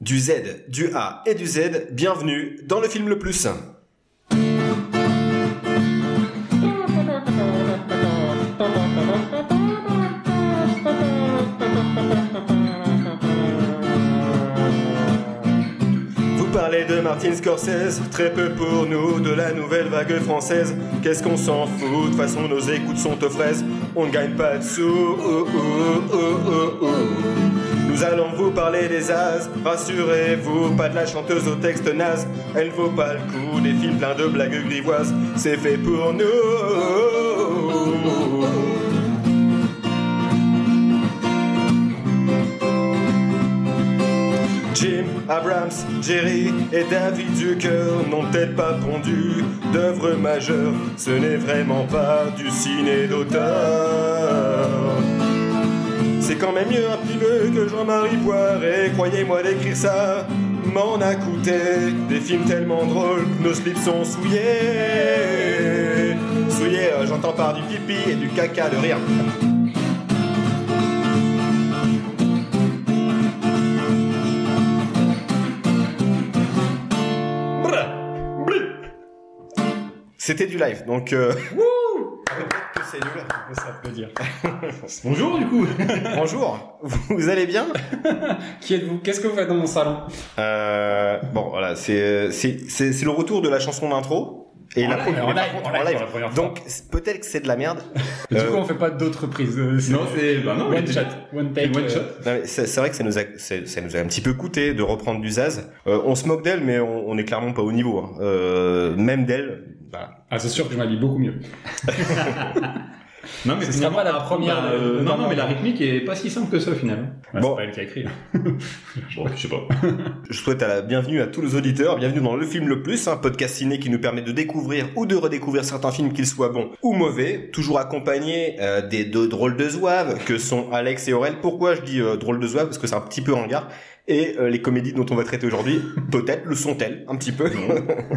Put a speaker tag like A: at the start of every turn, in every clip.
A: Du Z, du A et du Z, bienvenue dans le film le plus. Vous parlez de Martin Scorsese, très peu pour nous de la nouvelle vague française. Qu'est-ce qu'on s'en fout, de toute façon nos écoutes sont aux fraises, on ne gagne pas de sous. oh, oh, oh, oh, oh. Nous allons vous parler des as, rassurez-vous, pas de la chanteuse au texte naze, elle vaut pas le coup des films pleins de blagues grivoises, c'est fait pour nous. Jim Abrams, Jerry et David Zucker n'ont peut-être pas pondu d'œuvres majeures, ce n'est vraiment pas du ciné d'auteur. C'est quand même mieux un petit peu que Jean-Marie Poiré. Croyez-moi, d'écrire ça m'en a coûté. Des films tellement drôles que nos slips sont souillés. Souillés, euh, j'entends par du pipi et du caca de rire. Brr, brr. C'était du live, donc euh, peut-être que c'est nul.
B: Ça peut dire. Bonjour du coup.
A: Bonjour, vous allez bien
B: Qui êtes-vous Qu'est-ce que vous faites dans mon salon
A: Euh, bon, voilà, c'est c'est- c'est- c'est le retour de la chanson d'intro. Et
B: En
A: la
B: live,
A: première-
B: en
A: par
B: live,
A: contre,
B: en live pour la première fois.
A: Donc, c'est- peut-être que c'est de la merde.
B: Du
A: Euh,
B: coup, on fait pas d'autres reprises. euh,
C: Non, c'est- bah non,
B: one
C: mais-
B: shot, one take.
C: One
B: euh,
C: shot.
A: non, mais C'est c'est vrai que ça nous, a, c'est- ça nous a un petit peu coûté de reprendre du Zaz. Euh, on se moque d'elle, mais on, on est clairement pas au niveau. hein. Euh, même d'elle. voilà.
B: Ah, c'est sûr que je m'habille beaucoup mieux.
C: Non, mais
B: Ce sera
C: finalement,
B: pas la
C: bah,
B: première de-
C: euh,
B: de
C: non, non,
B: Norman.
C: mais la rythmique est pas si simple que ça au final.
B: Ah,
A: Bon.
B: C'est pas elle qui a écrit. là.
C: Bon, je sais pas.
A: Je souhaite à la bienvenue à tous les auditeurs. Bienvenue dans Le Film Le Plus, un podcast ciné qui nous permet de découvrir ou de redécouvrir certains films, qu'ils soient bons ou mauvais. Toujours accompagné euh, des deux drôles de zouaves que sont Alex et Aurel. Pourquoi je dis euh, drôles de zouaves Parce que c'est un petit peu ringard. Et euh, les comédies dont on va traiter aujourd'hui, peut-être le sont-elles un petit peu.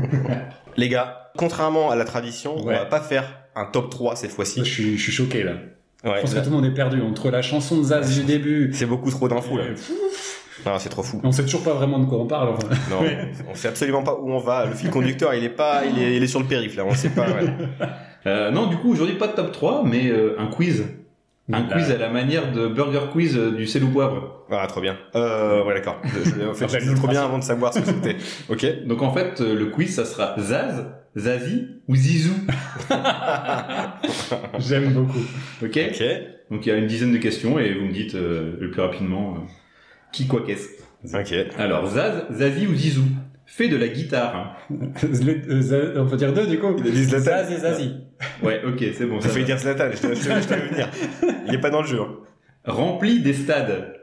A: les gars, contrairement à la tradition,
B: Ouais.
A: on va pas faire un top 3 cette
B: Je
A: fois-ci.
B: suis, je suis choqué là.
A: Ouais,
B: Je pense que
A: là,
B: tout le monde est perdu entre la chanson de Zaz du début.
A: c'est beaucoup trop d'infos là.
B: Euh, pff,
A: Non, c'est trop fou.
B: On sait toujours pas vraiment de quoi on parle. enfin.
A: Non, on sait absolument pas où on va. Le fil conducteur, il est pas, il est, il est sur le périph' là. On sait pas. ouais.
C: Euh, non, du coup, aujourd'hui, pas de top 3, mais euh, un quiz. Un
B: Là,
C: quiz à la manière de Burger Quiz euh, du sel ou poivre.
A: Ah, trop bien. Euh, ouais, d'accord. Je- je- En fait, je disais trop bien avant de savoir ce que c'était. Ok.
C: Donc en fait, euh, le quiz, ça sera Zaz, Zazie ou Zizou.
B: euh, J'aime beaucoup.
C: Ok
A: Ok.
C: Donc il y a une dizaine de questions et vous me dites euh, le plus rapidement euh, qui, quoi, qu'est-ce.
A: Ok.
C: Alors, Zaz, Zazie ou Zizou fait de la guitare. hein.
B: Le- euh, Zaz- on peut dire deux du coup.
A: Ils disent la tête.
B: Zaz et Zazie.
C: Ouais, ok, c'est bon.
A: Ça
C: Ça
A: fait
C: va.
A: dire Zlatan. Je t'ai- je t'ai- je t'avais venir. Il est pas dans le jeu. hein.
C: Remplit des stades.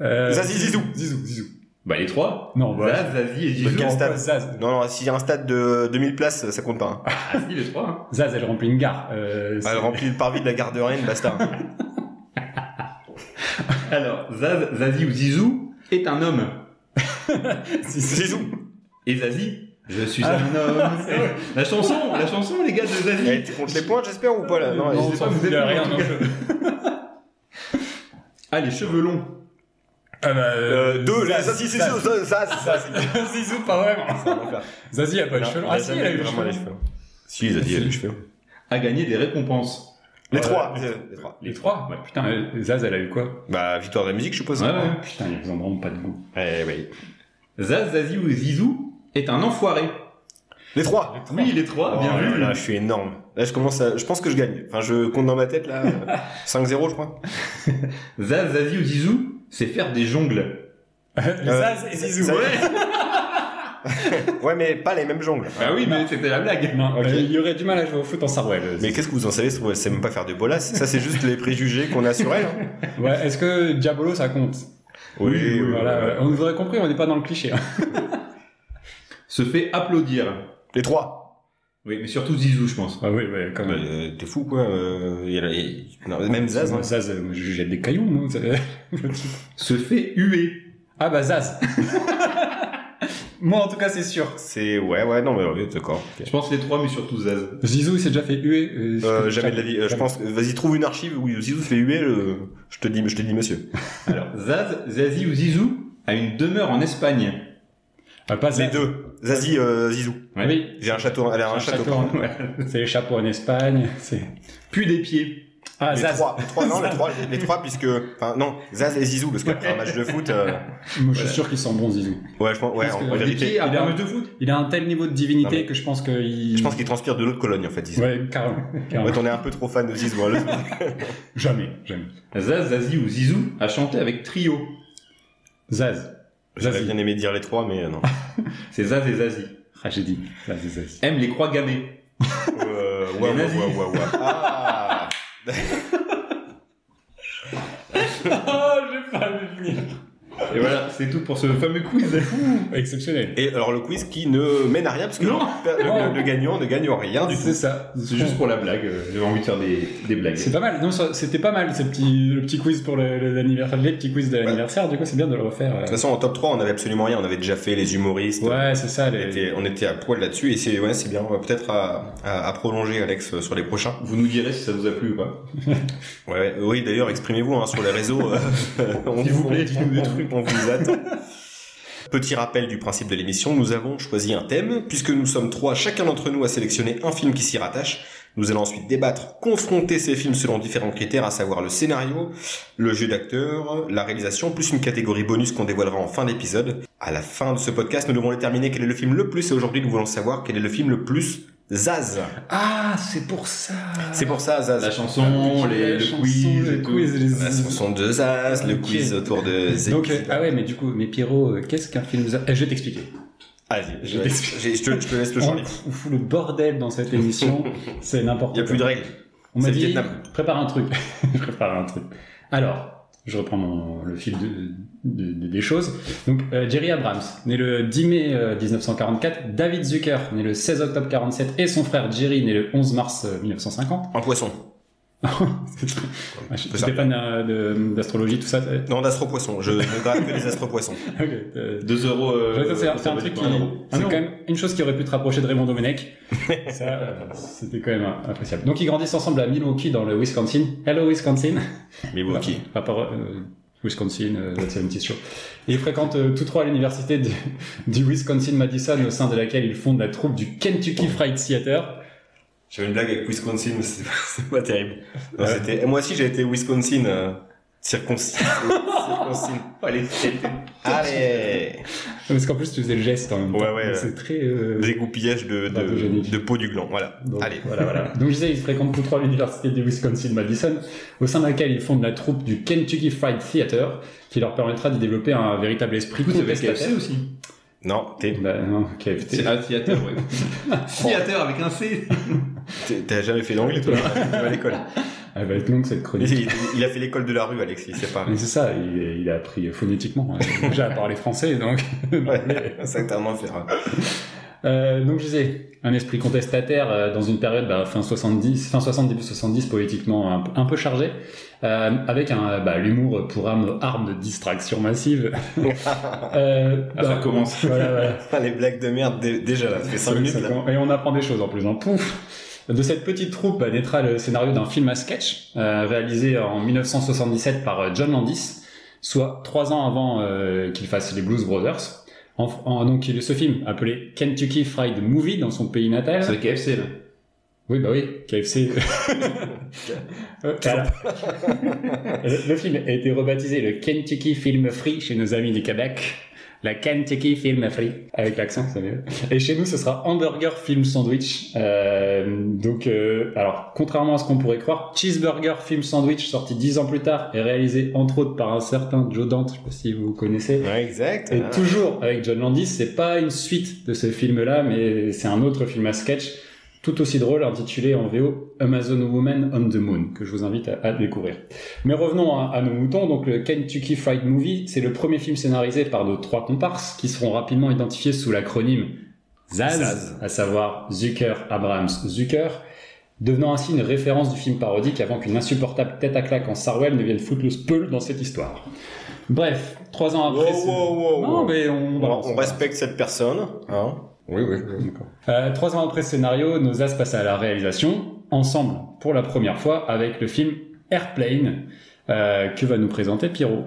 B: Euh,
A: Zazie, Zizou.
B: Zizou, Zizou.
C: Bah les trois.
B: Non, bah.
C: Zaz, Zazie et
B: je-
C: Zizou.
A: quel
B: en
A: stade
B: quoi, Zaz.
A: Non, non. S'il y a un stade de 2000 places, ça compte pas. hein.
C: Ah si, les trois. hein.
B: Zaz, elle remplit une gare. Euh, c'est-
A: Elle remplit le parvis de la gare de Rennes, basta.
C: Alors, Zaz, Zazie ou Zizou est un homme.
A: Zizou.
C: Et Zazie, je suis
B: Ah.
C: un homme. la chanson, la chanson, les gars de
A: Eh,
C: Zazie.
A: tu comptes les points, j'espère ou pas là Non.
B: Non,
A: elle-
B: on
C: sais
B: s'en
C: pas, vous
B: fout,
C: êtes
B: il y a
C: plus
B: rien
C: dans
B: dans
C: le
B: le jeu.
C: Ah, les cheveux longs.
B: Ah bah,
A: Euh, deux. là,
B: Zaz,
A: Zazie, Zizou.
B: Zaz.
A: Zaz, Zaz, Zaz.
B: Zizou, pas vraiment.
A: C'est un enfer.
B: Zazie, elle a pas eu les
A: Non, bah,
B: cheveux. longs.
A: a
B: Ah si,
A: jamais
B: elle a eu les
A: vraiment
B: cheveux.
A: les
B: longs.
A: cheveux. Si, Zazie, elle a eu les cheveux.
C: A gagné des récompenses.
A: Les
B: Ouais,
A: trois.
B: les-
A: euh, Les trois.
B: Les trois
C: Ouais.
B: Putain, euh, Zaz, elle a eu quoi Euh,
A: Bah, victoire de la musique, je suppose.
C: Ouais, ouais.
B: Putain, ils en ont pas de goût.
A: Eh oui.
C: Zaz, Zazie ou Zizou est un enfoiré.
A: Les trois.
C: Oui, les trois, bien
A: Oh là
C: vu.
A: là, je suis énorme. Là, je commence à, je pense que je gagne. Enfin, je compte dans ma tête, là. 5-0, je crois.
C: Zaz, Zazie ou Zizou, c'est faire des jongles.
B: Euh,
A: Euh,
B: Zaz et Zizou.
A: Zaz- Ouais, mais pas les mêmes jongles.
C: Bah oui, mais c'était la blague.
B: Non,
A: Ok.
B: euh, il y aurait du mal à jouer au foot en Sarwell. euh,
A: Mais qu'est-ce que vous en savez sur elle C'est même pas faire de bolas. Ça, c'est juste les préjugés qu'on a sur elle. hein.
B: Ouais, est-ce que Diabolo ça compte
A: Eh Oui, oui,
B: Voilà,
A: oui.
B: ouais. on vous aurait compris, on n'est pas dans le cliché. hein.
C: Se fait applaudir.
A: Les trois.
C: Oui, mais surtout Zizou, je pense.
B: Ah oui, ouais, quand même.
A: Euh, T'es fou, quoi. euh, il y a la- il- non, même Zaz. hein.
B: Zaz, euh, moi, je jette des cailloux, moi. ça-
C: Se fait huer.
B: Ah bah Zaz Moi en tout cas, c'est sûr.
A: hein. C'est, ouais, ouais, non, mais ouais, d'accord. ok.
C: Je pense les trois, mais surtout Zaz.
B: Zizou, il s'est déjà fait huer. euh,
A: Euh,
B: je-
A: jamais de la vie. Euh, je
B: jamais.
A: pense que, vas-y, trouve une archive où Zizou se fait huer, euh, je te dis, je te dis monsieur.
C: Alors, Zaz, Zazie ou Zizou à une demeure en Espagne.
B: Euh, pas
A: Les
B: Zazie.
A: deux. Zazie, euh, Zizou.
C: Ouais.
B: Oui.
A: J'ai un château. Elle a un, château.
B: en- C'est les chapeaux en Espagne. C'est
C: Puis des pieds.
B: ah,
A: Les
B: Zaz.
A: trois, les trois, non, les trois, les trois, puisque, enfin, non, Zaz et Zizou, parce qu'après un match de foot, euh,
B: Moi, je suis sûr qu'ils sont bons Zizou.
A: ouais, je pense, ouais,
B: Parce
A: en,
B: que
A: en
B: les
A: vérité,
C: Pieds à
B: Il a-
C: un match de foot.
B: Il a un tel niveau de divinité
A: Non, mais-
B: que je pense qu'il.
A: je pense qu'il transpire de l'autre colonne, en fait, Zizou.
B: Ouais, carrément. carrément.
A: Ouais, t'en es un peu trop fan de Zizou, hein, le-
B: Jamais, jamais.
C: Zaz, Zazie ou Zizou a chanté avec trio.
B: Zaz.
A: J'aurais
B: Zazie.
A: bien aimé dire les trois, mais euh, non.
C: C'est Zaz et Zazie.
B: Ah, j'ai dit. Zaz, Zaz.
C: Aime les croix gammées.
A: Euh, ouais, ouais,
C: nazis.
A: ouais, ouais, ouais. Ah!
B: Ah, j'ai pas vu venir.
C: Et voilà, c'est tout pour ce fameux quiz.
B: Exceptionnel.
A: Et alors, le quiz qui ne mène à rien, parce que
C: Non.
A: le, le- le gagnant ne gagne rien du tout.
B: C'est ça.
C: C'est juste pour la blague. euh, J'avais envie de faire des, des blagues.
B: C'est pas mal. Non, ça- c'était pas mal, ces petits, le petit quiz pour le- le- l'anniversaire, les petits quiz de l'anniversaire. Du coup, c'est bien de le refaire.
A: De
B: euh.
A: toute façon, en top 3, on avait absolument rien. On avait déjà fait les humoristes.
B: Ouais, c'est ça.
A: On
B: les-
A: était, on était à poil là-dessus. Et c'est, ouais, c'est bien. On va peut-être à, à- à prolonger, Alex, euh, sur les prochains.
C: Vous nous direz si ça vous a plu ou pas.
A: Ouais, euh, oui, d'ailleurs, exprimez-vous hein, sur les réseaux. euh, on
C: S'il vous plaît,
A: on-
C: dites-nous des
A: on-
C: trucs.
A: On vous attend. Petit rappel du principe de l'émission, nous avons choisi un thème, puisque nous sommes trois, chacun d'entre nous a sélectionné un film qui s'y rattache. Nous allons ensuite débattre, confronter ces films selon différents critères, à savoir le scénario, le jeu d'acteur, la réalisation, plus une catégorie bonus qu'on dévoilera en fin d'épisode. À la fin de ce podcast, nous devons déterminer quel est le film le plus, et aujourd'hui, nous voulons savoir quel est le film le plus Zaz.
C: Ah, c'est pour ça.
A: C'est pour ça, Zaz.
C: La chanson, les,
B: La
C: le
B: chanson,
C: quiz.
B: le
C: et tout.
B: quiz, les-
A: La chanson de Zaz, le
B: Ok.
A: quiz autour de Zaz.
B: Donc, euh, ah ouais, mais du coup, mais Pierrot, euh, qu'est-ce qu'un film Zaz Eh, Je vais t'expliquer.
A: Allez, je,
B: Je
A: vais- j'ai- je te, je te laisse le
B: On,
A: Charlie.
B: on fout le bordel dans cette émission. c'est n'importe
A: Il n'y
B: quoi.
A: a plus de règles.
B: On m'a
A: C'est le
B: dit,
A: Vietnam.
B: prépare un truc. je prépare un truc. Alors, je reprends mon- le fil de- de- de- des choses. Donc, euh, Jerry Abrams, né le 10 mai euh, 1944. David Zucker, né le 16 octobre 47. Et son frère Jerry, né le 11 mars euh, 1950.
A: Un poisson.
B: C'est très- Ah, je-
A: C'est ça.
B: J'étais fan euh, de- d'astrologie, tout ça. Euh, t'es-
A: Non, d'astro-poisson. Je ne gratte que les astro-poissons.
B: Ok, euh,
C: 2 euros. euh,
B: Ouais, ça, c'est un,
C: ça
B: c'est un
C: vaut
B: truc qui.
C: pas un euro.
B: C'est quand même une chose qui aurait pu te rapprocher de Raymond Domenech. Ça, euh, c'était quand même euh, appréciable. Donc, ils grandissent ensemble à Milwaukee, dans le Wisconsin. Hello, Wisconsin.
A: Mais bon, ok.
B: Enfin, par, euh, Wisconsin, euh, that's 70 show. Et ils fréquentent euh, tous trois l'université du, du Wisconsin-Madison, au sein de laquelle ils fondent la troupe du Kentucky Fried Theater.
A: J'avais une blague avec Wisconsin, mais c'est pas, c'est pas terrible. Non,
B: Ouais.
A: c'était- Moi aussi, j'ai été Wisconsin. Euh... Circoncis. Circoncis.
C: Allez, c'est-
A: Allez
B: Parce qu'en plus, tu faisais le geste en même temps.
A: Ouais, ouais, ouais.
B: Donc, C'est très. euh,
A: Dégoupillage de,
B: Bah, de
A: de,
B: génie.
A: de peau du gland. Voilà.
B: Donc,
A: Allez.
B: Voilà, voilà. Donc je disais, ils fréquentent tous trois l'université du Wisconsin-Madison, au sein de laquelle ils fondent la troupe du Kentucky Fried Theater, qui leur permettra de développer un véritable esprit
C: Du coup, t'avais KFC
B: contestataire.
C: aussi.
A: Non, t'es-
B: Bah non, KFT.
C: C'est un theater, ouais. theater avec un C.
A: t'es- t'as jamais fait d'anglais, toi à l'école.
B: Elle va être longue cette
A: Il,
B: chronique.
A: il a fait l'école de la rue, Alexis, c'est pas.
B: Mais c'est ça, il, il a appris phonétiquement. hein. Déjà à parler français, donc.
A: Ouais, ça, t'as hein. un enfer.
B: Euh, donc je disais, un esprit contestataire euh, dans une période bah, fin 70, fin 70, début 70, politiquement un, p- un peu chargée, euh, avec un euh, bah, l'humour pour arme, arme de distraction massive. Euh,
C: Ah, ça commence.
B: Voilà, voilà.
A: Ah, Les blagues de merde, dé- déjà, là, ça fait 5
B: Ça
A: minutes, là.
B: commence. Et on apprend des choses en plus. hein. Pouf De cette petite troupe bah, naîtra le scénario d'un film à sketch euh, réalisé en 1977 par euh, John Landis, soit trois ans avant euh, qu'il fasse les Blues Brothers. En- en- donc il- ce film appelé Kentucky Fried Movie dans son pays natal.
C: C'est KFC, là.
B: Oui, bah oui, KFC. Euh, voilà. le, le film a été rebaptisé le Kentucky Film Free chez nos amis du Québec. La Kentucky Film Free. Avec l'accent, ça mieux. Et chez nous, ce sera Hamburger Film Sandwich. Euh, donc, euh, alors, contrairement à ce qu'on pourrait croire, Cheeseburger Film Sandwich, sorti dix ans plus tard et réalisé entre autres par un certain Joe Dante, je sais pas si vous connaissez.
A: Ouais, exact.
B: Et
A: Ah.
B: toujours avec John Landis, c'est pas une suite de ce film-là, mais c'est un autre film à sketch, tout aussi drôle, intitulé en VO Amazon Woman on the Moon, que je vous invite à, à découvrir. Mais revenons à, à nos moutons, donc le Kentucky Fried Movie, c'est le premier film scénarisé par nos trois comparses, qui seront rapidement identifiés sous l'acronyme ZAZ,
A: Zaz.
B: à savoir Zucker, Abrams, Zucker, devenant ainsi une référence du film parodique avant qu'une insupportable tête à claque en Sarwell ne vienne foutre le speul dans cette histoire. Bref, trois ans
A: Wow,
B: après... ce-
A: wow, wow,
B: non,
A: wow.
B: mais on,
A: On, on respecte cette personne. Hein oui, oui.
B: Euh, trois ans après ce scénario, nos as passent à la réalisation, ensemble, pour la première fois, avec le film Airplane, euh, que va nous présenter Pierrot.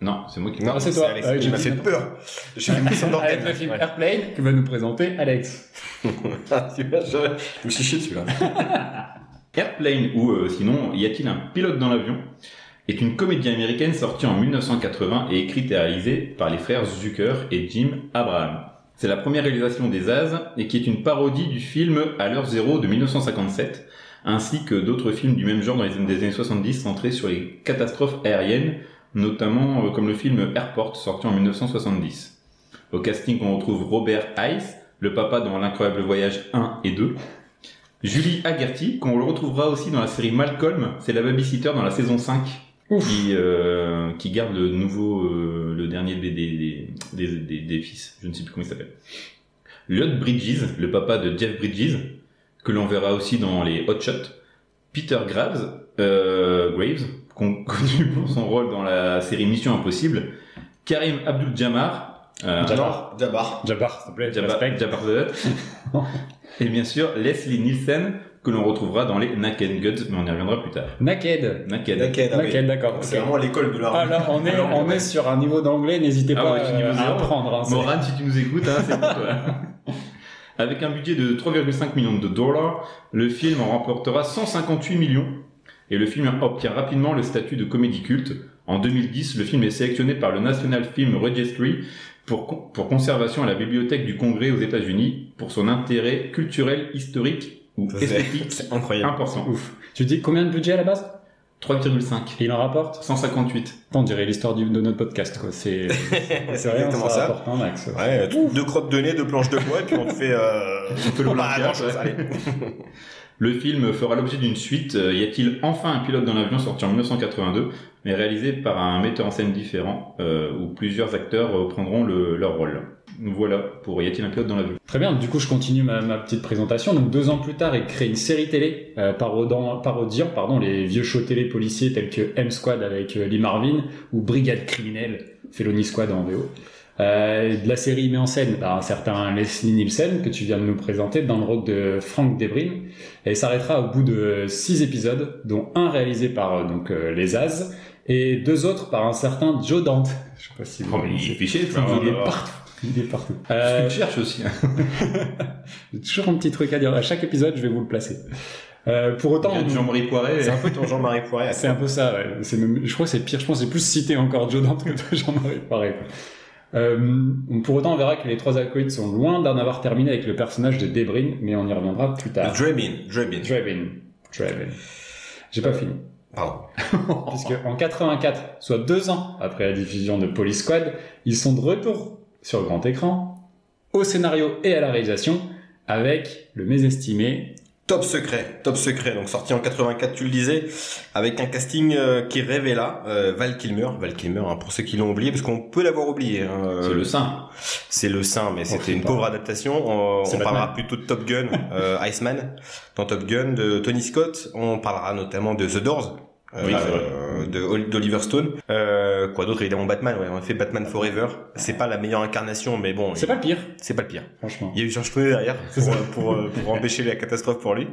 C: Non, c'est moi qui
A: Non,
B: Ah, c'est
A: c'est
B: toi.
A: Alex.
B: Ah oui,
A: il
B: j'ai
A: m'a
B: dit Ah,
A: fait
B: non.
A: peur. J'ai fait une descente
B: Avec le
A: d'organe.
B: film
A: Ouais.
B: Airplane que va nous présenter Alex.
A: Ah, tu vois, je, je me suis chié dessus là.
C: Airplane, ou euh, sinon, Y a-t-il un pilote dans l'avion est une comédie américaine sortie en 1980 et écrite et réalisée par les frères Zucker et Jim Abraham. C'est la première réalisation des As et qui est une parodie du film À l'heure zéro de 1957, ainsi que d'autres films du même genre dans les années, des années 70 centrés sur les catastrophes aériennes, notamment euh, comme le film Airport sorti en 1970. Au casting, on retrouve Robert Ice, le papa dans L'incroyable voyage 1 et 2, Julie Agerty, qu'on le retrouvera aussi dans la série Malcolm, c'est la babysitter dans la saison 5, qui, euh, qui garde le nouveau, euh, le dernier des, des, des, des, des- des fils, je ne sais plus comment il s'appelle. Lloyd Bridges, le papa de Jeff Bridges, que l'on verra aussi dans les Hot Shots. Peter Graves, euh, Graves, qu'on connu pour son rôle dans la série Mission Impossible. Karim Abdul-Jabbar, euh,
B: Jabbar.
A: Non, Jabbar.
B: Jabbar, s'il te plaît,
C: Jabba-
B: respect.
C: Jabba the Hutt. Et bien sûr, Leslie Nielsen, que l'on retrouvera dans les Naked Guts, mais on y reviendra plus tard.
B: Naked.
C: Naked.
A: Naked, ah oui.
B: Naked, d'accord.
A: C'est
B: ok.
A: vraiment l'école de la
B: Ah là, on est, on est sur un niveau d'anglais, n'hésitez
C: Ah
B: pas
C: ouais, je suis niveau
B: euh, à
C: zéro.
B: apprendre. hein, c'est-
C: Morane, si tu nous écoutes, hein, c'est pour toi. Avec un budget de 3,5 millions de dollars, le film en remportera 158 millions et le film obtient rapidement le statut de comédie culte. En 2010, le film est sélectionné par le National Film Registry pour, con- pour conservation à la Bibliothèque du Congrès aux États-Unis pour son intérêt culturel, historique ou
A: C'est-
C: esthétique
A: C'est
B: Ah.
A: incroyable.
C: important.
B: Ouf. Tu dis combien de budget à la base
C: 3,5.
B: Il en rapporte
C: 158.
B: On dirait l'histoire du- de notre podcast, quoi. C'est
A: C'est
B: rien,
A: exactement ça.
B: rapporte un max.
A: Ouais, deux crottes de nez, deux planches de bois, et puis on te fait. Euh... on
C: fait l'Olympia,
A: grand-chose,
C: ouais.
A: allez.
C: Le film fera l'objet d'une suite. euh, Y a-t-il enfin un pilote dans l'avion sorti en 1982, mais réalisé par un metteur en scène différent, euh, où plusieurs acteurs euh, prendront le- leur rôle. Voilà pour Y a-t-il un pilote dans l'avion
B: Très bien, du coup je continue ma, ma petite présentation. Donc deux ans plus tard, il crée une série télé euh, parodant- parodiant pardon, les vieux shows télé policiers tels que M-Squad avec euh, Lee Marvin ou Brigade Criminelle, Felony Squad en VO. Euh, de la série met en scène par un certain Leslie Nielsen que tu viens de nous présenter dans le rôle de Frank Debrin et s'arrêtera au bout de six épisodes dont un réalisé par euh, donc, euh, les As et deux autres par un certain Joe Dante. Je sais pas si vous
C: Oh, mais il est
B: connaissez.
C: fiché, tu vas
B: Il est
C: voir.
B: partout. Il est partout.
C: Tu
B: Euh,
C: le cherches aussi. hein.
B: j'ai toujours un petit truc à dire. À chaque épisode, je vais vous le placer. Euh, pour
C: Il y
B: autant,
C: a Jean-Marie Poiret.
A: C'est un peu ton Jean-Marie Poiret.
B: Ah, c'est un peu ça. ouais. C'est même- je crois que c'est pire. Je pense que c'est plus cité encore Joe Dante que toi, Jean-Marie Poiré. quoi. Euh, pour autant, on verra que les trois acolytes sont loin d'en avoir terminé avec le personnage de Debrin, mais on y reviendra plus tard.
A: Dreamin, Dreamin.
B: Drebin. Drebin. J'ai pas fini.
C: Euh,
A: Pardon.
B: Puisque en 84, soit deux ans après la diffusion de Police Squad, ils sont de retour sur grand écran, au scénario et à la réalisation, avec le mésestimé
A: Top Secret, Top Secret, donc sorti en 84, tu le disais, avec un casting euh, qui révéla euh, Val Kilmer, Val Kilmer, hein, pour ceux qui l'ont oublié, parce qu'on peut l'avoir oublié. hein, euh,
C: C'est le saint.
A: c'est le saint, mais c'était
B: fait
A: une
B: pas.
A: pauvre adaptation. On,
B: C'est
A: on
B: Batman.
A: parlera plutôt de Top Gun, euh, Iceman, dans Top Gun, de Tony Scott. On parlera notamment de The Doors. euh,
C: Oui, c'est vrai.
A: euh, de Hol- d'Oliver Stone Euh, quoi d'autre évidemment Batman ouais on a fait Batman Forever c'est pas la meilleure incarnation mais bon
B: C'est
A: il-
B: pas le pire,
A: c'est pas le pire
B: franchement.
A: il y a eu George Clooney derrière pour, euh, pour, euh, pour empêcher la catastrophe pour lui.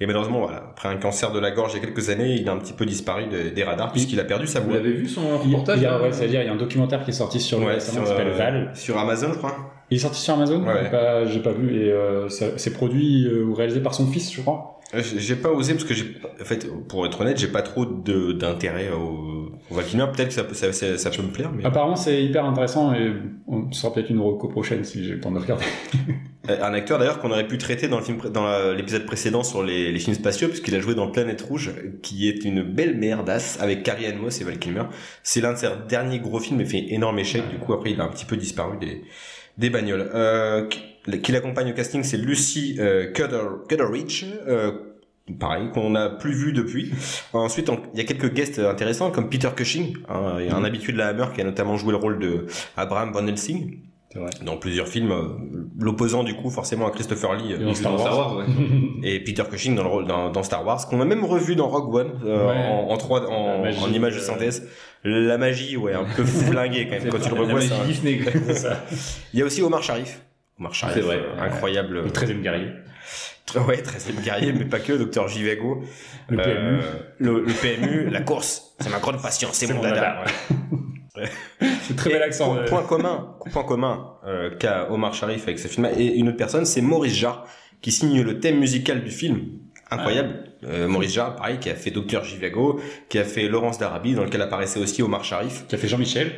A: Et malheureusement, voilà, après un cancer de la gorge il y a quelques années, il a un petit peu disparu de- des radars puisqu'il a perdu sa
C: Vous
A: voix.
C: l'avez vu son
B: Il
C: reportage
B: il y a,
C: là
B: ouais, c'est-à-dire, il y a un documentaire qui est sorti sur lui
A: euh, Ouais,
B: récemment
A: sur,
B: qui s'appelle
A: euh,
B: Val.
A: Sur Amazon, je crois.
B: Il est sorti sur Amazon,
A: Ouais.
B: j'ai pas, j'ai pas vu, et euh, ça- c'est produit euh, ou réalisé par son fils, je crois.
A: Euh, J'ai j'ai pas osé parce que j'ai, en fait, pour être honnête, j'ai pas trop de- d'intérêt au, au Valkyrie. Peut-être que ça, peut- ça, ça, ça peut me plaire, mais
C: Ah,
B: Apparemment, c'est hyper intéressant, et on ce sera peut-être une reco prochaine si j'ai le temps de regarder.
A: Euh, un acteur d'ailleurs qu'on aurait pu traiter dans le film, pré- dans la- l'épisode précédent sur les, les films spatiaux puisqu'il a joué dans Planète Rouge, qui est une belle merdasse avec Carrie Anne Moss et Val Kilmer. C'est l'un de ses derniers gros films, mais fait énorme échec. Du coup, après, il a un petit peu disparu des, des bagnoles. Euh, qui qui l'accompagne au casting, c'est Lucy euh, Cutter- Cutteridge, euh, pareil, qu'on n'a plus vu depuis. Ensuite, on- il y a quelques guests intéressants, comme Peter Cushing, hein, il y a un habitué de la Hammer qui a notamment joué le rôle de Abraham Van Helsing.
B: C'est vrai.
A: Dans plusieurs films, euh, l'opposant du coup forcément à Christopher Lee euh,
B: Et dans
A: vu dans
B: Star
A: Star Wars.
C: ouais.
A: et Peter Cushing dans, le rôle- dans, dans Star Wars, qu'on a même revu dans Rogue One euh,
B: Ouais.
A: en, en, 3, en,
B: La magie,
A: en image de
B: euh,
A: synthèse. La magie, ouais, un peu flinguée quand même.
C: C'est
A: Quand tu le
C: la
A: revois,
C: magie
A: ça-
C: Disney. quoi.
B: C'est ça.
A: il y a aussi Omar Sharif. Omar Sharif,
C: C'est vrai.
A: euh, incroyable.
B: Le 13 e guerrier.
A: Tr- Ouais, très bien guerrier, mais pas que, Docteur Jivago.
B: Le
A: Euh,
B: PMU.
A: le, le PMU, la course, c'est ma grande passion, c'est mon, dada.
B: ouais. C'est très bel accent.
A: Point,
B: euh.
A: point commun, point commun euh, qu'a Omar Sharif avec ce film et une autre personne, c'est Maurice Jarre qui signe le thème musical du film. Incroyable. Euh, Maurice Jarre, pareil, qui a fait Docteur Givago, qui a fait Laurence d'Arabie, dans lequel apparaissait aussi Omar Sharif.
B: Qui a fait Jean-Michel.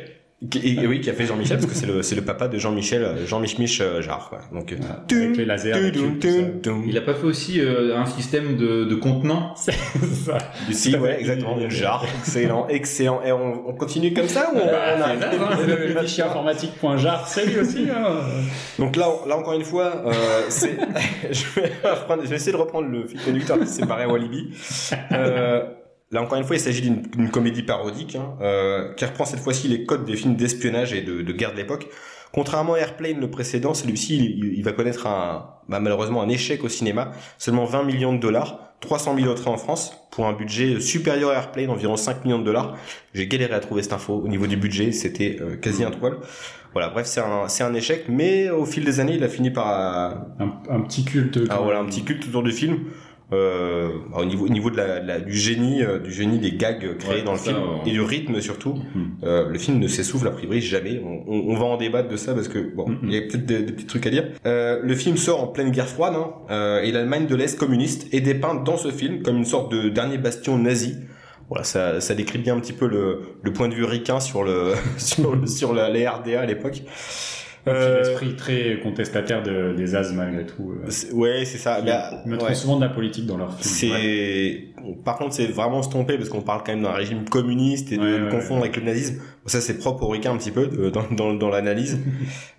A: Qui, et- et oui, qui a fait Jean-Michel, parce que c'est le, c'est le papa de Jean-Michel, Jean-Michmich euh, Jarre. quoi. Donc, euh,
B: Avec les lasers. les
A: tudum,
B: tubes, tout ça.
A: tudum, tudum.
C: Il a pas fait aussi euh, un système de, de contenant
B: C'est ça.
A: Si, ouais, exactement. Jarre, excellent, excellent. Et on, on continue comme ça ou on, on
C: Bah,
A: arrête
C: c'est naze, hein.
B: Le, le fichier informatique.jar, c'est lui aussi. Hein.
A: Donc là, là encore une fois, euh, c'est- je, vais reprendre- je vais essayer de reprendre le fil conducteur qui s'est barré à Walibi. Euh, là encore une fois, il s'agit d'une d'une comédie parodique hein, euh, qui reprend cette fois-ci les codes des films d'espionnage et de, de guerre de l'époque. Contrairement à Airplane, le précédent, celui-ci, il, il va connaître un, bah, malheureusement un échec au cinéma, seulement 20 millions de dollars, 300 000 entrées en France, pour un budget supérieur à Airplane, environ 5 millions de dollars. J'ai galéré à trouver cette info au niveau du budget, c'était euh, quasi introuvable. Voilà, bref, c'est un, c'est un échec, mais au fil des années, il a fini par, euh,
B: Un, un petit culte.
A: ah, voilà,
C: euh,
A: un petit culte autour du film. Euh, bah, au niveau, au niveau de la, de la- du génie, euh, du génie des gags créés
C: Ouais,
A: dans le
C: ça,
A: film
C: on-
A: et du rythme surtout,
C: Mhm.
A: euh, le film ne s'essouffle a priori jamais. On, on- on va en débattre de ça parce que bon,
C: Mhm.
A: il y a peut-être des, des petits trucs à dire. Euh, le film sort en pleine guerre froide hein, euh, et l'Allemagne de l'Est communiste est dépeinte dans ce film comme une sorte de dernier bastion nazi. Voilà, ça, ça décrit bien un petit peu le, le point de vue ricain sur le sur, le- sur la, les RDA à l'époque.
B: Euh...
A: Euh,
B: L'esprit très contestataire de- des As malgré tout. euh,
A: c'est- ouais, c'est ça.
B: qui
A: Bah,
B: mettent
A: ouais.
B: souvent de la politique dans leurs films.
A: C'est, par contre, c'est vraiment se tromper parce qu'on parle quand même d'un régime communiste et de
B: Ouais,
A: le
B: ouais,
A: confondre avec le nazisme. Bon, ça, c'est propre au Ricain un petit peu de- dans, dans, dans l'analyse.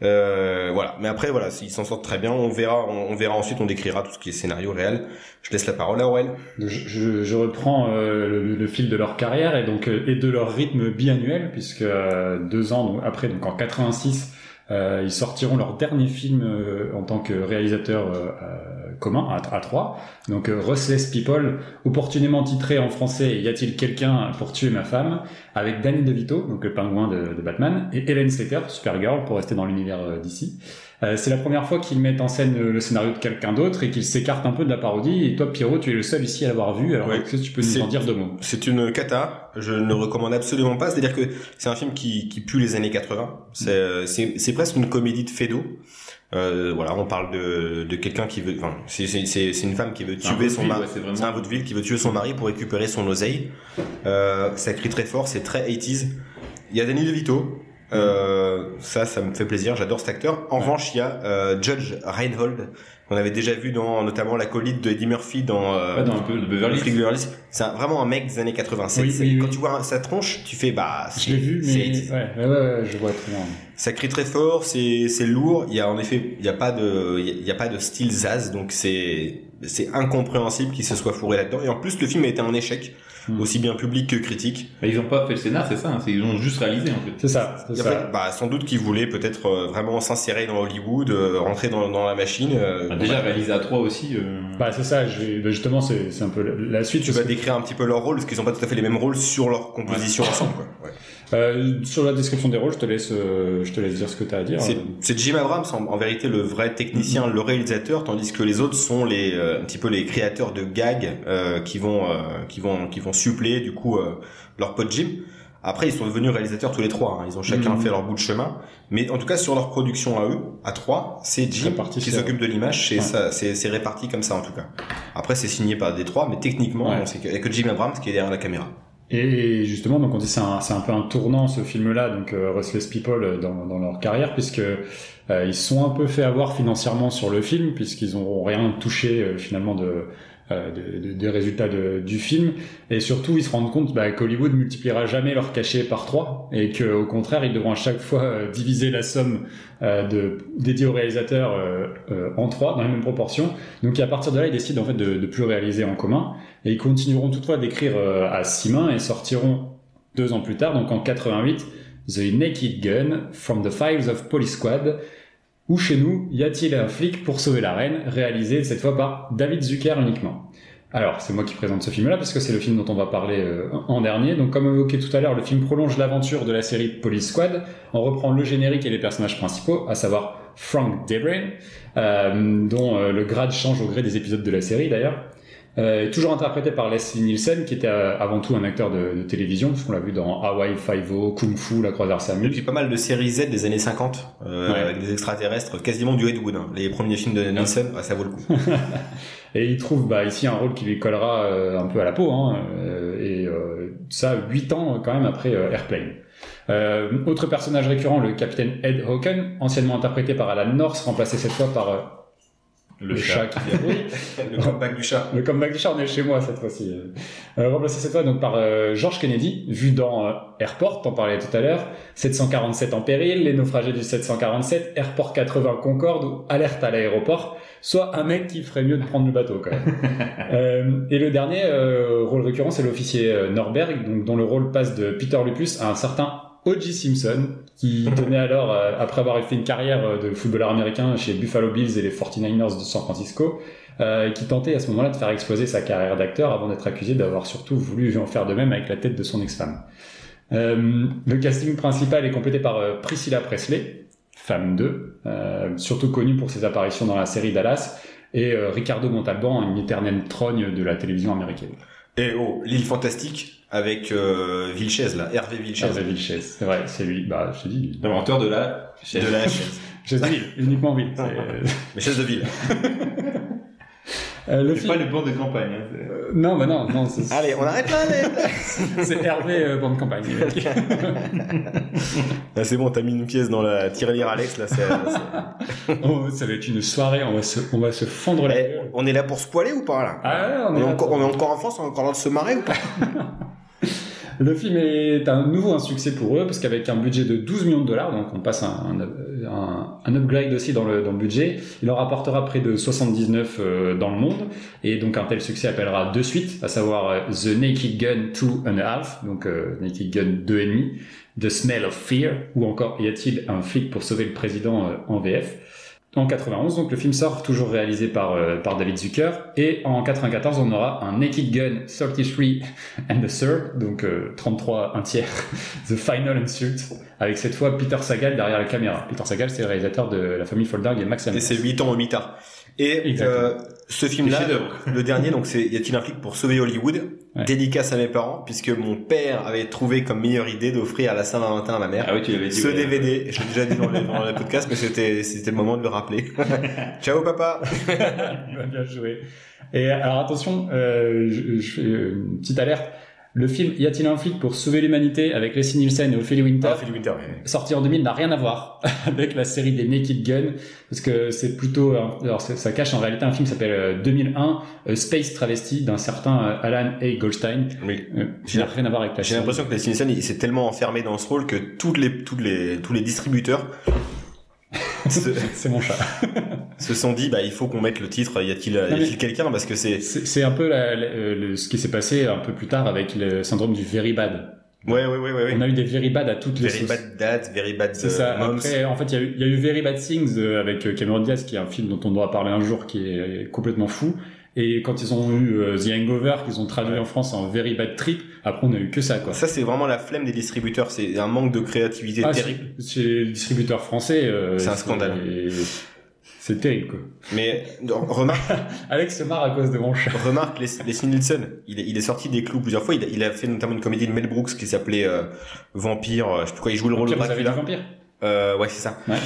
A: euh, voilà. Mais après, voilà, ils s'en sortent très bien. On verra, on, on verra ensuite, on décrira tout ce qui est scénario réel. Je laisse la parole à Aurel.
B: Je, je- je reprends euh, le, le fil de leur carrière et donc euh, et de leur rythme biannuel puisque euh, deux ans donc, après donc en 86 euh, ils sortiront leur dernier film euh, en tant que réalisateur euh, euh, commun à, à trois donc euh, Restless People opportunément titré en français Y a-t-il quelqu'un pour tuer ma femme avec Danny DeVito donc le pingouin de, de Batman et Helen Slater Supergirl pour rester dans l'univers euh, d'ici euh, c'est la première fois qu'ils mettent en scène euh, le scénario de quelqu'un d'autre et qu'ils s'écartent un peu de la parodie. Et toi, Pierrot, tu es le seul ici à l'avoir vu. Alors,
A: Ouais.
B: est-ce que tu peux nous
A: C'est-
B: en dire deux mots
A: C'est une cata. Je ne le recommande absolument pas. C'est-à-dire que c'est un film qui, qui pue les années 80. C'est, euh, c'est, c'est presque une comédie de Fedo. Euh, voilà, on parle de, de quelqu'un qui veut, enfin, c'est, c'est, c'est c'est une femme qui veut
C: C'est un
A: tuer son
C: vaudeville,
A: mari.
C: ouais, c'est vraiment-
A: C'est un vaudeville qui veut tuer son mari pour récupérer son oseille. Euh, ça crie très fort, c'est très 80s. Il y a Danny DeVito. Euh, ça, ça me fait plaisir, j'adore cet acteur. En revanche, il y a euh, Judge Reinhold, qu'on avait déjà vu dans notamment l'acolyte de Eddie Murphy dans, euh,
C: Pas dans un peu de
A: le
C: Beverly
A: flic de Beverly Hills. C'est un- vraiment un mec des années 87.
B: Oui,
A: C'est-
B: oui, oui.
A: Quand tu vois un- sa tronche, tu fais bah.
B: Je
A: c'est-
B: l'ai vu, mais
A: c'est-
B: ouais, ouais, ouais, ouais, je vois très bien.
A: Ça crie très fort, c'est c'est lourd. Il y a en effet, il y a pas de, il y a- il y a pas de style zaz, donc c'est c'est incompréhensible qu'il se soit fourré là-dedans. Et en plus, le film a été un échec,
B: Hmm.
A: aussi bien public que critique.
C: Bah, ils ont pas fait le scénar, c'est ça. hein, c'est- ils ont juste réalisé en fait.
B: C'est ça, c'est
A: Et en
B: ça.
A: fait, bah, sans doute qu'il voulait peut-être euh, vraiment s'insérer dans Hollywood, euh, rentrer dans, dans la machine. euh,
C: Bah, déjà
A: voilà.
C: réalisé à 3 aussi. euh,
B: Bah, c'est ça. Je vais- bah, justement, c'est c'est un peu la, la suite.
A: tu vas
B: parce que-
A: décrire un petit peu leur rôle, parce qu'ils ont pas tout à fait les mêmes rôles sur leur composition ensemble. quoi. Ouais.
B: Euh, sur la description des rôles, je te laisse, euh, je te laisse dire ce que tu as à dire.
A: C'est- C'est Jim Abrams en, en vérité le vrai
B: Mm-hmm.
A: technicien, le réalisateur, tandis que les autres sont les euh, un petit peu les créateurs de gags euh, qui vont euh, qui vont qui vont suppléer du coup euh, leur pote Jim. Après, ils sont devenus réalisateurs tous les trois. hein. Ils ont chacun
B: Mhm.
A: fait leur bout de chemin, mais en tout cas sur leur production à eux, à trois, c'est Jim
B: Réparti,
A: qui
B: c'est-
A: s'occupe de l'image. C'est
B: Ouais.
A: ça, c'est c'est réparti comme ça en tout cas. Après, c'est signé par des trois, mais techniquement,
B: Ouais.
A: on sait que, il y a que Jim Abrams qui est derrière la caméra.
B: Et justement, donc on dit c'est un, c'est un peu un tournant ce film-là, donc euh, Restless People euh, dans, dans leur carrière, puisque euh, ils se sont un peu fait avoir financièrement sur le film, puisqu'ils n'auront rien touché euh, finalement de, euh, de- de- des résultats de- du film. Et surtout, ils se rendent compte bah, qu'Hollywood multipliera jamais leur cachet par trois, et qu'au contraire, ils devront à chaque fois euh, diviser la somme euh, de, dédiée au réalisateur euh, euh, en trois, dans les mêmes proportions. Donc à partir de là, ils décident en fait de ne plus réaliser en commun. Et ils continueront toutefois d'écrire euh, à six mains et sortiront deux ans plus tard, donc en 88, The Naked Gun from the Files of Police Squad, ou chez nous, y a-t-il un flic pour sauver la reine, réalisé cette fois par David Zucker uniquement. Alors, c'est moi qui présente ce film-là parce que c'est le film dont on va parler euh, en dernier. Donc, comme évoqué tout à l'heure, le film prolonge l'aventure de la série Police Squad en reprend le générique et les personnages principaux, à savoir Frank Debrin, euh, dont euh, le grade change au gré des épisodes de la série d'ailleurs. Euh, toujours interprété par Leslie Nielsen, qui était euh, avant tout un acteur de, de télévision, puisqu'on l'a vu dans Hawaii Five-O, Kung Fu, La Croisière
A: Et
B: Samu.
A: puis pas mal de séries Z des années 50, euh,
B: Ouais.
A: avec des extraterrestres, quasiment du Ed Wood. hein. Les premiers films de Nielsen, ah, ça vaut le coup.
B: Et il trouve bah, ici un rôle qui lui collera euh, un peu à la peau, hein, euh, et euh, ça 8 ans euh, quand même après euh, Airplane. Euh, autre personnage récurrent, le capitaine Ed Hawken, anciennement interprété par Alan North, remplacé cette fois par euh, le, chat qui déroule.
A: le comeback du chat.
B: Le comeback du chat, on est chez moi cette fois-ci. Euh, remplacé cette fois donc par euh, George Kennedy, vu dans euh, Airport, t'en parlais tout à l'heure, 747 en péril, les naufragés du 747, Airport 80 Concorde ou Alerte à l'aéroport, soit un mec qui ferait mieux de prendre le bateau quand même. Euh, et le dernier euh, rôle récurrent, c'est l'officier euh, Norberg, donc, dont le rôle passe de Peter Lupus à un certain O.J. Simpson, qui tenait alors, euh, après avoir fait une carrière euh, de footballeur américain chez Buffalo Bills et les 49ers de San Francisco, euh, qui tentait à ce moment-là de faire exploser sa carrière d'acteur avant d'être accusé d'avoir surtout voulu en faire de même avec la tête de son ex-femme. Euh, le casting principal est complété par euh, Priscilla Presley, femme 2, euh, surtout connue pour ses apparitions dans la série Dallas, et euh, Ricardo Montalban, une éternelle trogne de la télévision américaine.
A: Et oh, l'île fantastique avec euh, Vilches là, Hervé Vilches.
B: Hervé Vilches, c'est vrai, c'est lui. Bah, je te dis,
C: L'inventeur de la
A: De la chaise.
B: je te dis, uniquement lui. C'est-
A: Mais chaise de ville.
B: Euh, le
C: C'est
B: film-
C: pas le plan de campagne. hein, c'est-
B: euh, Non, bah non, non, c'est-
A: Allez, on arrête là,
B: c'est Hervé euh, Bande Campagne.
A: Ah, C'est bon, t'as mis une pièce dans la tirelire Alex, là. c'est- c'est-
B: Oh, ça va être une soirée, on va se, on va se fendre la
A: Eh,
B: gueule.
A: on est là pour se poiler ou pas, là
B: Ah ouais, on
A: on
B: est
A: est,
B: là
A: encore,
B: pour-
A: on est encore en France, on est encore en train de se marrer ou pas
B: Le film est à nouveau un succès pour eux, parce qu'avec un budget de 12 millions de dollars, donc on passe un, un- un- un upgrade aussi dans le, dans le budget, il en rapportera près de 79 euh, dans le monde, et donc un tel succès appellera deux suites, à savoir euh, The Naked Gun 2 and a Half, donc euh, Naked Gun 2,5, The Smell of Fear, ou encore Y a-t-il un flic pour sauver le président euh, en VF en 91, donc le film sort, toujours réalisé par, euh, par David Zucker. Et en 94, on aura un Naked Gun 33 and a third, donc euh, 33, un tiers, The Final Insult, avec cette fois Peter Sagal derrière la caméra. Peter Sagal, c'est le réalisateur de La famille Folding et Max
A: Et
B: Amias.
A: c'est 8 ans au mitard. Et
B: Exactement.
A: euh, ce
C: Des
A: film-là,
C: chefs-d'œuvre.
A: Le dernier, donc, c'est Y a-t-il un flic pour sauver Hollywood
B: Ouais.
A: Dédicace à mes parents, puisque mon père avait trouvé comme meilleure idée d'offrir à la Saint-Valentin à ma mère
C: Ah oui, tu l'avais dit.
A: ce
B: hein.
C: ouais.
A: DVD. Je l'ai déjà dit dans le, dans le podcast, mais c'était c'était le moment de le rappeler. Ciao papa
B: Bien, bien joué. Et alors attention, euh, je, je fais une petite alerte. Le film Y a-t-il un flic pour sauver l'humanité avec Leslie Nielsen et Ophélie Winter
A: Ah, Phil Winter, ouais.
B: sorti en 2000 n'a rien à voir avec la série des Naked Gun parce que c'est plutôt un- alors ça ça cache en réalité un film qui s'appelle euh, 2001 euh, Space Travesty d'un certain euh, Alan A. Goldstein
A: Oui.
B: Euh, qui n'a rien à voir avec la
A: J'ai
B: série
A: l'impression que Leslie Nielsen, il s'est tellement enfermé dans ce rôle que toutes les, toutes les, tous les distributeurs se,
B: c'est mon chat
A: se sont dit, bah, il faut qu'on mette le titre Y a-t-il y
B: mais-
A: a-t-il quelqu'un Parce que c'est.
B: c'est c'est un peu la- la- euh, le- ce qui s'est passé un peu plus tard avec le syndrome du very bad
A: Ouais, ouais, ouais, ouais. ouais.
B: on a eu des very bad à toutes les
A: Very bad dad, very bad
B: C'est ça.
A: euh, moms.
B: Après, en fait, il y a eu- il y, a eu Very Bad Things euh, avec euh, Cameron Diaz, qui est un film dont on doit parler un jour, qui est complètement fou. Et quand ils ont eu euh, The Hangover, qu'ils ont traduit en France en Very Bad Trip, après on a eu que ça, quoi.
A: Ça, c'est vraiment la flemme des distributeurs. C'est un manque de créativité
B: Ah,
A: terrible.
B: chez- Chez le distributeur français. euh,
A: C'est un scandale.
B: C'est terrible, quoi.
A: Mais non, remarque,
B: Alex se marre à cause de mon chat.
A: remarque Les- Leslie Nielsen, il, est- il est sorti des clous plusieurs fois. Il, a- il a fait notamment une comédie de Mel Brooks qui s'appelait euh, Vampire. euh, Je sais plus quoi, il jouait le rôle de
B: Vampire, vous avez dit
A: Dracula.
B: vampire.
A: Euh, ouais, c'est ça.
B: Ouais.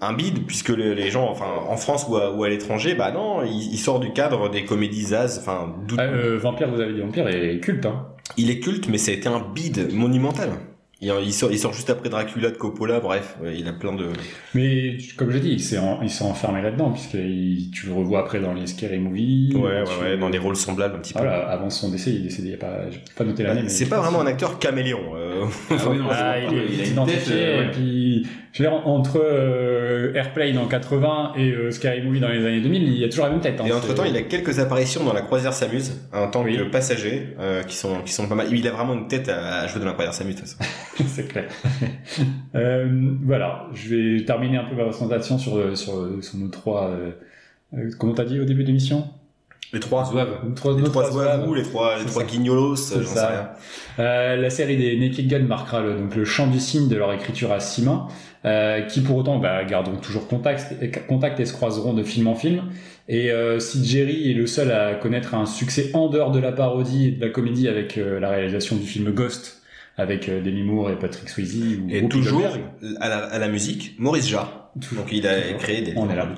A: Un bide, puisque le- les gens, enfin, en France ou à, ou à l'étranger, bah non, il, il sort du cadre des comédies zaz. Enfin, d'où-
B: Ah, euh, vampire, vous avez dit vampire, et culte, hein.
A: il est culte, mais c'était un bide monumental. Il, il sort, il sort juste après Dracula de Coppola. Bref, ouais, il a plein de.
B: Mais tu- comme j'ai dit, il s'est en- il s'est enfermé là-dedans, puisque il- tu le revois après dans les Scary Movies. tu-
A: dans des rôles semblables un petit peu.
B: Ah Voilà, avant son décès, il est décédé, il y a pas, j'ai pas noté l'année.
A: Bah,
B: mais-
A: c'est pas vraiment un acteur caméléon. euh,
C: Ah oui, non,
B: Ah, il est
C: il a une tête.
B: identifié,
C: euh,
B: et
C: ouais.
B: puis, je veux dire, entre euh, Airplane en 80 et euh, Scary Movie dans les années 2000, il y a toujours la même tête. hein,
A: Et entre temps,
B: c'est-
A: il a quelques apparitions dans La Croisière s'amuse en tant
B: Oui.
A: que passager, euh, qui sont qui sont pas mal. Il a vraiment une tête à, à jouer dans La Croisière s'amuse. de toute façon.
B: c'est clair. Euh, voilà, je vais terminer un peu ma présentation sur, euh, sur, euh, sur nos trois. euh, euh, comment t'as dit au début de l'émission
A: Les trois.
B: Zouaves.
A: Les trois, les trois Zouaves, les trois, les
B: C'est
A: trois
B: ça.
A: Guignolos,
B: C'est
A: j'en sais
B: ça.
A: rien.
B: Euh, la série des Naked Gun marquera le, donc le champ du signe de leur écriture à six mains, euh, qui pour autant bah, garderont toujours contact, contact et se croiseront de film en film. Et euh, si Jerry est le seul à connaître un succès en dehors de la parodie et de la comédie avec euh, la réalisation du film Ghost, avec euh, Demi Moore et Patrick Swayze, ou
A: Et
B: Whoopi
A: toujours
B: Goldberg,
A: à la, à la musique, Maurice Jarre.
B: toujours.
A: Donc il a
B: Toujours.
A: créé des.
B: On est là.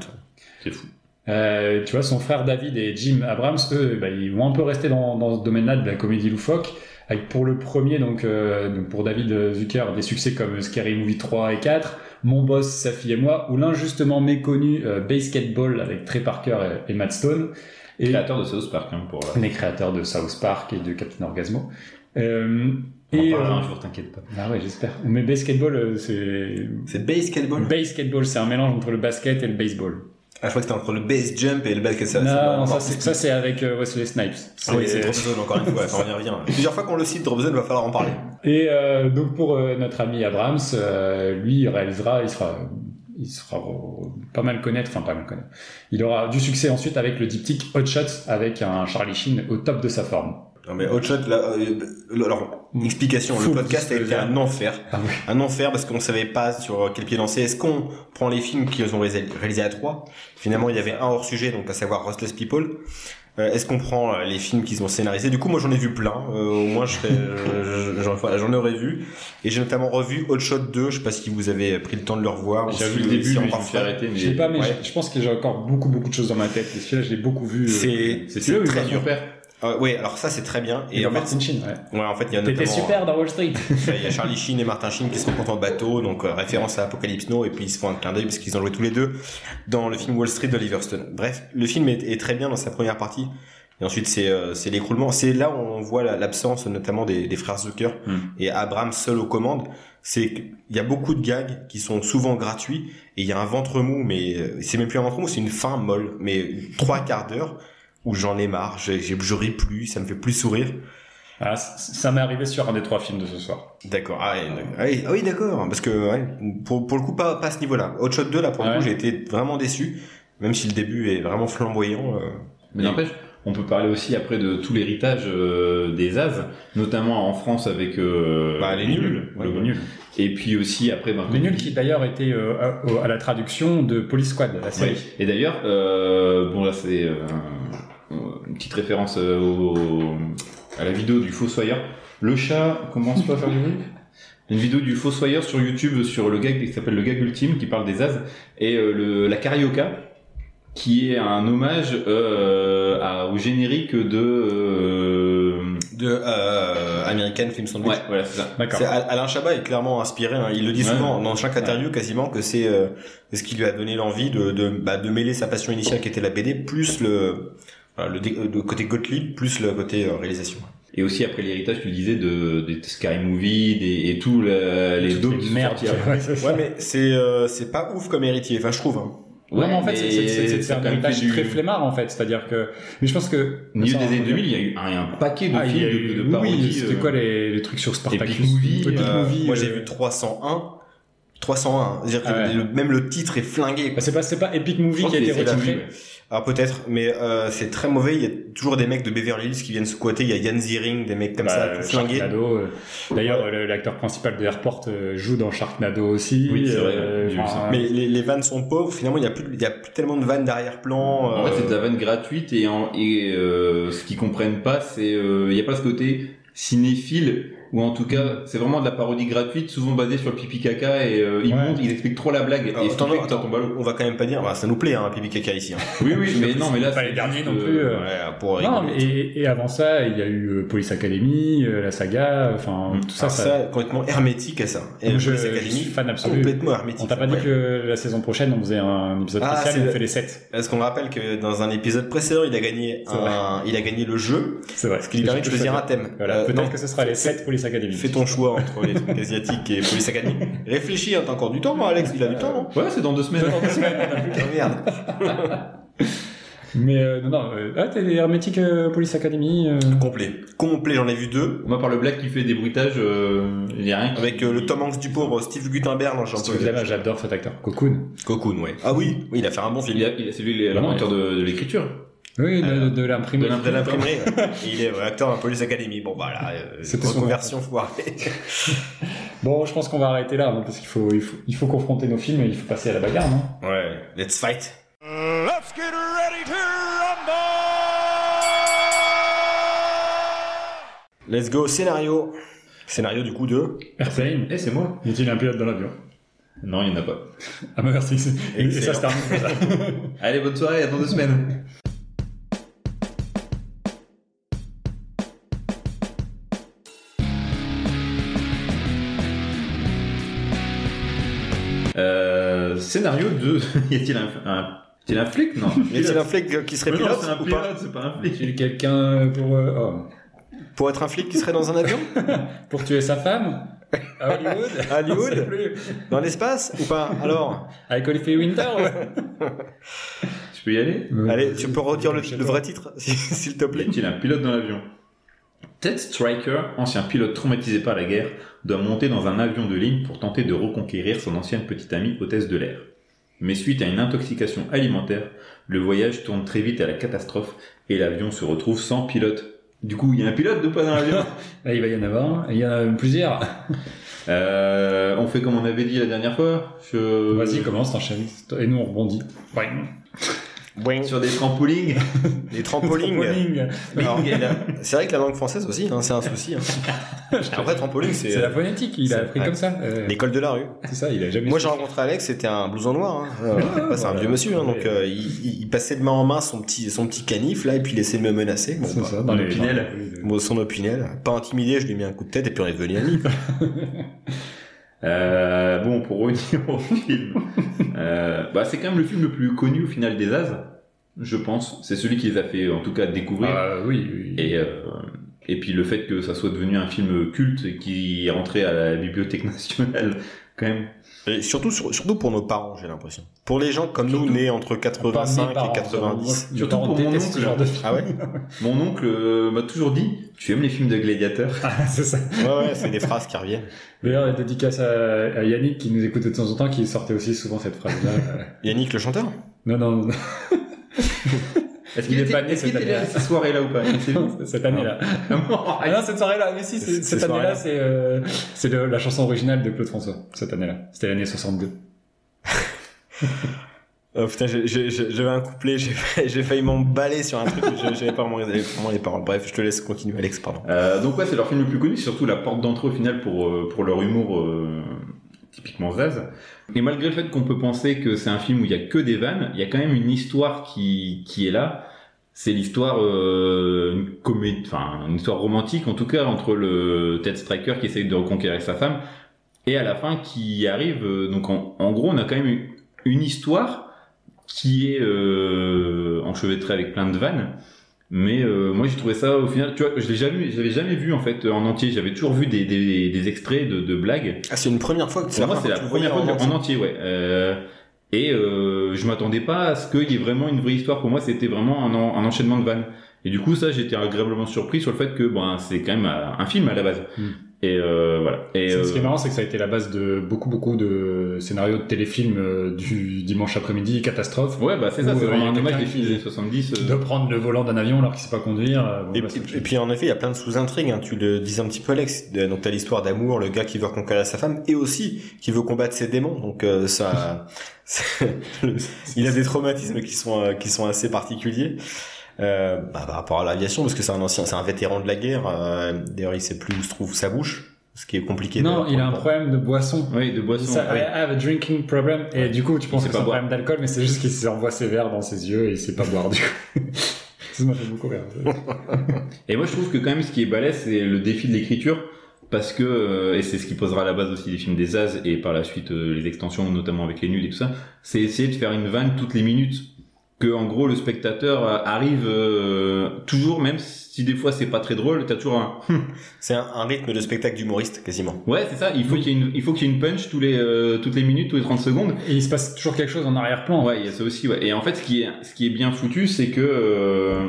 C: C'est fou.
B: Euh, tu vois, son frère David et Jim Abrams, eux, bah, ils vont un peu rester dans, dans ce domaine-là de la comédie loufoque. Avec pour le premier, donc, euh, donc pour David Zucker, des succès comme Scary Movie 3 et 4, Mon Boss, Sa fille et moi, ou l'injustement méconnu euh, Basketball avec Trey Parker et, et Matt Stone, et
C: Créateur de South Park, hein, pour. euh,
B: les créateurs de South Park et de Captain Orgasmo. Euh,
C: On en
B: et,
C: parlera
B: euh,
C: un jour, t'inquiète pas.
B: ah ouais, j'espère. Mais Basketball, euh, c'est
A: C'est basketball
B: Basketball, c'est un mélange entre le basket et le baseball.
A: Ah, je crois que c'était entre le base jump et le basketball.
B: non, non, ça,
A: encore-
B: c'est- ça c'est avec euh, Wesley Snipes.
A: Ah oui, c'est
B: C'est-
A: Drop Zone encore une fois, enfin, on y revient. Plusieurs fois qu'on le cite, Drop Zone, va falloir en parler.
B: Et euh, donc pour euh, notre ami Abrams, euh, lui il réalisera, il sera, il sera euh, pas mal connaître, enfin pas mal connaître. Il aura du succès ensuite avec le diptyque Hot Shots avec un Charlie Sheen au top de sa forme.
A: Non mais Hot Shot, là, euh, alors
B: Mm.
A: explication, le
B: Full
A: podcast a été
B: disclosure.
A: un enfer,
B: Ah oui.
A: un enfer parce qu'on savait pas sur euh, quel pied danser. Est-ce qu'on prend les films qu'ils ont réalisés réalisés à trois Finalement, il y avait un hors sujet, donc à savoir Restless People. Euh, Est-ce qu'on prend euh, les films qu'ils ont scénarisés Du coup, moi j'en ai vu plein. Euh, au moins, je serais- je- j'en voilà, j'en aurais vu. Et j'ai notamment revu Hot Shot 2. Je sais pas si vous avez pris le temps de le revoir. ou
C: J'ai
A: si-
C: vu le début,
A: si on
C: mais je me
A: parle
C: suis
A: pas.
C: arrêté. Mais...
B: Je sais pas, mais
A: ouais.
B: je- je pense que j'ai encore beaucoup beaucoup de choses dans ma tête. Et celui-là, je l'ai beaucoup vu. euh,
A: C'est
C: C'est celui-là où il
A: très
C: voit son
A: dur.
C: père.
A: Euh, oui, alors ça c'est très bien. Et
B: dans
A: en fait,
B: Martin Sheen. Ouais.
A: ouais, en fait, il y a
B: T'étais
A: notamment- euh,
B: super dans Wall Street.
A: Il y a Charlie Sheen et Martin Sheen qui se rencontrent en bateau, donc euh, référence à Apocalypse Now, et puis ils se font un clin d'œil parce qu'ils ont joué tous les deux dans le film Wall Street d'Oliver Stone. Bref, le film est, est très bien dans sa première partie, et ensuite c'est euh, c'est l'écroulement. C'est là où on voit la- l'absence notamment des, des frères Zucker
C: Mm.
A: et Abraham seul aux commandes. C'est qu'il y a beaucoup de gags qui sont souvent gratuits, et il y a un ventre mou, mais euh, c'est même plus un ventre mou, c'est une fin molle, mais trois quarts d'heure où j'en ai marre, je, je, je ris plus, ça me fait plus sourire.
B: Ah, c- ça m'est arrivé sur un des trois films de ce soir.
A: D'accord. Ah, ouais, d'accord. Ah oui, ah oui, d'accord. Parce que ouais, pour, pour le coup, pas, pas à ce niveau-là. Hot Shot 2, là, pour le
B: Ouais.
A: coup, j'ai été vraiment déçu. Même si le début est vraiment flamboyant. euh.
C: Mais n'empêche, on peut parler aussi après de tout l'héritage euh, des As, notamment en France avec euh,
A: Bah, les nuls.
C: le
A: Ouais.
C: nul. Et puis aussi après, ben,
B: Les nuls qui d'ailleurs était euh, à, au- à la traduction de Police Squad, la
C: Ouais.
B: série.
C: Et d'ailleurs, euh, bon là c'est euh, un- une petite référence euh, au- à la vidéo du fossoyeur. Le chat commence pas à faire du bruit. Une vidéo du fossoyeur sur YouTube sur le gag qui s'appelle le gag ultime qui parle des as et euh, le, la carioca qui est un hommage euh, à- au générique de euh,
A: De euh, American Film Sandwich.
C: ouais voilà c'est ça
B: D'accord.
A: C'est- Al- Alain Chabat est clairement inspiré. hein. Il le dit
C: Ouais.
A: souvent dans chaque interview quasiment que c'est euh, ce qui lui a donné l'envie de de, bah, de mêler sa passion initiale qui était la BD plus le voilà, le, dé- euh, le côté Gottlieb plus le côté euh, réalisation.
C: et aussi après l'héritage tu le disais de des Sky Movie des, et tout la- les dos
B: Toutes
C: qui
B: ces
C: sont
B: merdes.
C: sortis après.
B: Ouais, c'est ça.
A: Ouais, mais c'est euh, c'est pas ouf comme héritier. Enfin, je trouve. hein.
B: Ouais, mais en fait, c'est- c'est- c'est- c'est
C: ça a
B: un
C: quand même
B: héritage
C: fait du-
B: très flemmard, en fait. C'est-à-dire que. Mais je pense que.
C: Au milieu
B: ça,
C: des
B: on-
C: années 2000, il y a eu un, un paquet de
B: Ah, il y
C: films
B: a
C: de,
B: eu-
C: de
B: oui,
C: parodies.
B: c'était
C: euh,
B: quoi les, les trucs sur Spartacus
C: Epic Movie,
B: Epic
A: Euh,
B: Movie,
A: moi
B: euh,
A: j'ai vu 301. 301. C'est-à-dire que
B: Ah ouais.
A: le- même le titre est flingué.
B: bah, c'est pas, c'est pas Epic
C: je
B: Movie
C: crois
B: qui a
C: que
B: été
C: c'est la
B: retiré.
C: movie, ouais.
A: Alors peut-être, mais euh, c'est très mauvais. Il y a toujours des mecs de Beverly Hills qui viennent squatter. Il y a Yann Ziering, des mecs comme
B: Bah,
A: ça, tout flingués.
B: Sharknado, euh, D'ailleurs, euh, le- l'acteur principal de Airport euh, joue dans Sharknado aussi.
C: Oui, c'est vrai,
B: euh,
C: j'ai vu
B: enfin,
A: Mais les, les vannes sont pauvres. Finalement, il n'y a, plus de- il y a plus tellement de vannes d'arrière-plan. euh,
C: En fait, c'est de la vanne gratuite et, en- et, euh, ce qu'ils comprennent pas, c'est euh, il n'y a pas ce côté cinéphile ou en tout cas, c'est vraiment de la parodie gratuite, souvent basée sur le pipi caca et euh, ils
B: Ouais.
C: montent, ils expliquent trop la blague
A: Alors,
C: et ce qui
A: attends,
C: fait
A: non,
C: que t'en
A: attends,
C: tombes à l'eau.
A: on va quand même pas dire, bah, ça nous plaît, hein, Pipi Caca ici. hein.
C: Oui, oui, mais non, mais là,
B: pas les
C: c'est
B: derniers
C: juste,
B: non plus,
C: euh,
B: euh,
A: Ouais, pour
B: Non,
A: rigoler.
B: mais- et, et avant ça, il y a eu euh, Police Academy, euh, la saga, enfin,
C: Mm.
B: tout ça.
A: Alors
B: ça-
A: ça, complètement hermétique à ça. Et
B: Donc, je,
A: Police
B: je suis
A: Academy,
B: fan absolu.
A: complètement hermétique.
B: On t'a pas dit
A: Ouais.
B: que la saison prochaine, on faisait un épisode
A: Ah,
B: spécial
A: c'est
B: et on
A: le-
B: fait les 7.
A: Parce qu'on rappelle que dans un épisode précédent, il a gagné,
B: C'est
A: un, il a gagné le jeu.
B: C'est vrai.
A: Ce qui lui permet de choisir un thème.
B: Voilà,
A: Euh, non,
B: peut-être que ce sera les 7 Police Academy.
A: Fais ton choix entre les trucs asiatiques et Police Academy. Réfléchis, hein, t'as encore du temps, moi, Alex, il a du temps, non
C: Ouais, c'est dans deux semaines.
A: Ah, merde.
B: Mais euh, non, non, euh, ah, t'es hermétique euh, Police Academy euh,
A: Complet. Complet, j'en ai vu deux.
C: Moi, par le blague qui fait des bruitages, euh, il n'y a rien qui-
A: Avec euh, le Tom Hanks du pauvre Steve Gutenberg, là, j'en
B: Steve
A: peux-
B: Buscemi, j'adore cet acteur. Cocoon.
A: Cocoon, ouais. Ah oui, oui, il a fait un bon
C: Il
A: film.
C: a, il a- c'est lui, il est
B: Non,
C: l'inventeur de, de l'écriture.
B: Oui, de,
C: Euh,
B: de
A: De
B: l'imprimer.
A: l'im- de l'imprimerie. ouais. Et il est ouais, acteur à Police Academy. Bon, voilà, euh,
B: C'était son
A: reconversion foirée.
B: Bon, je pense qu'on va arrêter là, hein, parce qu'il faut, il faut, il faut confronter nos films et il faut passer à la bagarre, non
A: ouais, let's fight.
D: Let's get ready to rumble!
A: Let's go, scénario. Scénario du coup de.
B: Airplane,
C: Eh, c'est moi
B: y a-t-il un pilote dans l'avion
C: Non, il n'y en a pas.
B: Ah bah merci. Et ça se
A: Excellent.
B: termine comme ça.
C: Allez, bonne soirée, à dans deux semaines. Euh, scénario 2. y a-t-il un, un, y a-t-il un flic Non.
A: Y a-t-il un flic euh, qui serait
C: Mais non,
A: pilote
C: c'est un
A: ou pas
C: pilote, c'est pas un flic.
B: Est-il quelqu'un pour, euh, oh,
A: Pour être un flic qui serait dans un avion
B: pour tuer sa femme À Hollywood
A: À
B: On sait
A: Hollywood
B: plus.
A: Dans l'espace Ou pas Alors,
B: Avec Olivier Winter ouais.
C: Tu peux y aller
A: allez, tu peux redire le,
B: Je sais
A: le
B: pas.
A: vrai titre, si- s'il te
C: Y
A: plaît
C: a-t-il un pilote dans l'avion Ted Stryker, ancien pilote traumatisé par la guerre, doit monter dans un avion de ligne pour tenter de reconquérir son ancienne petite amie hôtesse de l'air. Mais suite à une intoxication alimentaire, le voyage tourne très vite à la catastrophe et l'avion se retrouve sans pilote. Du coup, il y a un pilote de pas dans l'avion
B: Là, il va y en avoir un. Il y en a plusieurs.
C: Euh, On fait comme on avait dit la dernière fois je-
B: Vas-y, commence, t'enchaînes. Et nous, on rebondit. Euh, Ouais.
A: Boing.
C: Sur des trampolines
A: Les trampolines.
B: Trampoline.
A: Alors, la- c'est vrai que la langue française aussi, hein, c'est un souci. hein. Après, trampoline, c'est
B: C'est la phonétique, il a
A: c'est-
B: appris
A: ouais.
B: comme ça. Euh,
A: l'école de la rue.
B: C'est ça, il a jamais.
A: Moi, j'ai rencontré Alex, c'était un blouson noir. hein. Euh, après, c'est un
B: voilà.
A: vieux monsieur, hein,
B: Ouais.
A: donc euh, il, il- il passait de main en main son petit, son petit canif là, et puis il essayait de me menacer. Bon,
B: C'est
A: bah,
B: ça, dans
C: les
B: les
C: Pinel.
A: bon, son opinel, pas intimidé, je lui ai mis un coup de tête et puis on est devenu amis.
C: Euh, bon, pour revenir au film, euh, bah, c'est quand même le film le plus connu au final des As, je pense. C'est celui qui les a fait en tout cas découvrir.
B: Ah oui, oui.
C: Et, euh, et puis le fait que ça soit devenu un film culte et qui est rentré à la Bibliothèque nationale, quand même.
A: Et surtout, sur- surtout pour nos parents, j'ai l'impression. Pour les gens comme nous, nés entre
B: Pas mes
A: 85
B: parents,
A: et 90.
B: moi, mes
C: Surtout
B: parents
C: pour mon
B: détestent
C: oncle.
B: ce genre de film.
A: Ah ouais
C: Mon oncle euh, m'a toujours dit Tu aimes les films de gladiateurs
B: Ah, c'est ça.
A: Ouais, ouais, c'est des phrases qui reviennent.
B: D'ailleurs, dédicace à, à Yannick qui nous écoutait de temps en temps, qui sortait aussi souvent cette phrase-là. Euh,
A: Yannick le chanteur
B: non, non, non,
C: Est-ce
B: Il
C: qu'il
B: est
C: était,
B: pas né
C: est-ce qu'il
B: cette
C: était là
B: année-là.
C: cette soirée-là ou pas Il était venu
B: non, cette année-là.
C: Vraiment,
B: Ah non, cette soirée-là, mais si, c'est-
A: Cette
B: cette
A: soirée-là.
B: année-là, c'est euh, c'est le- la chanson originale de Claude François, cette année-là. C'était l'année 62.
A: Oh putain, j'ai- j'ai- j'ai- j'avais un couplet, j'ai failli, j'ai failli m'emballer sur un truc, mais j'ai- j'avais pas vraiment les, vraiment les paroles. Bref, je te laisse continuer, Alex, pardon.
C: Euh, donc ouais, c'est leur film le plus connu, c'est surtout la porte d'entrée au final pour, euh, pour leur humour euh, typiquement zaz. Et malgré le fait qu'on peut penser que c'est un film où il y a que des vannes, il y a quand même une histoire qui, qui est là. C'est l'histoire, euh, une comédie, enfin une histoire romantique en tout cas entre le Ted Striker qui essaye de reconquérir sa femme et à la fin qui arrive. euh, donc en, en gros, on a quand même une, une histoire qui est euh, enchevêtrée avec plein de vannes. Mais euh, moi j'ai trouvé ça au final, tu vois, je l'ai jamais, j'avais jamais vu en fait en entier. J'avais toujours vu des, des, des extraits de, de blagues.
A: Ah, c'est une première fois que tu
C: Pour moi c'est
A: que
C: la
A: tu le
C: première fois
A: voyais
C: que- en entier, ouais. Euh, et euh, je m'attendais pas à ce qu'il y ait vraiment une vraie histoire. Pour moi c'était vraiment un, en- un enchaînement de vannes. Et du coup ça j'étais agréablement surpris sur le fait que ben c'est quand même euh, un film à la base.
B: Mm.
C: Et euh, voilà. Et
B: C'est- Ce qui est
C: euh,
B: marrant, c'est que ça a été la base de beaucoup, beaucoup de scénarios de téléfilms euh, du dimanche après-midi, catastrophe.
C: ouais bah c'est ça,
B: Ou,
C: c'est
B: euh, y
C: vraiment
B: a
C: un hommage
B: quelqu'un
C: des films
B: qui-
C: des années 70. euh,
B: de prendre le volant d'un avion alors qu'il sait pas conduire. euh, bon,
A: Et,
B: bah, c'est-
A: puis- et puis en effet, il y a plein de sous-intrigues. hein. Tu le disais un petit peu, Alex. De- Donc t'as l'histoire d'amour, le gars qui veut reconquérir sa femme, et aussi qui veut combattre ses démons. Donc euh, ça, c'est- le- il a des traumatismes qui sont euh, qui sont assez particuliers. Euh, bah, par rapport à l'aviation, parce que c'est un ancien, c'est un vétéran de la guerre. euh, D'ailleurs, il sait plus où se trouve sa bouche, ce qui est compliqué.
B: non,
A: de-
B: il a un problème de boisson.
C: Oui, de boissons.
B: Ça, I
C: ouais.
B: have a drinking problem. Et du coup, tu penses
C: sait
B: que
C: pas
B: c'est un
C: boire.
B: problème d'alcool, mais c'est juste qu'il s'envoie ses verres dans ses yeux et il sait pas boire du coup. Ça m'a fait beaucoup rire.
C: Et moi, je trouve que quand même, ce qui est balèze, c'est le défi de l'écriture, parce que euh, et c'est ce qui posera la base aussi des films des As et par la suite euh, les extensions, notamment avec les nuls et tout ça. C'est essayer de faire une vanne toutes les minutes, que en gros le spectateur euh, arrive euh, toujours, même si des fois c'est pas très drôle, t'as toujours un.
A: C'est un, un rythme de spectacle d'humoriste quasiment.
C: Ouais, c'est ça. Il faut qu'il y ait une, il faut qu'il y ait une punch tous les euh, toutes les minutes, tous les 30 secondes.
B: Et il se passe toujours quelque chose en arrière-plan.
C: Ouais, il y a ça aussi. Ouais. Et en fait, ce qui est, ce qui est bien foutu, c'est que euh,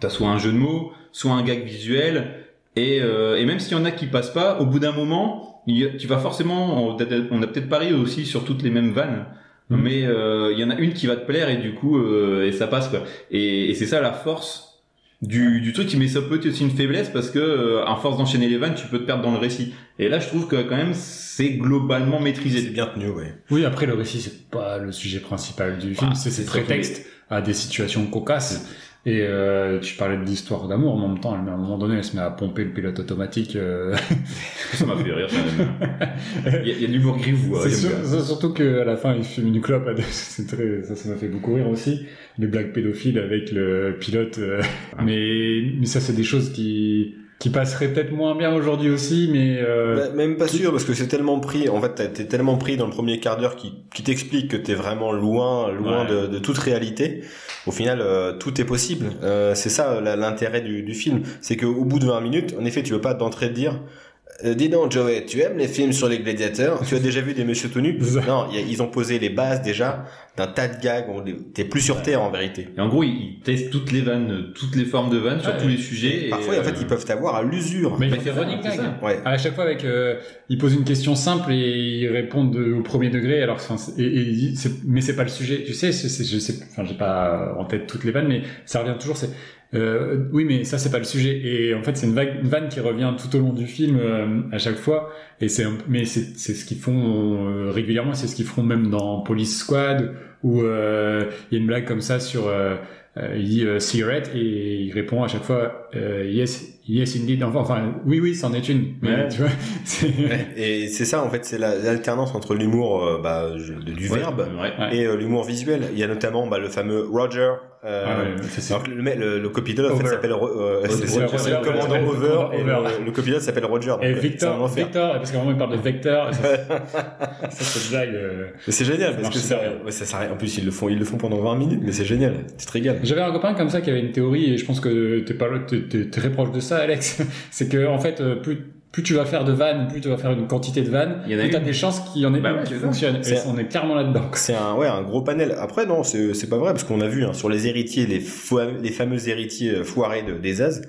C: t'as soit un jeu de mots, soit un gag visuel, et, euh, et même s'il y en a qui passent pas, au bout d'un moment, il y a- tu vas forcément, on, a peut-être- on a peut-être parié aussi sur toutes les mêmes vannes.
B: Mhm.
C: mais euh, il y en a une qui va te plaire et du coup euh, et ça passe quoi. Et, et c'est ça la force du, du truc, mais ça peut être aussi une faiblesse parce que euh, à force d'enchaîner les vannes, tu peux te perdre dans le récit. Et là, je trouve que quand même c'est globalement
A: C'est
C: maîtrisé.
A: bien tenu, ouais.
B: Oui, après, le récit, c'est pas le sujet principal du film.
C: Bah,
B: c'est c'est
C: c'est surtout
B: prétexte à des situations cocasses. Et euh, tu parlais de l'histoire d'amour, mais en même temps, elle, à un moment donné, elle se met à pomper le pilote automatique. euh,
C: Ça m'a fait rire. quand même. Il y, a- il y a de l'humour grivois.
B: c'est
C: j'aime
B: sûr-
C: bien.
B: c'est surtout qu'à la fin, il fume une clope. à deux- c'est très- ça, ça m'a fait beaucoup rire aussi. Les blagues pédophiles avec le pilote. euh,
C: Ah.
B: Mais, mais ça, c'est des choses qui, qui passeraient peut-être moins bien aujourd'hui aussi, mais... euh,
A: Bah, même pas
B: qui-
A: sûr parce que c'est tellement pris. En fait, t'as- t'es tellement pris dans le premier quart d'heure qui, qui t'explique que t'es vraiment loin, loin
C: Ouais.
A: de, de toute réalité. Au final, euh, tout est possible. Euh, c'est ça euh, la- l'intérêt du, du film, c'est qu'au bout de 20 minutes, en effet, tu veux pas d'entrée de dire. euh, dis donc, Joey, tu aimes les films sur les gladiateurs Tu as déjà vu des Monsieur tout nus
B: C'est ça.
A: Non, y a- ils ont posé les bases déjà d'un tas de gags. on les- T'es plus sur terre en vérité.
C: Et en gros, ils testent toutes les vannes, toutes les formes de vannes sur
B: Ouais.
C: tous les sujets. et,
A: Parfois, en fait,
C: euh,
A: ils peuvent t'avoir à l'usure.
B: mais
C: mais
B: il
C: c'est
B: faut
C: running
B: faire-
C: gag.
B: c'est ça.
A: Ouais.
B: À chaque fois, avec, euh, ils posent une question simple et ils répondent de- au premier degré, alors que, enfin, c'est- et- et ils- c'est- mais c'est pas le sujet. Tu sais, c'est- c'est- je sais, enfin, j'ai pas en tête toutes les vannes, mais ça revient toujours. C'est euh, oui, mais ça c'est pas le sujet. Et en fait, c'est une, vague- une vanne qui revient tout au long du film euh, à chaque fois. Et c'est, un- mais c'est, c'est ce qu'ils font euh, régulièrement. C'est ce qu'ils feront même dans Police Squad où euh, il y a une blague comme ça sur. euh, euh, il dit euh, cigarette et il répond à chaque fois euh, yes yes indeed enfin, enfin oui oui c'en est une mais
C: Ouais.
B: tu vois c'est
A: Et c'est ça, en fait, c'est la- l'alternance entre l'humour euh, bah, je- du
C: ouais,
A: verbe
C: ouais.
B: Ouais.
A: et euh, l'humour visuel. Il y a notamment bah, le fameux Roger. euh,
B: Ah ouais, ça, c'est-
A: alors que le, mec- le, le copilote en fait
B: Over.
A: s'appelle Ro- euh,
B: Roger.
A: c'est- c'est le
B: Roger.
A: commandant
B: Roger.
A: Over,
B: Roger.
A: et le, le copilote s'appelle Roger.
B: et
A: Donc, c'est un
B: Victor
A: enfer.
B: Victor parce qu'à un moment il parle de vecteur et ça, ça cette blague euh,
A: Mais C'est génial parce
B: marche
A: que ça,
B: super bien.
A: ouais, ça s'arrête. En plus ils le font, ils le font pendant 20 minutes, mais c'est génial. Tu te régales.
B: J'avais un copain comme ça qui avait une théorie, et je pense que t'es pas, t'es, t'es très proche de ça, Alex. C'est que, en fait, euh, plus, plus tu vas faire de vannes, plus tu vas faire une quantité de vannes,
C: Il y en a
B: plus t'as
C: une.
B: des chances qu'il y en ait
C: Bah
B: une
C: ouais,
B: qui
C: c'est ça.
B: fonctionne. Et
A: C'est-
B: on est clairement là-dedans.
A: C'est un ouais un gros panel. Après non, c'est c'est pas vrai parce qu'on a vu hein, sur les héritiers, les, fo- les fameux héritiers euh, foirés de, des As.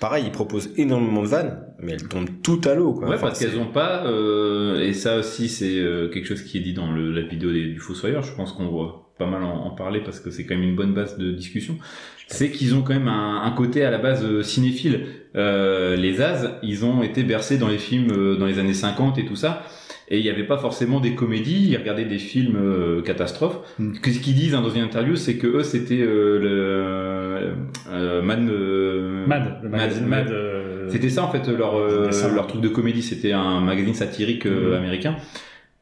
A: Pareil, ils proposent énormément de vannes, mais elles tombent toutes à l'eau. quoi.
C: Ouais,
A: Enfin,
C: parce qu'elles ont pas, euh, et ça aussi c'est euh, quelque chose qui est dit dans le, la vidéo des- du Fossoyeur, je pense qu'on voit pas mal en, en parler parce que c'est quand même une bonne base de discussion, c'est qu'ils ont quand même un, un côté à la base euh, cinéphile. Euh, les As, ils ont été bercés dans les films euh, dans les années 50 et tout ça, et il n'y avait pas forcément des comédies, ils regardaient des films euh, catastrophes.
B: Mm.
C: Que- Ce qu'ils disent hein, dans une interview, c'est que eux c'était euh, le... euh, Man... euh,
B: Mad, le magazine
C: Mad,
B: Mad. euh,
C: c'était ça en fait leur euh,
B: Dessin.
C: leur truc de comédie, c'était un magazine satirique euh,
B: Mhm.
C: américain.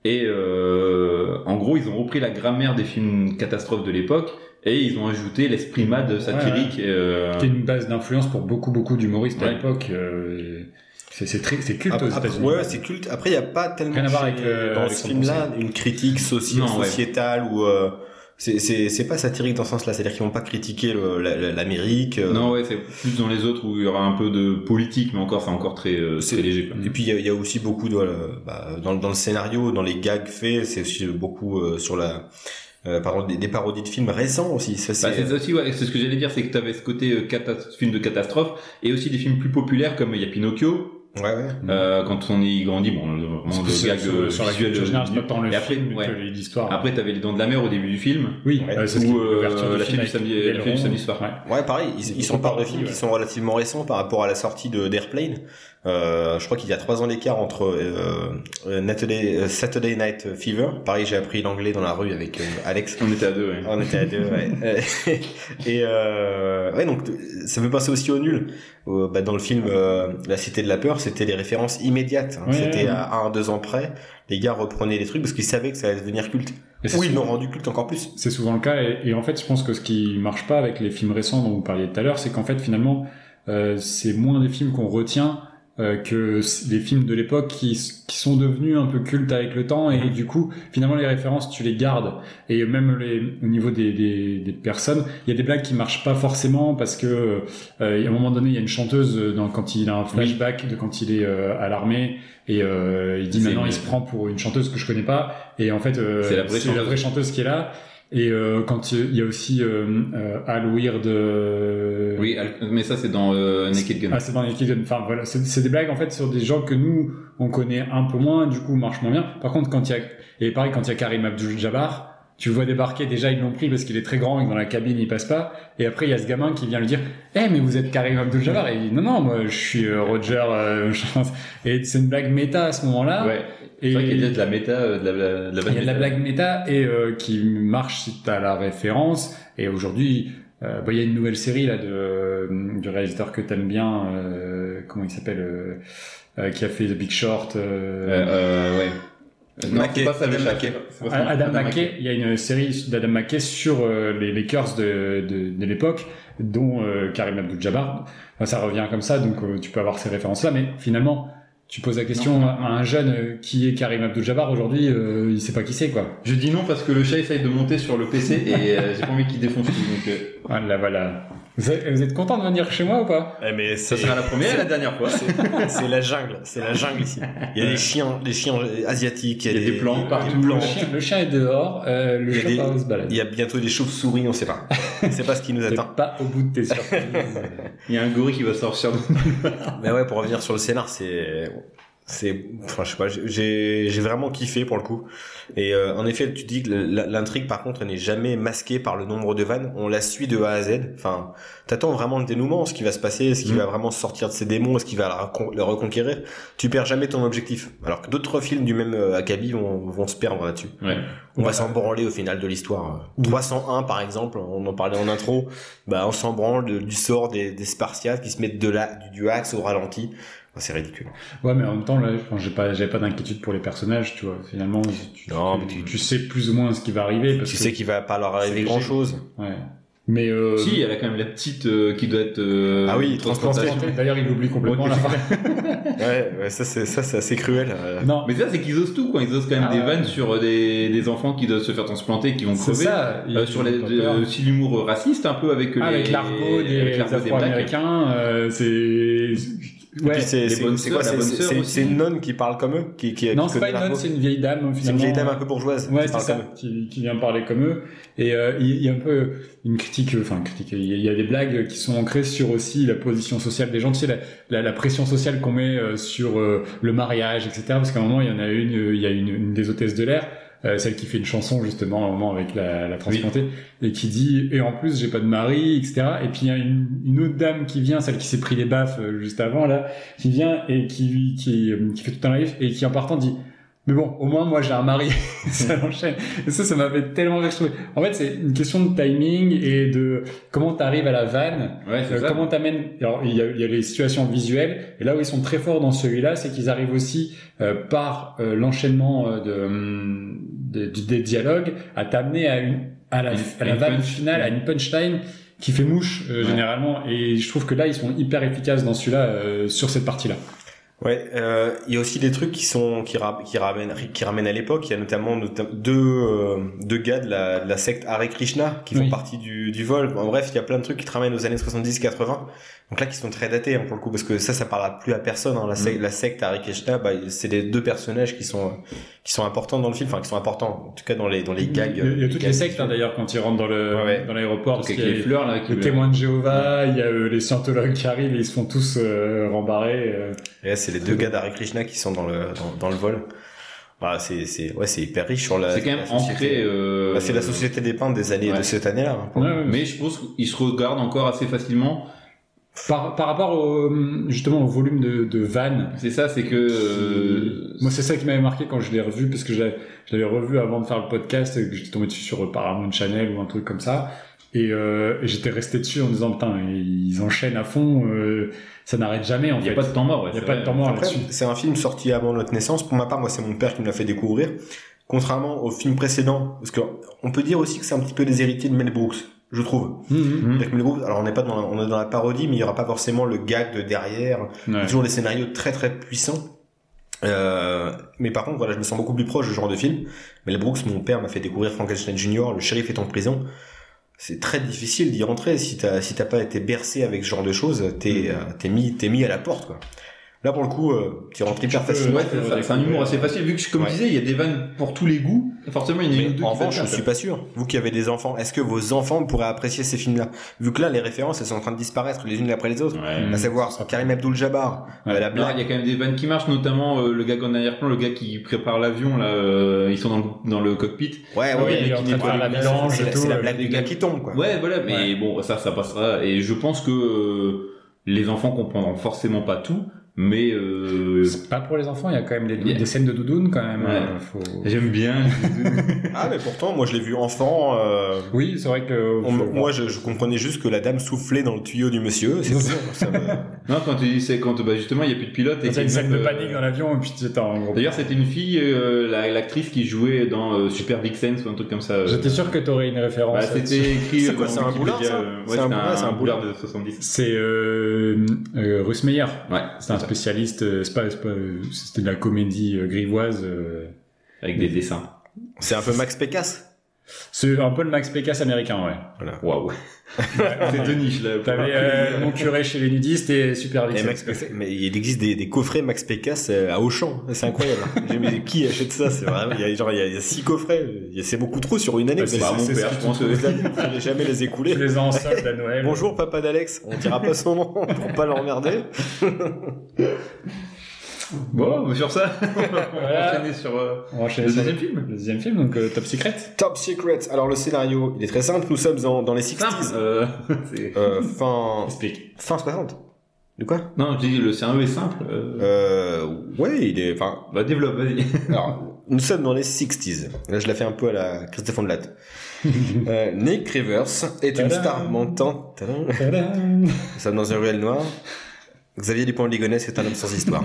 C: Et euh, en gros, ils ont repris la grammaire des films catastrophes de l'époque et ils ont ajouté l'esprit mad satirique. euh,
B: qui est une base d'influence pour beaucoup, beaucoup d'humoristes à
C: Ouais.
B: l'époque. euh, c'est, c'est, très, c'est culte
A: Après,
B: aux États-Unis.
A: ouais, c'est culte. Après, il n'y a pas tellement
B: Rien à voir
A: chez-
B: avec, euh,
A: dans
B: avec
A: ce
B: son
A: film-là une critique soci-
C: Non, ouais.
A: sociétale ou euh, c'est- c'est c'est pas satirique dans ce sens-là. C'est-à-dire qu'ils vont pas critiquer le- la- la- l'Amérique. euh,
C: Non, ouais, c'est plus dans les autres où il y aura un peu de politique, mais encore, c'est encore très, euh,
A: C'est-
C: très léger. quoi.
A: Et puis il y a- il y, a aussi beaucoup de, euh, bah, dans, dans le scénario, dans les gags faits, c'est aussi beaucoup euh, sur la euh, pardon des, des parodies de films récents aussi. Ça,
C: Bah,
A: c'est
C: c'est ça aussi, ouais, c'est ce que j'allais dire, c'est que tu avais ce côté euh, catas- film de catastrophe et aussi des films plus populaires comme euh, il y a Pinocchio.
A: ouais, ouais.
C: euh, quand on y grandit, bon, vraiment
B: Mm-hmm. C'est-
C: de gags
B: sur,
C: euh,
B: sur la
C: visuels,
B: culture générale, c'est
C: euh,
B: pas tant le
C: et après,
B: film
C: ouais.
B: que l'histoire.
C: Après, t'avais les dents de la mer au début du film.
B: oui,
A: Ouais.
B: euh, c'est ce qui
C: Ou,
B: est l'ouverture
C: euh,
B: du
C: la
B: film
C: fête
B: avec
C: du samedi- la
B: Belle
C: fête du
B: Ronde.
C: samedi soir.
B: Ouais.
A: Ouais, pareil, ils, ils sont
B: Beaucoup
A: par de
B: parodies,
A: films qui
B: ouais.
A: sont relativement récents par rapport à la sortie de d'Airplane. Euh, je crois qu'il y a trois ans d'écart entre euh, euh, Natalie- euh, Saturday Night Fever. Pareil, j'ai appris l'anglais dans la rue avec euh, Alex.
C: On était à deux, ouais.
A: On était à deux, ouais. Euh, Et euh, ouais, donc ça me fait penser aussi au nul. Euh, bah, dans le film euh, La Cité de la Peur, c'était les références immédiates. hein.
B: Ouais,
A: c'était
B: ouais.
A: à un, deux ans près. Les gars reprenaient les trucs parce qu'ils savaient que ça allait devenir culte.
B: Et c'est
A: Ou ils
B: souvent-
A: l'ont rendu culte encore plus.
B: C'est souvent le cas, et, et en fait, je pense que ce qui marche pas avec les films récents dont vous parliez tout à l'heure, c'est qu'en fait, finalement, euh, c'est moins des films qu'on retient euh, que c- les films de l'époque qui, s- qui sont devenus un peu cultes avec le temps, et du coup, finalement, les références, tu les gardes. Et même les, au niveau des, des, des personnes, il y a des blagues qui marchent pas forcément parce que, euh, à un moment donné, il y a une chanteuse euh, dans, quand il a un flashback de quand il est euh, à l'armée, et euh, il dit
C: C'est
B: maintenant,
C: une-
B: il se prend pour une chanteuse que je connais pas, et en fait, euh,
C: C'est la vraie chanteuse.
B: chanteuse qui est là. Et euh, quand il y a aussi euh, euh, Al Weird. euh,
C: Oui, Al- mais ça, c'est dans euh, Naked Gun.
B: Ah, c'est dans les Kids. Enfin, voilà, c'est c'est des blagues en fait sur des gens que nous on connaît un peu moins, du coup marche moins bien. Par contre, quand il y a et pareil quand il y a Karim Abdul-Jabbar, Tu le vois débarquer, déjà ils l'ont pris parce qu'il est très grand et que dans la cabine il passe pas. Et après il y a ce gamin qui vient lui dire Eh, mais vous êtes Karim Abdul-Jabbar Et il dit Non, non, moi je suis euh, Roger. euh, je pense. Et c'est une blague méta à ce moment-là.
C: Ouais.
B: Et
C: C'est vrai qu'il y a de la méta, euh, de la, de la, de la
B: il y a de la
C: méta.
B: blague méta et euh, qui marche si t'as la référence. Et aujourd'hui, euh, bah, il y a une nouvelle série là de euh, du réalisateur que t'aimes bien, euh, comment il s'appelle, euh, euh, qui a fait The Big Short.
C: Euh,
B: euh,
C: euh, ouais. Euh, non,
A: Mackay,
C: c'est pas ça,
A: Adam
C: le chat.
A: Mackay.
C: C'est pas ça.
B: Adam Mackey, il y a une série d'Adam Mackey sur euh, les Lakers de, de, de l'époque, dont euh, Karim Abdul-Jabbar. Enfin, ça revient comme ça, donc euh, tu peux avoir ces références-là, mais finalement, tu poses la question à un jeune euh, qui est Karim Abdul-Jabbar aujourd'hui, euh, il sait pas qui c'est, quoi.
C: Je dis non parce que le chat essaye de monter sur le PC et euh, j'ai pas envie qu'il défonce tout. Donc, euh,
B: Voilà, voilà. Vous êtes, vous êtes content de venir chez moi ou pas
A: Eh, mais
C: ça sera la première et la dernière fois.
A: c'est- c'est la jungle, c'est la jungle ici. Il y a des chiens, des chiens asiatiques, il y a,
C: des plans partout.
A: plans.
B: le chien, le chien est dehors, euh, le
A: Il y a
B: chien
A: des-
B: pas se balade.
A: Il y a bientôt des chauves-souris, on sait pas. C'est pas ce qui nous
B: T'es
A: attend.
B: pas au bout de tes surprises.
C: Il y a un gorille qui va sortir. de-
A: Mais ouais, pour revenir sur le scénar, c'est c'est enfin je sais pas j'ai- j'ai j'ai vraiment kiffé pour le coup et euh, en effet tu dis que le- la- l'intrigue par contre elle n'est jamais masquée par le nombre de vannes on la suit de A à Z enfin t'attends vraiment le dénouement ce qui va se passer ce qui
C: Mhm.
A: va vraiment sortir de ses démons ce qui va la recon- le reconquérir tu perds jamais ton objectif alors que d'autres films du même euh, acabit vont, vont se perdre là-dessus
C: Ouais.
A: on va s'en branler au final de l'histoire. 301 par exemple, on en parlait en intro, bah on s'en branle de- du sort des, des Spartiates qui se mettent de la, du, du axe au ralenti. Enfin, c'est ridicule.
B: ouais, mais en même temps, là, je pense que j'ai pas, j'avais pas d'inquiétude pour les personnages, tu vois. Finalement, tu,
A: Non,
B: tu-
A: mais tu-
B: tu sais plus ou moins ce qui va arriver. Parce
A: tu
B: que-
A: sais qu'il va pas leur arriver
B: léger.
A: grand chose.
B: Ouais. Mais euh,
C: Si, elle a quand même la petite euh, qui doit être. euh,
A: Ah oui,
C: transportée.
A: transportée.
B: d'ailleurs, il oublie complètement
C: Ouais,
B: la fin.
A: Ouais, ouais, ça c'est ça c'est assez cruel. euh.
B: Non,
C: Mais ça, c'est qu'ils osent tout, quoi. Ils osent quand même
B: Ah
C: des
B: ouais.
C: vannes sur euh, des, des enfants qui doivent se faire transplanter, qui vont
B: c'est
C: crever.
B: ça.
C: Euh,
B: il-
C: sur les,
B: t'as
C: de-
B: peur.
C: aussi l'humour euh, raciste, un peu avec les.
B: Ah, avec l'argot
C: avec
B: des
C: l'argot des blacks.
B: Afro-Américains, euh, c'est.
A: Et
B: Ouais.
A: puis, c'est
C: les
A: c'est
C: bonnes
A: c'est quoi
C: sœurs, la
A: c'est-
C: bonne
A: c'est-
C: sœur
A: c'est
C: aussi.
A: c'est une nonne qui parle comme eux, qui qui
B: Non,
A: qui
B: c'est pas
A: connaît
B: une
A: l'argot.
B: nonne, c'est une vieille dame.
A: C'est une
B: finalement.
A: vieille dame un peu bourgeoise.
B: Ouais,
A: qui
B: c'est
A: parle
B: ça,
A: comme eux.
B: qui, qui vient parler comme eux. Et euh, il il y a un peu une critique, euh, enfin une critique, il y, a- il y a des blagues qui sont ancrées sur aussi la position sociale des gens, tu sais, la, la- la pression sociale qu'on met euh, sur euh, le mariage, etc. Parce qu'à un moment, il y en a une, euh, il y a une, une des hôtesses de l'air, euh, celle qui fait une chanson justement à un moment avec la, la transplantée, et qui dit « Et en plus, j'ai pas de mari, etc. » Et puis il y a une, une autre dame qui vient, celle qui s'est pris les baffes euh, juste avant, là, qui vient et qui, qui, euh, qui fait tout un live, et qui en partant dit « Mais bon, au moins, moi, j'ai un mari. » Ça l'enchaîne. Et ça, ça m'a fait tellement rire. je trouvais. En fait, c'est une question de timing et de comment t'arrives à la vanne.
C: Ouais, c'est
B: euh,
C: ça.
B: comment t'amènes Alors, il y, a, il y a les situations visuelles. Et là où ils sont très forts dans celui-là, c'est qu'ils arrivent aussi euh, par euh, l'enchaînement euh, de, hum, de- du- des dialogues à t'amener à une à la,
C: Une-
B: à la
C: une
B: vanne
C: punch.
B: finale, à une punchline qui fait mouche euh,
C: Ouais.
B: généralement. Et je trouve que là, ils sont hyper efficaces dans celui-là euh, sur cette partie-là.
A: Ouais, euh, il y a aussi des trucs qui sont qui, ra- qui ramènent qui ramènent à l'époque. Il y a notamment nota- deux euh, deux gars de la, de la secte Hare Krishna qui font
B: Oui.
A: partie du du vol. En bref, il y a plein de trucs qui te ramènent aux années 70-80. Donc là, qui sont très datés hein, pour le coup parce que ça, ça parle à plus à personne. hein. La, sec-
B: Mm.
A: la secte Hare Krishna, bah, c'est les deux personnages qui sont qui sont importants dans le film, enfin qui sont importants en tout cas dans les dans les gags. euh,
B: il y a- il y a
A: les
B: toutes
A: gags
B: les sectes hein, d'ailleurs quand ils rentrent dans le
A: Ouais, ouais.
B: dans l'aéroport.
C: Donc,
B: parce
C: avec
B: qu'il y a-
C: les fleurs, là, qui
B: Le témoin de Jéhovah, il y a euh, les scientologues qui arrivent et ils se font tous euh, rembarrer. euh.
A: Et là, c'est les deux gars d'Hare Krishna qui sont dans le dans, dans le vol. Bah, c'est c'est ouais, c'est hyper riche sur la.
C: C'est quand même
A: la société.
C: ancré. euh,
A: Bah, c'est la société des peintres des années
C: Ouais.
A: de cette année-là. hein.
B: Ouais, ouais.
C: Mais je pense qu'ils se regardent encore assez facilement.
B: Par, par rapport au, hum, justement au volume de, de vannes,
C: C'est ça, c'est que. euh,
B: moi c'est ça qui m'avait marqué quand je l'ai revu parce que je l'avais- je l'avais revu avant de faire le podcast et que j'étais tombé dessus sur euh, Paramount Channel ou un truc comme ça. Et, euh, et j'étais resté dessus en me disant putain ils enchaînent à fond, euh, ça n'arrête jamais en
C: il n'y a
B: fait.
C: pas de temps mort. ouais,
B: Il y a
C: c'est
B: pas
C: vrai.
B: de temps mort
A: Après,
B: là-dessus.
A: c'est un film sorti avant notre naissance. Pour ma part, moi, c'est mon père qui me l'a fait découvrir. Contrairement au film précédent, parce que on peut dire aussi que c'est un petit peu des héritiers de Mel Brooks, je trouve.
B: Mhm.
C: Mhm.
A: C'est-à-dire que Mel Brooks, alors on n'est pas dans la, on est dans la parodie, mais il n'y aura pas forcément le gag de derrière. Il y a
B: Ouais.
A: Toujours des scénarios très très puissants. Euh, mais par contre, voilà, je me sens beaucoup plus proche du genre de film. Mel Brooks, mon père m'a fait découvrir Frankenstein Junior, le shérif est en prison. C'est très difficile d'y rentrer si t'as si t'as pas été bercé avec ce genre de choses. T'es euh, t'es mis t'es mis à la porte quoi. Là, pour le coup, euh, tu rentres hyper facilement.
C: Ouais, c'est ça, c'est un
B: euh,
C: humour assez facile, vu que, comme
A: Ouais.
C: je disais, il y a des vannes pour tous les goûts. Forcément, il y en a une ou
A: Mais
C: deux
A: en
C: qui
A: revanche, je
C: passent.
A: suis pas sûr. Vous qui avez des enfants, est-ce que vos enfants pourraient apprécier ces films-là Vu que là, les références, elles sont en train de disparaître les unes après les autres.
C: Ouais.
B: Ah,
A: À savoir, Karim Abdul-Jabbar, euh, la
C: Non,
A: blague.
C: il y a quand même des vannes qui marchent, notamment euh, le gars en arrière-plan, le gars qui prépare l'avion, là, euh, ils sont dans le, dans le cockpit.
A: Ah Ouais,
B: Ouais,
A: ouais,
C: oui,
B: il est en train de
C: Ouais,
B: faire la
C: mais
B: mélange
A: c'est
B: et
A: la,
B: tout.
A: c'est la
B: euh,
A: blague du gars qui tombe, quoi.
C: Ouais, voilà, mais bon, ça, ça passera. Et je pense que euh, les enfants comprendront forcément pas tout, mais euh,
B: C'est pas pour les enfants, il y a quand même des,
C: Yeah.
B: des scènes de doudoune quand même.
C: Ouais.
B: euh, faut-
C: j'aime bien.
A: Ah, mais pourtant, moi, je l'ai vu enfant. euh,
B: Oui, c'est vrai que.
A: on- moi, je, je comprenais juste que la dame soufflait dans le tuyau du monsieur. C'est sûr, ça me-
C: non, quand tu dis, c'est quand bah, justement, il y a plus de pilote. et
B: il y a une
C: qu'il
B: scène
C: meurt,
B: de
C: euh,
B: panique dans l'avion et puis tu en gros.
C: D'ailleurs, c'était une fille, euh, la- l'actrice qui jouait dans euh, Super Big Sense ou un truc comme ça. euh.
B: J'étais sûr que t'aurais une référence. euh,
C: Bah,
B: là-dessus.
C: c'était écrit.
A: C'est quoi,
C: dans
A: c'est un
C: Wikipédia,
A: boulard, ça
C: euh, ouais,
A: C'est
C: c'était
A: un boulard, c'est un
C: un boulard
A: boulard.
C: de 70.
B: C'est euh, euh, Russ Meyer.
C: Ouais,
B: C'est un spécialiste, euh, c'est pas- c'est pas, euh, c'était de la comédie euh, grivoise. euh.
C: avec des dessins.
A: C'est un peu Max Pécasse.
B: C'est un peu le Max Pécasse américain, ouais.
C: Waouh. C'est deux niches là.
B: T'avais
C: Ah,
B: euh, mon curé chez les nudistes et Super
A: Et
B: Vixen.
A: Max Pécasse- Mais il existe des, des coffrets Max Pécasse euh, à Auchan. C'est incroyable. J'ai dit, mais qui achète ça C'est vraiment. Il y a genre il y a, il y a six coffrets. Il y a- C'est beaucoup trop sur une année.
B: Bah,
A: Vous allez-
C: Bah, mon
B: c'est-
C: père,
B: c'est-
C: je pense que
A: vous allez- vous allez jamais les écouler.
B: Tu les as en solde à Noël.
A: Bonjour papa d'Alex, on dira pas son nom pour pas l'emmerder.
C: Bon, mais sur ça, on va
B: Voilà.
C: enchaîner sur euh,
B: On va enchaîner
C: le
B: sur
C: deuxième film.
B: le deuxième film, donc euh, Top Secret.
A: Top Secret, alors le scénario, il est très simple, nous sommes en- dans les 60s.
C: Simple. euh, c'est-
A: Euh, fin,
B: Explique.
A: fin 60. De quoi
C: Non, je dis le scénario est simple. euh,
A: Euh, ouais, il est, enfin,
C: Bah développe, vas-y.
A: Alors, nous sommes dans les 60s. Là, je la fais un peu à la Christophe Ondelat. Euh, Nick Rivers est une
B: Tadam.
A: star montante. Tadam.
B: Tadam.
A: Nous sommes dans un ruelle noire. Xavier Dupont de Ligonnès est un homme sans histoire.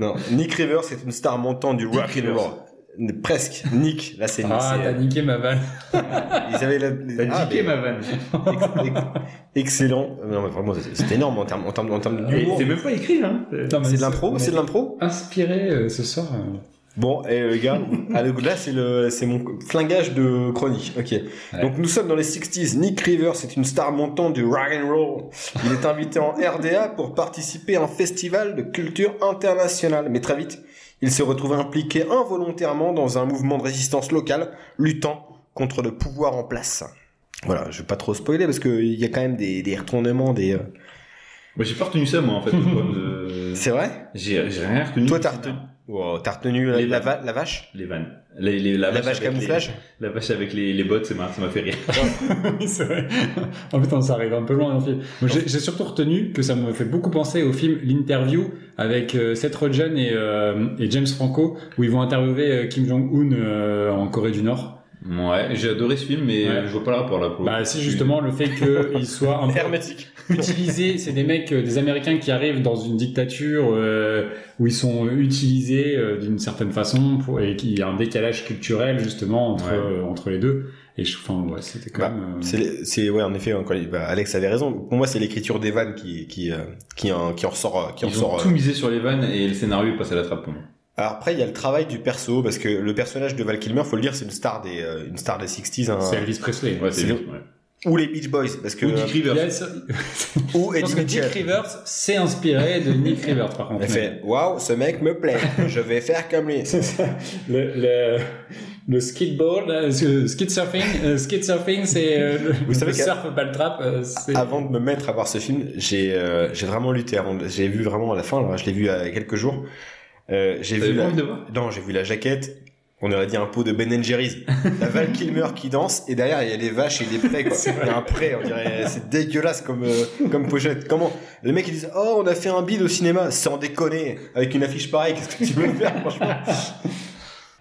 A: non, Nick Rivers est une star montante du rock and roll. Presque. Nick, là, c'est Nick.
B: Ah,
C: euh,
A: c'est-
B: t'as niqué ma balle.
A: Ils avaient la... les-
C: T'as
A: Ah,
C: niqué
A: mais-
B: euh,
C: ma vanne.
A: ex- ex- excellent. Non, mais vraiment, c'est c'est énorme en termes, en termes, en termes
C: Et
A: d'humour.
C: Ah, C'est même pas écrit, hein. C'est-
B: Putain, mais
A: C'est de l'impro, c'est de l'impro.
B: Inspiré euh, ce soir. euh.
A: Bon, et euh, les gars, ah, le- là c'est le, c'est mon flingage de chronique. Ok. Donc nous sommes dans les 60s. Nick Rivers est une star montante du rock and roll. Il est invité en RDA pour participer à un festival de culture internationale. Mais très vite, il se retrouve impliqué involontairement dans un mouvement de résistance locale luttant contre le pouvoir en place. Voilà, je vais pas trop spoiler parce qu'il y a quand même des, des retournements, des. euh,
C: Moi, j'ai pas retenu ça, moi, en fait. le problème de-
A: C'est vrai
C: J'ai j'ai rien retenu.
A: Toi,
C: du
A: t'as
C: scénario.
A: retenu, Wow, t'as retenu la,
C: Les
A: la va- la vache
C: Les vannes. Les, les-
A: La,
C: vache
A: vache
C: avec
A: camouflage
C: les- La vache avec les, les bottes, c'est marrant, ça m'a fait rire.
B: Oui, c'est vrai. En fait, on s'arrive un peu loin dans le film. Moi, J'ai j'ai surtout retenu que ça me fait beaucoup penser au film L'Interview avec euh, Seth Rogen et, euh, et James Franco, où ils vont interviewer euh, Kim Jong-un euh, en Corée du Nord.
C: Ouais, j'ai adoré ce film, mais
B: Ouais.
C: je vois pas le rapport là. Pour le
B: Bah,
C: coup.
B: si justement le fait qu'ils soient un peu
A: Hermétique.
B: utilisés, c'est des mecs, euh, des Américains qui arrivent dans une dictature euh, où ils sont utilisés euh, d'une certaine façon pour, et qu'il y a un décalage culturel justement entre,
C: Ouais.
B: euh, entre les deux. Et je, enfin, ouais, c'était quand
A: Bah,
B: même. euh,
A: C'est, c'est- ouais, en effet, hein, quand il- bah, Alex avait raison. Pour moi, c'est l'écriture des vannes qui, qui, euh, qui, en, qui en ressort. euh, Qui en
C: Ils ont
A: ressort
C: tout
A: euh.
C: misé sur les vannes et le scénario est passé à la trappe pour moi.
A: Alors après, il y a le travail du perso, parce que le personnage de Val Kilmer, faut le dire, c'est une star des, euh, une star des 60s, hein.
B: C'est Elvis Presley.
C: Ouais, c'est
A: C'est
C: ouais.
A: ou les Beach Boys, parce que,
C: Ou Dick Rivers.
B: Il y a ça-
A: ou
B: Je pense
A: Eddie
B: que Nick
A: Mitchell.
B: Rivers s'est inspiré de Nick Rivers, par contre.
A: Elle fait, waouh, ce mec me plaît, je vais faire comme lui.
B: C'est ça. Le, le, le euh, skidball, là, le skid surfing, euh, skid surfing, c'est euh, le,
A: Vous savez
B: le
A: qu'à-
B: surf ball trap. euh, c'est-
A: Avant de me mettre à voir ce film, j'ai, euh, j'ai vraiment lutté avant, de- j'ai vu vraiment à la fin, là, je l'ai vu il y a quelques jours, euh, j'ai
C: T'avais
A: vu
C: pas
A: la-
C: envie de voir
A: Non, j'ai vu la jaquette. On aurait dit un pot de Ben Jerry's. La Val Kilmer qui danse et derrière il y a des vaches et des prés quoi. Il y a un pré, on dirait c'est dégueulasse comme euh, comme pochette. Comment les mecs ils disent "Oh, on a fait un bid au cinéma sans déconner avec une affiche pareille, qu'est-ce que tu veux faire franchement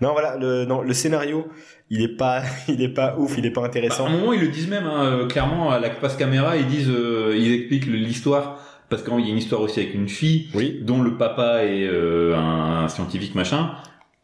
A: Non, voilà, le non, le scénario, il est pas il est pas ouf, il est pas
C: Bah, à
A: intéressant.
C: un moment, ils le disent même hein, euh, clairement à la passe caméra. Ils disent, euh, ils expliquent le- l'histoire parce qu'il y a une histoire aussi avec une fille
A: Oui.
C: dont le papa est euh, un, un scientifique machin.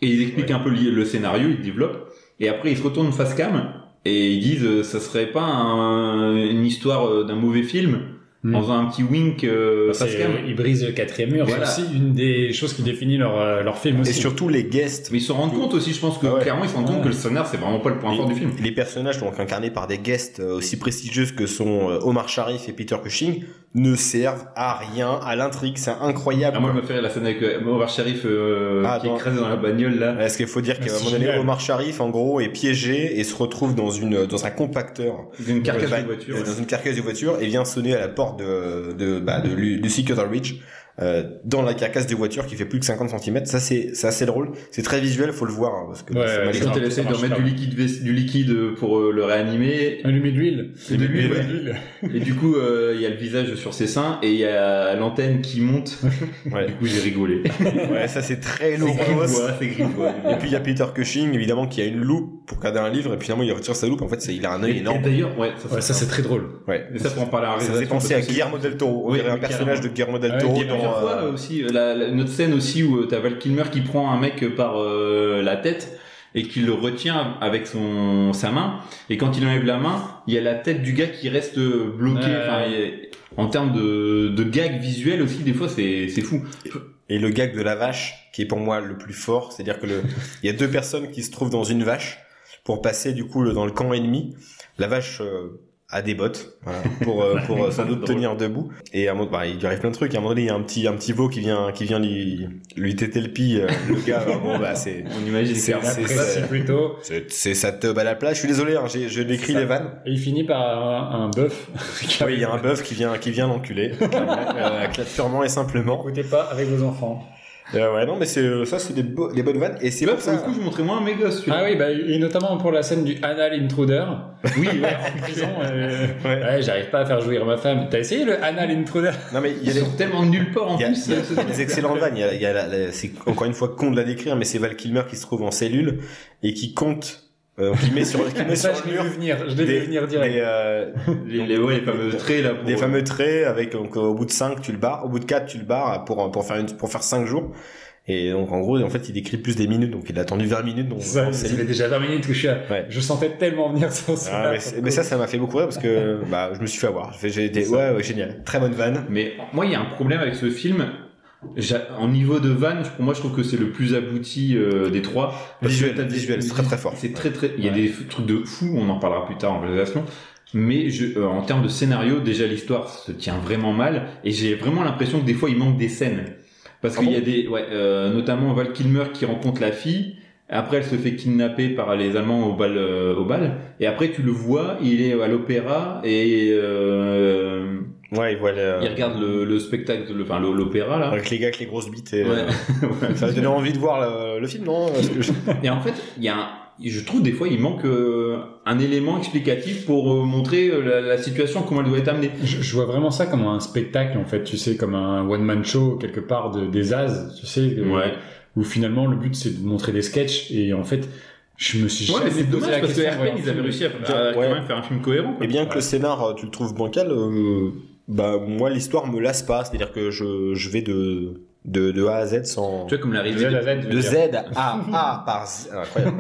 C: Et ils expliquent un peu li- le scénario, ils développent. Et après, ils se retournent face cam et ils disent, euh, ça serait pas un- une histoire euh, d'un mauvais film
B: Hmm.
C: en faisant un petit wink
A: Bah,
C: euh,
B: C'est,
C: face
B: euh,
C: cam.
B: ils brisent le quatrième mur.
C: Voilà.
B: C'est aussi une des choses qui définit leur, euh, leur film aussi.
A: Et surtout les guests.
C: Mais ils se rendent compte aussi, je pense que
A: Ah ouais.
C: clairement, ils se rendent compte
B: Ouais.
C: que le scénar c'est vraiment pas le point fort du film.
A: Les personnages donc incarnés par des guests euh, aussi prestigieux que sont euh, Omar Sharif et Peter Cushing ne servent à rien à l'intrigue. C'est incroyable.
C: Ah, moi, je me fais la scène avec euh, Omar Sharif euh,
A: Ah,
C: qui est
A: attends.
C: écrasé dans la bagnole là.
A: Est-ce qu'il faut dire
B: Ah,
A: qu'à un
B: c'est
A: moment donné,
B: génial.
A: Omar Sharif, en gros, est piégé et se retrouve dans une dans un compacteur,
C: Une carcasse
A: Dans
C: de
A: le-
C: voiture.
A: euh, dans une carcasse de voiture, et vient sonner à la porte de de bah, de Lu- Lucy Cutteridge euh, dans la carcasse de voiture qui fait plus de 50 cm. Ça c'est c'est assez drôle. C'est très visuel, faut le voir hein, parce que
B: Ouais,
A: c'est
B: ouais,
A: mal
C: Et
A: écrit.
C: quand
B: Ça,
C: elle
B: ça
C: essaie de
B: marche
C: remettre
B: pas.
C: du liquide, vais- du liquide euh, pour euh, le réanimer,
B: Elle lui met de l'huile.
C: C'est de l'huile, ouais. et du coup, euh, il y a le visage sur ses seins et il y a l'antenne qui monte.
A: Ouais.
C: Du coup, j'ai rigolé.
A: Ouais, ça c'est très
C: C'est
A: lourd.
C: grivois, c'est grivois.
A: Et puis il y a Peter Cushing évidemment qui a une loupe pour regarder un livre et puis finalement il retire sa loupe. En fait, c'est- il a un œil
C: Et
A: énorme.
C: d'ailleurs, ouais, ça,
B: Ouais, ça c'est très drôle.
A: Ouais.
C: Et ça pour en parler à la
A: Ça
C: réalisation,
A: faisait penser à
C: parce que
A: Guillermo del Toro. On
C: Oui,
A: dirait un
C: oui,
A: personnage de Guillermo del
B: Ouais,
A: Toro.
C: Il y a
A: dans,
C: plusieurs fois
A: euh,
C: euh, aussi euh, la- la- notre scène aussi où euh, t'as Val Kilmer qui prend un mec euh, par euh, la tête et qui le retient avec son sa main et quand il enlève la main il y a la tête du gars qui reste euh, bloquée.
B: Ouais.
C: Enfin, il y a- en termes de, de gag visuel aussi des fois c'est c'est fou.
A: Et le gag de la vache, qui est pour moi le plus fort, c'est-à-dire que le, il y a deux personnes qui se trouvent dans une vache pour passer du coup le- dans le camp ennemi. La vache euh, a des bottes voilà, pour euh, pour euh, sans doute
C: Drôle.
A: tenir debout. Et à un moment, bah, il lui arrive plein de trucs. À un moment donné, il y a un petit un petit veau qui vient qui vient lui lui téter le pis. euh, le gars, euh, bon bah c'est
C: On imagine
A: C'est-
C: clairement.
A: c'est-
B: Après, c'est plutôt.
A: c'est c'est sa teub à la plage. Je suis désolé, hein, j'ai- je décris
B: Ça. Ah
A: les vannes.
B: Et il finit par un, un bœuf. qui
A: Oui, il y a un bœuf qui vient qui vient l'enculer clairement, euh, purement et simplement.
B: Écoutez pas avec vos enfants.
A: Euh, ouais non mais c'est euh, ça c'est des, beaux- des bonnes vannes et c'est
C: Là,
A: pour
C: pour
A: ça.
C: le coup, je montrais moins un méga celui-là.
B: Ah oui, bah, et notamment pour la scène du anal intruder.
C: oui, ouais.
B: En prison, euh,
A: Ouais.
B: ouais, j'arrive pas à faire jouir ma femme. T'as essayé le anal intruder
A: Non mais il y
C: Ils
A: a des
C: sont tellement de nulle part en
A: Il y a,
C: plus. euh,
A: il y a- il y a des excellentes vannes. Il y a, il y a la- la- c'est encore une fois con de la décrire, mais c'est Val Kilmer qui se trouve en cellule et qui compte, euh, qui met sur, qui met sur
B: Ça, je
A: le
B: l'ai
A: mur
B: vu venir. Je l'ai
A: des,
B: vu venir direct.
A: des, euh,
C: les, les- ouais, les fameux traits là. Pour,
A: des fameux traits avec donc, au bout de 5 tu le barres, au bout de 4 tu le barres pour pour faire une, pour faire 5 jours. Et donc en gros, en fait, il décrit plus des minutes, donc il a attendu 20 minutes. Donc
B: Ça,
A: en
B: ça
A: cellule.
B: fait déjà 20 minutes que je suis à-
A: Ouais.
B: Je sentais tellement venir sur ça.
A: Ah, mais, c'est- mais ça, ça m'a fait beaucoup rire parce que bah, je me suis fait avoir. J'ai- J'ai été ouais, ouais génial, très bonne vanne.
C: Mais moi, il y a un problème avec ce film. J'a- En niveau de van, pour moi, je trouve que c'est le plus abouti euh, des trois. Parce que
A: Visuel,
C: t'as des-
A: visuel, c'est très très fort.
C: C'est très très. Il y a des f- trucs de fou. On en parlera plus tard en réalisation. Mais je, euh, en termes de scénario, déjà l'histoire se tient vraiment mal, et j'ai vraiment l'impression que des fois il manque des scènes, parce
A: Ah
C: qu'il
A: bon
C: y a des, ouais, euh, notamment Val Kilmer qui rencontre la fille. Après, elle se fait kidnapper par les Allemands au bal, euh, au bal. Et après, tu le vois, il est à l'opéra et euh,
A: Ouais, il voit le-
C: il regarde le, le spectacle, le- enfin le- l'opéra là.
A: avec les gars avec les grosses bites. Et, euh,
C: Ouais.
A: Ça m'a donné envie de voir le, le film, non Parce que je-
C: Et en fait, il y a un- je trouve des fois il manque euh, un élément explicatif pour euh, montrer euh, la, la situation comment elle doit être amenée.
B: Je, je vois vraiment ça comme un spectacle, en fait, tu sais, comme un one-man show, quelque part, de, des as, tu sais, euh, où finalement, le but, c'est de montrer des sketchs, et en fait, je me suis
C: Ouais, mais
B: jamais
C: c'est
B: posé la
C: dommage parce que
B: question, ouais,
C: Airplane
B: en
C: ils
B: fait.
C: avaient réussi à, à quand
A: Ouais.
C: même faire un film cohérent. quoi.
A: Et bien que le scénar, euh, tu le trouves bancal, euh, bah moi l'histoire me lasse pas. C'est-à-dire que je, je vais de, de, de A à Z sans...
C: Tu vois comme
B: De
C: l'arrivée
B: Z
C: des-
B: à Z, je veux
A: De
B: dire.
A: Z à A par Z. Ah, Incroyable.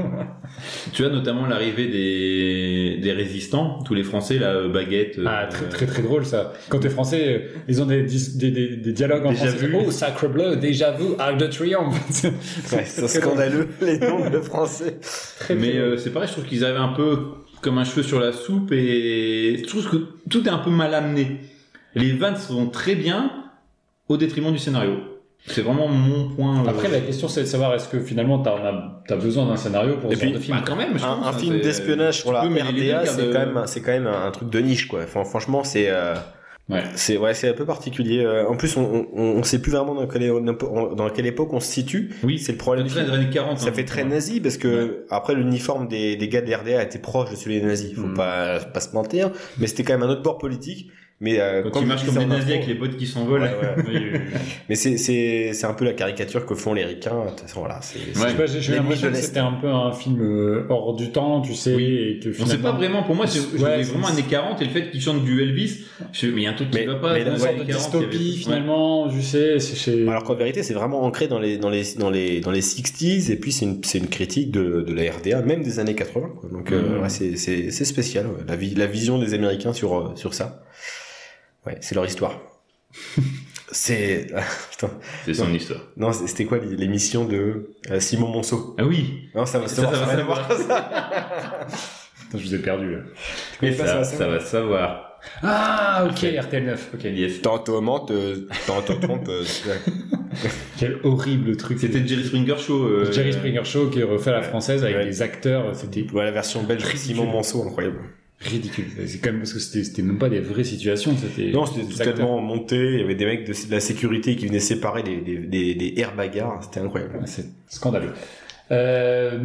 C: Tu vois notamment l'arrivée des, des résistants, tous les Français, la baguette. euh,
B: Ah, très très très drôle ça. Quand t'es français, euh, ils ont des, dis- des, des, des dialogues en
C: Déjà
B: français.
C: vu.
B: Oh, sacre bleu, déjà vu, Arc de Triomphe.
A: Ouais, c'est scandaleux, les noms de français.
B: Très, très
C: Mais
B: drôle.
C: euh, c'est pareil, je trouve qu'ils arrivent un peu comme un cheveu sur la soupe et je trouve que tout est un peu mal amené. Les vannes sont très bien au détriment du scénario. C'est vraiment mon point. euh,
B: Après, la question c'est de savoir est-ce que finalement t'en as, t'as besoin d'un scénario pour
A: Et
B: ce
A: puis,
B: genre de film.
C: bah, quand même, je
A: Un,
C: pense,
A: un
C: hein,
A: film
C: c'est-
A: d'espionnage sur
C: tu
A: la
C: peux mêler les deux, euh,
A: RDA, c'est
C: garde-
A: quand même, c'est quand même un truc de niche, quoi. Enfin, franchement, c'est, euh,
B: Ouais.
A: c'est, ouais, c'est un peu particulier. Euh, En plus, on, on, on sait plus vraiment dans quelle, dans quelle époque on se situe.
C: Oui,
A: C'est le
C: ça
A: problème.
C: fait très des années 40.
A: Ça
C: hein,
A: fait très
C: pour moi.
A: nazi parce que après l'uniforme des, des gars de RDA était proche de celui des nazis. Faut
C: Mm.
A: pas pas se mentir, mais c'était quand même un autre bord politique. Mais euh,
C: Quand
A: comme
C: ils
A: je
C: marchent
A: disais
C: comme des
A: en
C: nazis
A: intro-
C: avec les bottes qui s'envolent. euh,
A: Ouais, ouais.
C: Oui, oui, oui.
A: Mais c'est c'est c'est un peu la caricature que font les ricains. De toute façon, voilà. c'est- c'est-
C: Ouais.
B: Je sais pas, j'ai- j'ai
A: L'ennemi
B: l'impression
A: de
B: que
A: l'Est.
B: c'était un peu un film euh, hors du temps, tu sais, et que
C: On sait pas
B: finalement.
C: vraiment, pour moi, c'est je
B: Ouais,
C: voulais
B: c'est-
C: vraiment années 40 et le fait qu'ils chantent du Elvis, je fais, mais il y a un truc qui
A: Mais-
C: va pas.
A: mais là,
C: dans
B: Une
C: les
B: sorte
C: années
B: de
C: 40, il y avait-
B: dystopie
C: Ouais.
B: finalement, tu sais, c'est chez.
A: Alors qu'en vérité, c'est vraiment ancré dans les dans les dans les dans les 60s et puis c'est une c'est une critique de de la RDA même des années 80. Quoi. Donc euh,
B: Mm.
A: ouais, c'est c'est c'est spécial ouais, la vi- la vision des Américains sur euh, sur ça. Ouais, c'est leur histoire. c'est putain.
C: C'est son histoire.
A: Non, c'est- c'était quoi l'émission de euh, Simon Monceau
C: Ah oui,
A: Non, ça va
C: Ça, ça va
A: savoir.
C: savoir.
A: ça.
B: Putain, je vous ai perdu là.
A: Mais
C: ça, ça va savoir.
B: Ah, ok, RTL9. Ok.
C: Yes.
A: Tantôt menteuse, tantôt euh, trompeuse.
B: Quel horrible truc.
C: C'était Jerry Springer Show. euh,
B: Jerry Springer Show qui est refait à la française avec
A: Ouais.
B: des acteurs. C'était
A: voilà la version belge,
B: Ridicule.
A: Simon Monceau, incroyable.
B: ridicule. C'est quand même parce que c'était c'était même pas des vraies situations. C'était
A: Non, c'était
B: des acteurs.
A: totalement monté, il y avait des mecs de, de la sécurité qui venaient séparer des, des, des, des air bagarres, c'était incroyable.
B: Ouais, Bah, C'est scandaleux. Euh,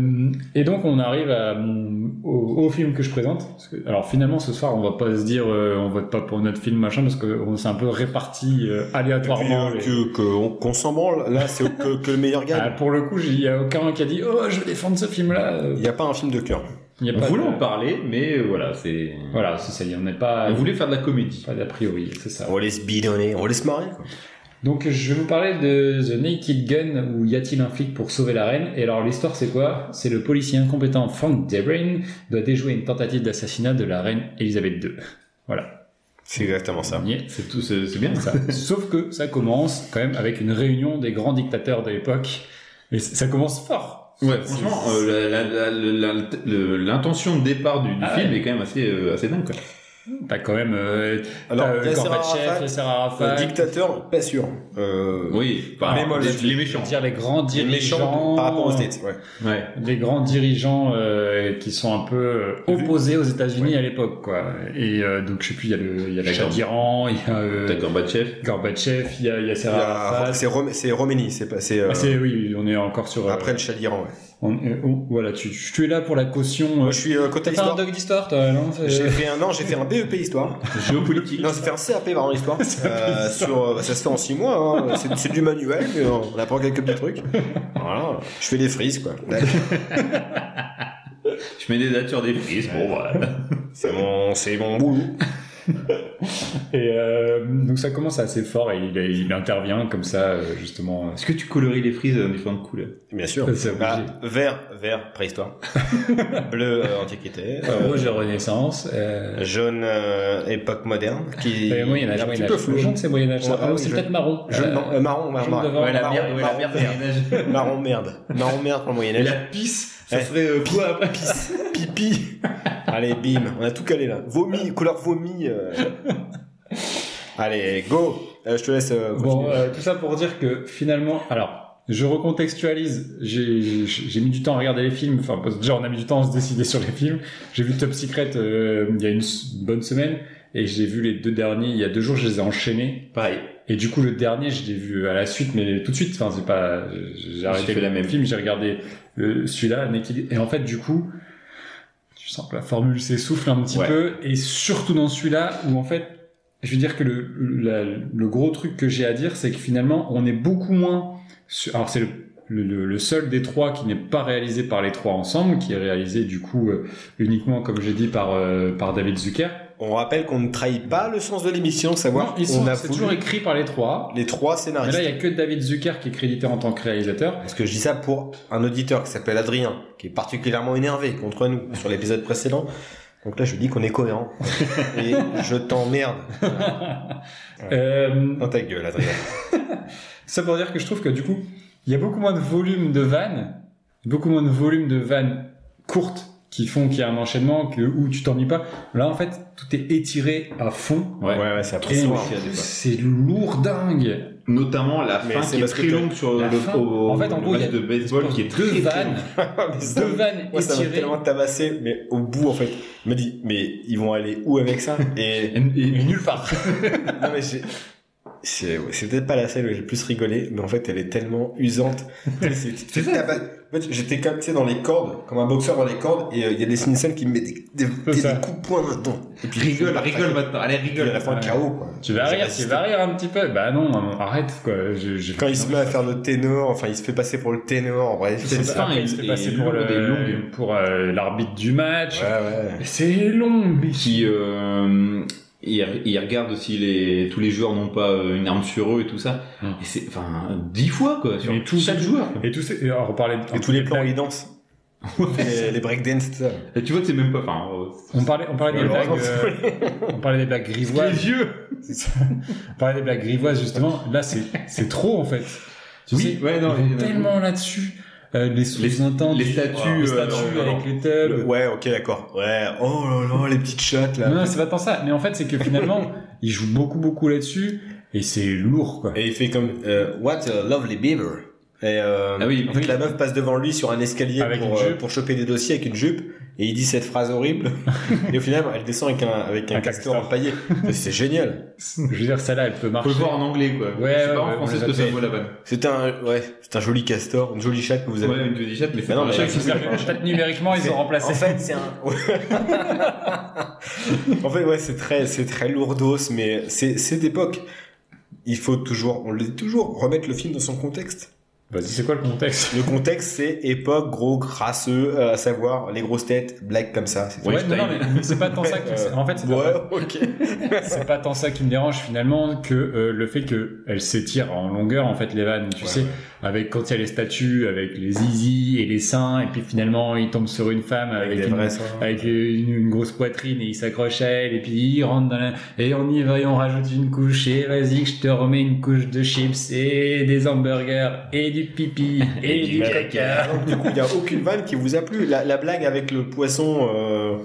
B: et donc on arrive à, mon- au, au film que je présente. Parce que- alors finalement ce soir on va pas se dire euh, on vote pas pour notre film machin parce qu'on s'est un peu réparti euh, aléatoirement.
A: Puis,
B: les-
A: euh, que- que- on- Qu'on s'en branle, là c'est que, que le meilleur
B: Ah,
A: gagne.
B: pour le coup il y a aucun qui a dit oh je vais défendre ce film là.
A: Il n'y a pas un film de cœur.
B: Il y a
C: On
B: pas
C: voulait
B: de-
C: en parler, mais euh, voilà, c'est.
B: Voilà c'est ça. Il y en a pas.
C: On voulait faire de la comédie.
B: pas d'a priori c'est ça.
A: On laisse bidonner, on laisse marrer. quoi.
B: Donc je vais vous parler de The Naked Gun où y a-t-il un flic pour sauver la reine Et alors l'histoire c'est quoi C'est le policier incompétent Frank Debrin doit déjouer une tentative d'assassinat de la reine Elisabeth II.
A: C'est exactement ça.
B: On y est.
C: C'est tout, c'est c'est bien ça.
B: Sauf que ça commence quand même avec une réunion des grands dictateurs de l'époque. Et c- ça commence fort.
C: Ouais,
B: C'est-
C: franchement, euh, la- la- la- la- le- l'intention de départ du, du
B: Ah
C: film
B: ouais.
C: est quand même assez, euh, assez dingue. Quoi.
B: T'as quand même euh,
A: Alors,
B: t'as, euh,
A: Yasser
B: Gorbatchev,
A: Arafat,
B: Yasser
A: Euh,
B: Arafat,
A: dictateur, pas sûr. Euh,
C: Oui, enfin,
A: Mais moi,
C: les,
A: je-
C: les
B: je veux
C: méchants.
B: dire les grands
A: les méchants
B: dirigeants
A: par rapport aux States. ouais.
C: Ouais.
B: les grands dirigeants euh, qui sont un peu euh, opposés aux États-Unis à l'époque, quoi. Et euh, donc, je sais plus, il y a le, il y a la guerre
C: Charles.
B: d'Iran, il y a euh,
C: T'as Gorbatchev.
B: Gorbatchev, il y a, il y a
A: Il y
B: Serra
A: a-
B: Arafat.
A: C'est Rom- c'est Roménie, c'est pas- c'est, euh,
B: Ah, c'est- oui, on est encore sur. euh,
A: après le chat d'Iran. ouais.
B: on- euh, oh, voilà, tu, tu es là pour la caution.
A: Moi,
B: euh,
A: je suis euh, côté
B: T'as fait un
A: histoire.
B: doc d'histoire, toi, non C'est-
A: J'ai fait un an, j'ai fait un BEP histoire.
C: Géopolitique.
A: Non, j'ai fait un CAP par histoire. Euh, sur, euh, ça se fait en 6 mois. hein. C'est c'est du manuel, mais euh, on apprend quelques petits trucs. Voilà. Je fais des frises, quoi.
C: Je mets des dates sur des prises. Bon, voilà.
A: C'est mon, c'est mon boulot.
B: Et euh, donc, ça commence assez fort et il, il intervient comme ça, euh, justement. euh,
C: Est-ce que tu coloris les frises en différentes couleurs
A: Bien sûr.
B: C'est obligé.
A: Bah, vert, vert, préhistoire. Bleu, euh, antiquité. Euh,
B: Rouge de Renaissance. euh,
A: jaune, euh, époque moderne. Qui
B: euh, Moyen-Âge,
A: un petit
B: Moyen-Âge.
A: peu flou.
B: Jaune, c'est Moyen-Âge. ça.
A: Ouais,
B: Ah,
A: oui,
B: c'est
A: jaune.
B: peut-être marron.
A: Jaune, non, euh, marron, marron,
B: jaune
A: marron.
B: devant, Ouais,
A: marron, marron, merde.
C: ménage.
A: Marron merde. Marron merde pour le
C: Et
A: Moyen-Âge.
C: la pisse, ça
A: Eh.
C: ferait euh, quoi après
A: Pipi. Allez, bim. On a tout calé là. Vomi, couleur vomi. euh. Allez, go. Euh, je te laisse. euh,
B: Bon,
A: continuer.
B: euh, tout ça pour dire que finalement, alors, je recontextualise. J'ai- J'ai j'ai mis du temps à regarder les films. Enfin, parce que déjà, on a mis du temps à se décider sur les films. J'ai vu Top Secret euh, il y a une s- bonne semaine et j'ai vu les deux derniers il y a deux jours. Je les ai enchaînés.
C: Pareil.
B: Et du coup, le dernier, je l'ai vu à la suite, mais tout de suite. Enfin, c'est pas. J'ai arrêté
C: fait la même.
B: film. J'ai regardé le- celui-là, Naked. Et en fait, du coup. Tu sens que la formule s'essouffle un petit
C: Ouais.
B: peu, et surtout dans celui-là où en fait je veux dire que le, la- le gros truc que j'ai à dire, c'est que finalement, on est beaucoup moins. sur- alors, c'est le, le- le seul des trois qui n'est pas réalisé par les trois ensemble, qui est réalisé du coup euh, uniquement, comme j'ai dit, par, euh, par David Zucker.
A: On rappelle qu'on ne trahit pas le sens de l'émission,
B: Non,
A: savoir
B: ils
A: on
B: sont-
A: a
B: c'est
A: voulu
B: toujours écrit par les trois.
A: les trois
B: Mais
A: scénaristes.
B: là, il n'y a que David Zucker qui est crédité en tant que réalisateur.
A: Parce que je dis ça pour un auditeur qui s'appelle Adrien, qui est particulièrement énervé contre nous sur l'épisode précédent. Donc là, je lui dis qu'on est cohérent. Et je t'emmerde
B: Euh,
A: dans ta gueule, Adrien.
B: Ça pour dire que je trouve que du coup, il y a beaucoup moins de volume de vannes, beaucoup moins de volume de vannes courtes qui font qu'il y a un enchaînement que, où tu t'ennuies pas. Là, en fait, tout est étiré à fond.
C: Ouais.
A: c'est
B: Et
A: après.
C: aussi, à des fois.
B: c'est lourd dingue.
C: Notamment la
A: Mais
C: fin
A: c'est
C: qui est
A: parce que
C: très
A: t'as-
C: longue sur
B: la
C: le,
B: fin.
C: au-
B: En fait, en
C: le
B: gros,
C: match
B: il y a
C: de baseball qui est très
B: deux
C: très
B: vannes, deux vannes
A: Moi, ça m'a
B: étirées.
A: tellement tabassé, mais au bout, en fait, je me dis, mais ils vont aller où avec ça Et
C: longue. Et- et-
B: nulle part.
A: non, mais j'ai. c'est- ouais, C'est peut-être pas la scène où j'ai le plus rigolé, mais en fait, elle est tellement usante. Tu sais, c'est- c'est taba- En fait, j'étais comme, tu sais, dans les cordes, comme un boxeur dans les cordes, et euh, il y a des une scène qui me met des, des,
B: C'est
A: des-
B: ça.
A: des coups de poing dans le dos. Et puis, je
C: Rigole,
A: me
C: rigole
A: matraque.
C: maintenant. Allez,
A: Puis, à la
C: rigole.
A: fin,
B: Ouais.
A: KO, quoi.
B: Tu vas
A: J'ai
B: rire, tu
A: résisté.
B: vas rire un petit peu. Bah non, non, arrête quoi. Je, je-
A: Quand il se met à faire le ténor, enfin, il se fait passer pour le ténor, bref.
C: C'est
A: ça.
C: fin,
B: Après, il se fait passer pour le- pour euh, l'arbitre du match.
A: Ouais, ouais.
B: Bah, C'est long, mais
C: qui euh, il, il regarde si les, tous les joueurs n'ont pas euh, une arme sur eux et tout ça.
B: Mm.
C: Et c'est enfin dix fois quoi sur
B: Mais tout-
C: chaque joueur. quoi.
B: Et tous ces, et alors, on parlait de-
A: Et tous les plans où ils dansent. les, les breakdance, tout ça.
C: Et tu vois que c'est même pas. Enfin euh,
B: On parlait, on parlait des blagues,
A: Malheureusement,
B: euh, on parlait des blagues grivoises.
C: les yeux.
B: On parlait des blagues grivoises justement. Là, c'est, c'est trop en fait. Tu
C: Oui,
B: sais,
C: ouais, non,
B: ils vont
C: il y en a
B: tellement là-dessus. euh, les sous-entendus,
C: les statues,
B: les
C: euh,
B: statues
C: non, non,
B: avec le tub.
A: Ouais, ok, d'accord. Ouais. Oh là là, les petites chattes là.
B: Non, non, c'est pas tant ça. Mais en fait, c'est que finalement, il joue beaucoup, beaucoup là-dessus. Et c'est lourd, quoi.
A: Et il fait comme euh, What a lovely beaver. Et euh,
C: Ah oui,
A: en fait,
C: oui.
A: la meuf passe devant lui sur un escalier
B: Avec
A: pour,
B: une
A: euh,
B: jupe.
A: pour choper des dossiers avec une jupe et il dit cette phrase horrible et au final elle descend avec un avec un,
B: Un
A: castor
B: castor.
A: empaillé. C'est génial.
B: Je veux dire, celle-là, elle peut
C: Faut
B: marcher.
C: le voir en anglais, quoi.
B: Ouais,
C: je sais
B: ouais,
C: pas en
B: ouais,
C: français ce
B: on
C: que
B: les
C: ça
B: appelle.
C: vaut la vanne.
A: C'est un ouais, c'est un joli castor, une jolie chatte que vous avez.
C: Ouais, une petite chatte, mais c'est
A: Mais non,
C: pas
A: mais
C: la
A: c'est-
C: chatte.
B: Peut-être numériquement, ils
A: C'est-
B: ont remplacé.
A: En fait, c'est un. en fait, ouais, c'est très, c'est très lourdos, mais c'est, c'est d'époque. Il faut toujours, on le dit toujours, remettre le film dans son contexte.
B: Vas-y, c'est quoi le contexte
A: Le contexte, c'est époque, gros, crasseux, euh, à savoir les grosses têtes, blagues comme ça. c'est tout.
B: Ouais,
C: Weinstein.
B: non, non, mais, mais c'est pas tant ça qui.
A: Ouais,
B: En fait, c'est
A: Ouais,
B: pas-
A: ok.
B: c'est pas tant ça qui me dérange finalement que euh, le fait que elle s'étire en longueur en fait les vannes, tu
A: Ouais,
B: sais,
A: ouais.
B: avec quand il y a les statues, avec les zizi et les seins, et puis finalement il tombe sur une femme avec,
A: des
B: une,
A: vrais seins.
B: avec une, une grosse poitrine et il s'accroche à elle et puis il rentre dans la et on y va et on rajoute une couche et vas-y que je te remets une couche de chips et des hamburgers et du pipi et, du caca.
A: Du coup, il n'y a aucune vanne qui vous a plu. La, la blague avec le poisson euh,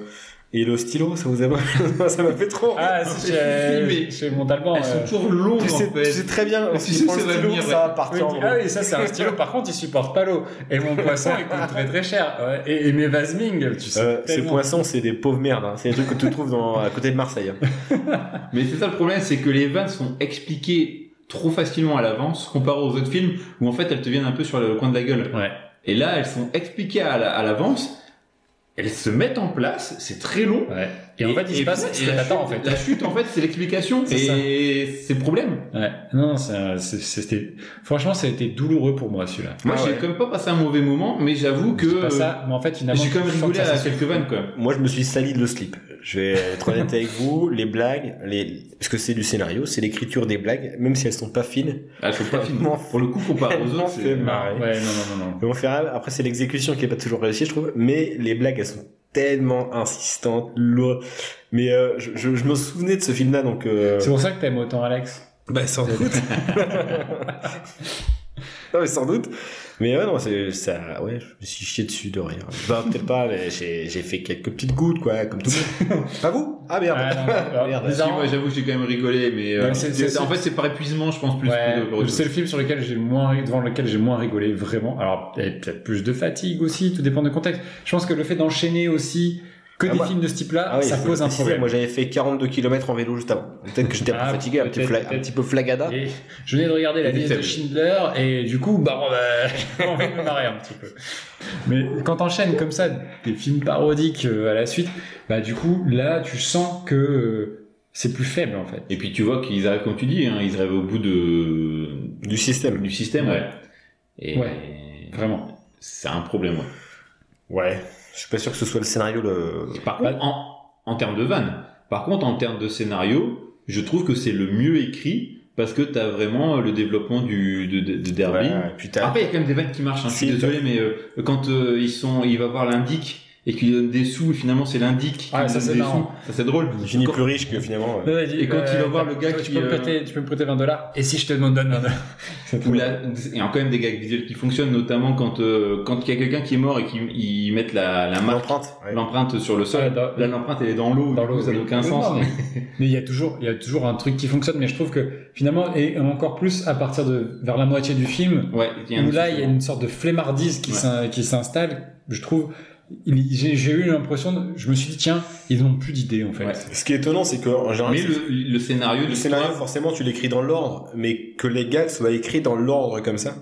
A: et le stylo, ça vous a ça m'a fait trop. rire.
B: Ah, c'est chez,
C: Filmé.
B: chez Montalban.
C: Elles sont
B: euh.
C: toujours longues,
A: tu, sais,
C: en
A: tu sais
C: fait.
A: très bien,
C: Tu
A: si
C: sais
A: tu prends
C: que
A: le
C: ça va
A: stylo,
C: venir,
A: ça va
C: ouais.
A: partir
B: Oui,
A: en
B: il dit,
A: vrille.
B: ah oui, ça c'est un stylo. Par contre, il supporte pas l'eau. Et mon poisson, il coûte très très cher. Ouais, Et, et mes vasming, tu sais.
A: Euh, ces
B: tellement.
A: poissons, c'est des pauvres merdes. hein. C'est des trucs que tu trouves dans, à côté de Marseille. hein.
C: Mais c'est ça le problème, c'est que les vannes sont expliquées trop facilement à l'avance comparé aux autres films où en fait elles te viennent un peu sur le coin de la gueule.
B: Ouais.
C: Et là, elles sont expliquées à la- à l'avance, elles se mettent en place, c'est très long.
B: Ouais. Et, en fait, il se passe ce
C: et
B: que
C: la
B: t'attends en
C: chute-
B: fait.
C: La chute, en fait, c'est l'explication
B: C'est ça.
C: et c'est le problème.
B: Ouais. Non, ça- c'est- c'était. Franchement, ça a été douloureux pour moi celui-là.
C: Moi,
A: Ah
C: j'ai
A: ouais.
C: quand même pas passé un mauvais moment, mais j'avoue
B: Je dis
C: que
B: pas ça, mais en fait,
C: euh,
B: finalement.
C: j'ai quand même
B: tu sens
C: rigolé
B: que ça
C: à
B: s'est-
C: quelques vannes, quoi.
A: Moi, je me suis sali de le slip. Je vais être honnête avec vous. Les blagues, les... parce que c'est du scénario, c'est l'écriture des blagues, même si elles sont pas fines.
C: Ah, je pas
A: m'en
C: finir. Pour le coup, comparé
A: elle
C: aux
A: m'en
C: autres,
A: fait
C: c'est
A: marrer.
B: Ouais, non, non, non,
C: Euh.
B: non.
A: Mais bon, fait rien. après, c'est l'exécution qui est pas toujours réussie, je trouve. Mais les blagues, elles sont tellement insistantes, lourdes. Mais euh, je, je- je me souvenais de ce film-là, donc. euh,
B: C'est pour ça que t'aimes autant Alex.
A: Bah sans doute. non mais sans doute. Mais ouais non c'est ça ouais je me suis chié dessus de rien. Bah peut-être pas mais j'ai j'ai fait quelques petites gouttes quoi comme tout. le monde. pas vous Ah merde.
B: Ah, non, non, non.
A: Merde.
C: Si,
B: Bizarrement,
C: moi, j'avoue, que j'ai quand même rigolé, mais euh,
B: Ouais, c'est-
C: c'est-
B: c'est-
C: en fait, c'est par épuisement, je pense, plus
B: Ouais,
C: que de- pour les
B: c'est
C: autres.
B: le film sur lequel j'ai moins ri- devant lequel j'ai moins rigolé vraiment. Alors il y avait peut-être plus de fatigue aussi, tout dépend du contexte. Je pense que le fait d'enchaîner aussi que
A: Ah,
B: des
A: moi-
B: films de ce type-là,
A: Ah oui,
B: ça
A: je
B: pose
A: voulais
B: un
A: préciser,
B: problème.
A: Moi j'avais fait 42 km en vélo juste avant. Peut-être que j'étais un
B: Ah,
A: peu fatigué, un petit,
B: peut-être,
A: fla- un
B: peut-être.
A: petit peu flagada.
B: Et je venais de regarder la
C: Et des
B: liste de
C: faibles.
B: Schindler et du coup, bah, bon, bah, j'ai envie de me marrer un petit peu. Mais quand t'enchaînes comme ça des films parodiques euh, à la suite, bah du coup là tu sens que euh, c'est plus faible en fait.
C: Et puis tu vois qu'ils arrivent, comme tu dis, hein, ils arrivent au bout de
A: Du système.
C: du système, ouais. Et
B: Ouais. Vraiment.
C: c'est un problème. ouais.
A: Ouais. Je suis pas sûr que ce soit le scénario le.
C: Par contre, en, en termes de vanne, par contre, en termes de scénario, je trouve que c'est le mieux écrit parce que t'as vraiment euh, le développement du de, de- de Derby.
A: Ouais, putain.
C: Après, il y a quand même des vannes qui marchent. hein, je suis
A: Si,
C: désolé, mais euh, quand euh, ils sont, il va voir l'indic et qu'il lui donne des sous, et finalement c'est l'indic qui
B: Ah,
C: lui
B: ça,
C: donne
B: c'est
C: des
B: marrant.
C: sous. Ça c'est drôle.
A: Il finit
C: Quand-
A: plus riche que finalement. euh,
C: Et quand il va voir le gars
B: tu
C: qui,
B: Peux me
C: euh,
B: prêter, tu peux me prêter 20 dollars Et si je te demande 20 dollars
C: Où là, il y a quand même des gags visuels qui fonctionnent, notamment quand euh, quand il y a quelqu'un qui est mort et qu'ils ils mettent la, la marque,
A: L'empreinte. ouais.
C: l'empreinte sur le sol.
B: Ouais, dans-
C: Là, l'empreinte elle est dans l'eau,
B: Dans
C: du coup,
B: l'eau,
C: ça
B: oui.
C: n'a aucun
B: Oui,
C: sens.
B: non, Mais il y a toujours, il y a toujours un truc qui fonctionne, mais je trouve que finalement, et encore plus à partir de vers la moitié du film,
C: Ouais, il y a un
B: où là
C: petit-
B: il y a une sorte de flemmardise qui
C: Ouais.
B: s'in- qui s'installe, je trouve. il- J'ai j'ai eu l'impression, de- je me suis dit tiens, ils n'ont plus d'idée en fait.
C: Ouais.
A: Ce qui est étonnant c'est que en général.
C: Mais
A: c'est-
C: le, le scénario,
A: Le
C: de
A: scénario,
C: l'histoire,
A: forcément, tu l'écris dans l'ordre, mais que les gags soient écrits dans l'ordre comme ça.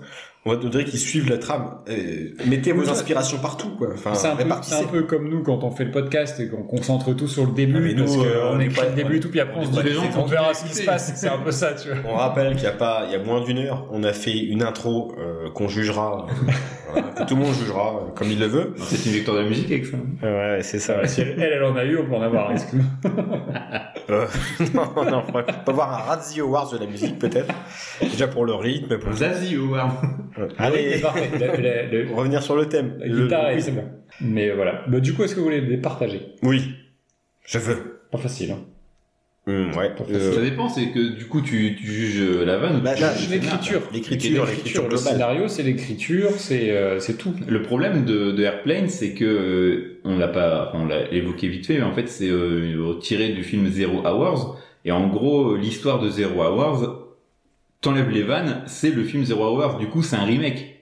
A: On va te dire qu'ils suivent la trame. Euh, mettez
B: Oui,
A: vos
B: ça-
A: inspirations partout, quoi. Enfin,
B: C'est un, peu- c'est
A: Ah, répartissez.
B: un peu comme nous quand on fait le podcast et qu'on concentre tout sur le début.
A: Ah, mais nous,
B: parce que
A: euh, on
B: on
A: est
B: écrit
A: pas-
B: le début tout, puis après
A: on
B: on,
A: est
B: se
A: pas
B: dit
A: des gens
B: on verra ce qui se passe. C'est un peu ça, tu vois.
A: On rappelle qu'il y a pas, il y a moins d'une heure, on a fait une intro euh, qu'on jugera, euh, voilà, que tout le monde jugera euh, comme il le veut.
C: C'est une victoire de la musique avec ça.
A: Ouais, c'est ça.
B: Si elle, elle, elle en a eu, on peut en avoir. excuse-moi.
A: non, non, on peut voir un Razzie Awards de la musique peut-être. Déjà pour le rythme. Pour...
C: Zazie Howard.
B: C'est
A: Allez,
B: parfait. Le- le- le-
A: revenir sur le thème.
B: Ah la
A: Le-
B: guitare, et
A: oui.
B: c'est bon. Mais voilà. Bah, du coup, est-ce que vous voulez les partager
A: oui, je veux.
B: Pas facile. Hein.
A: Hum, ouais.
C: Ça
A: Euh,
C: dépend, c'est que du coup tu, tu juges euh, la vanne ou
A: Bah,
C: tu
A: là,
C: juges le scénar.
B: L'écriture.
A: L'écriture, l'écriture
B: Le
A: globale.
B: scénario, c'est l'écriture, c'est euh, c'est tout.
C: Le problème de, de Airplane, c'est que euh, on l'a pas, on l'a évoqué vite fait, mais en fait c'est euh, tiré du film Zero Hours. Et en gros, euh, l'histoire de Zero Hours, t'enlèves les vannes, c'est le film Zero Hours. Du coup, c'est un remake.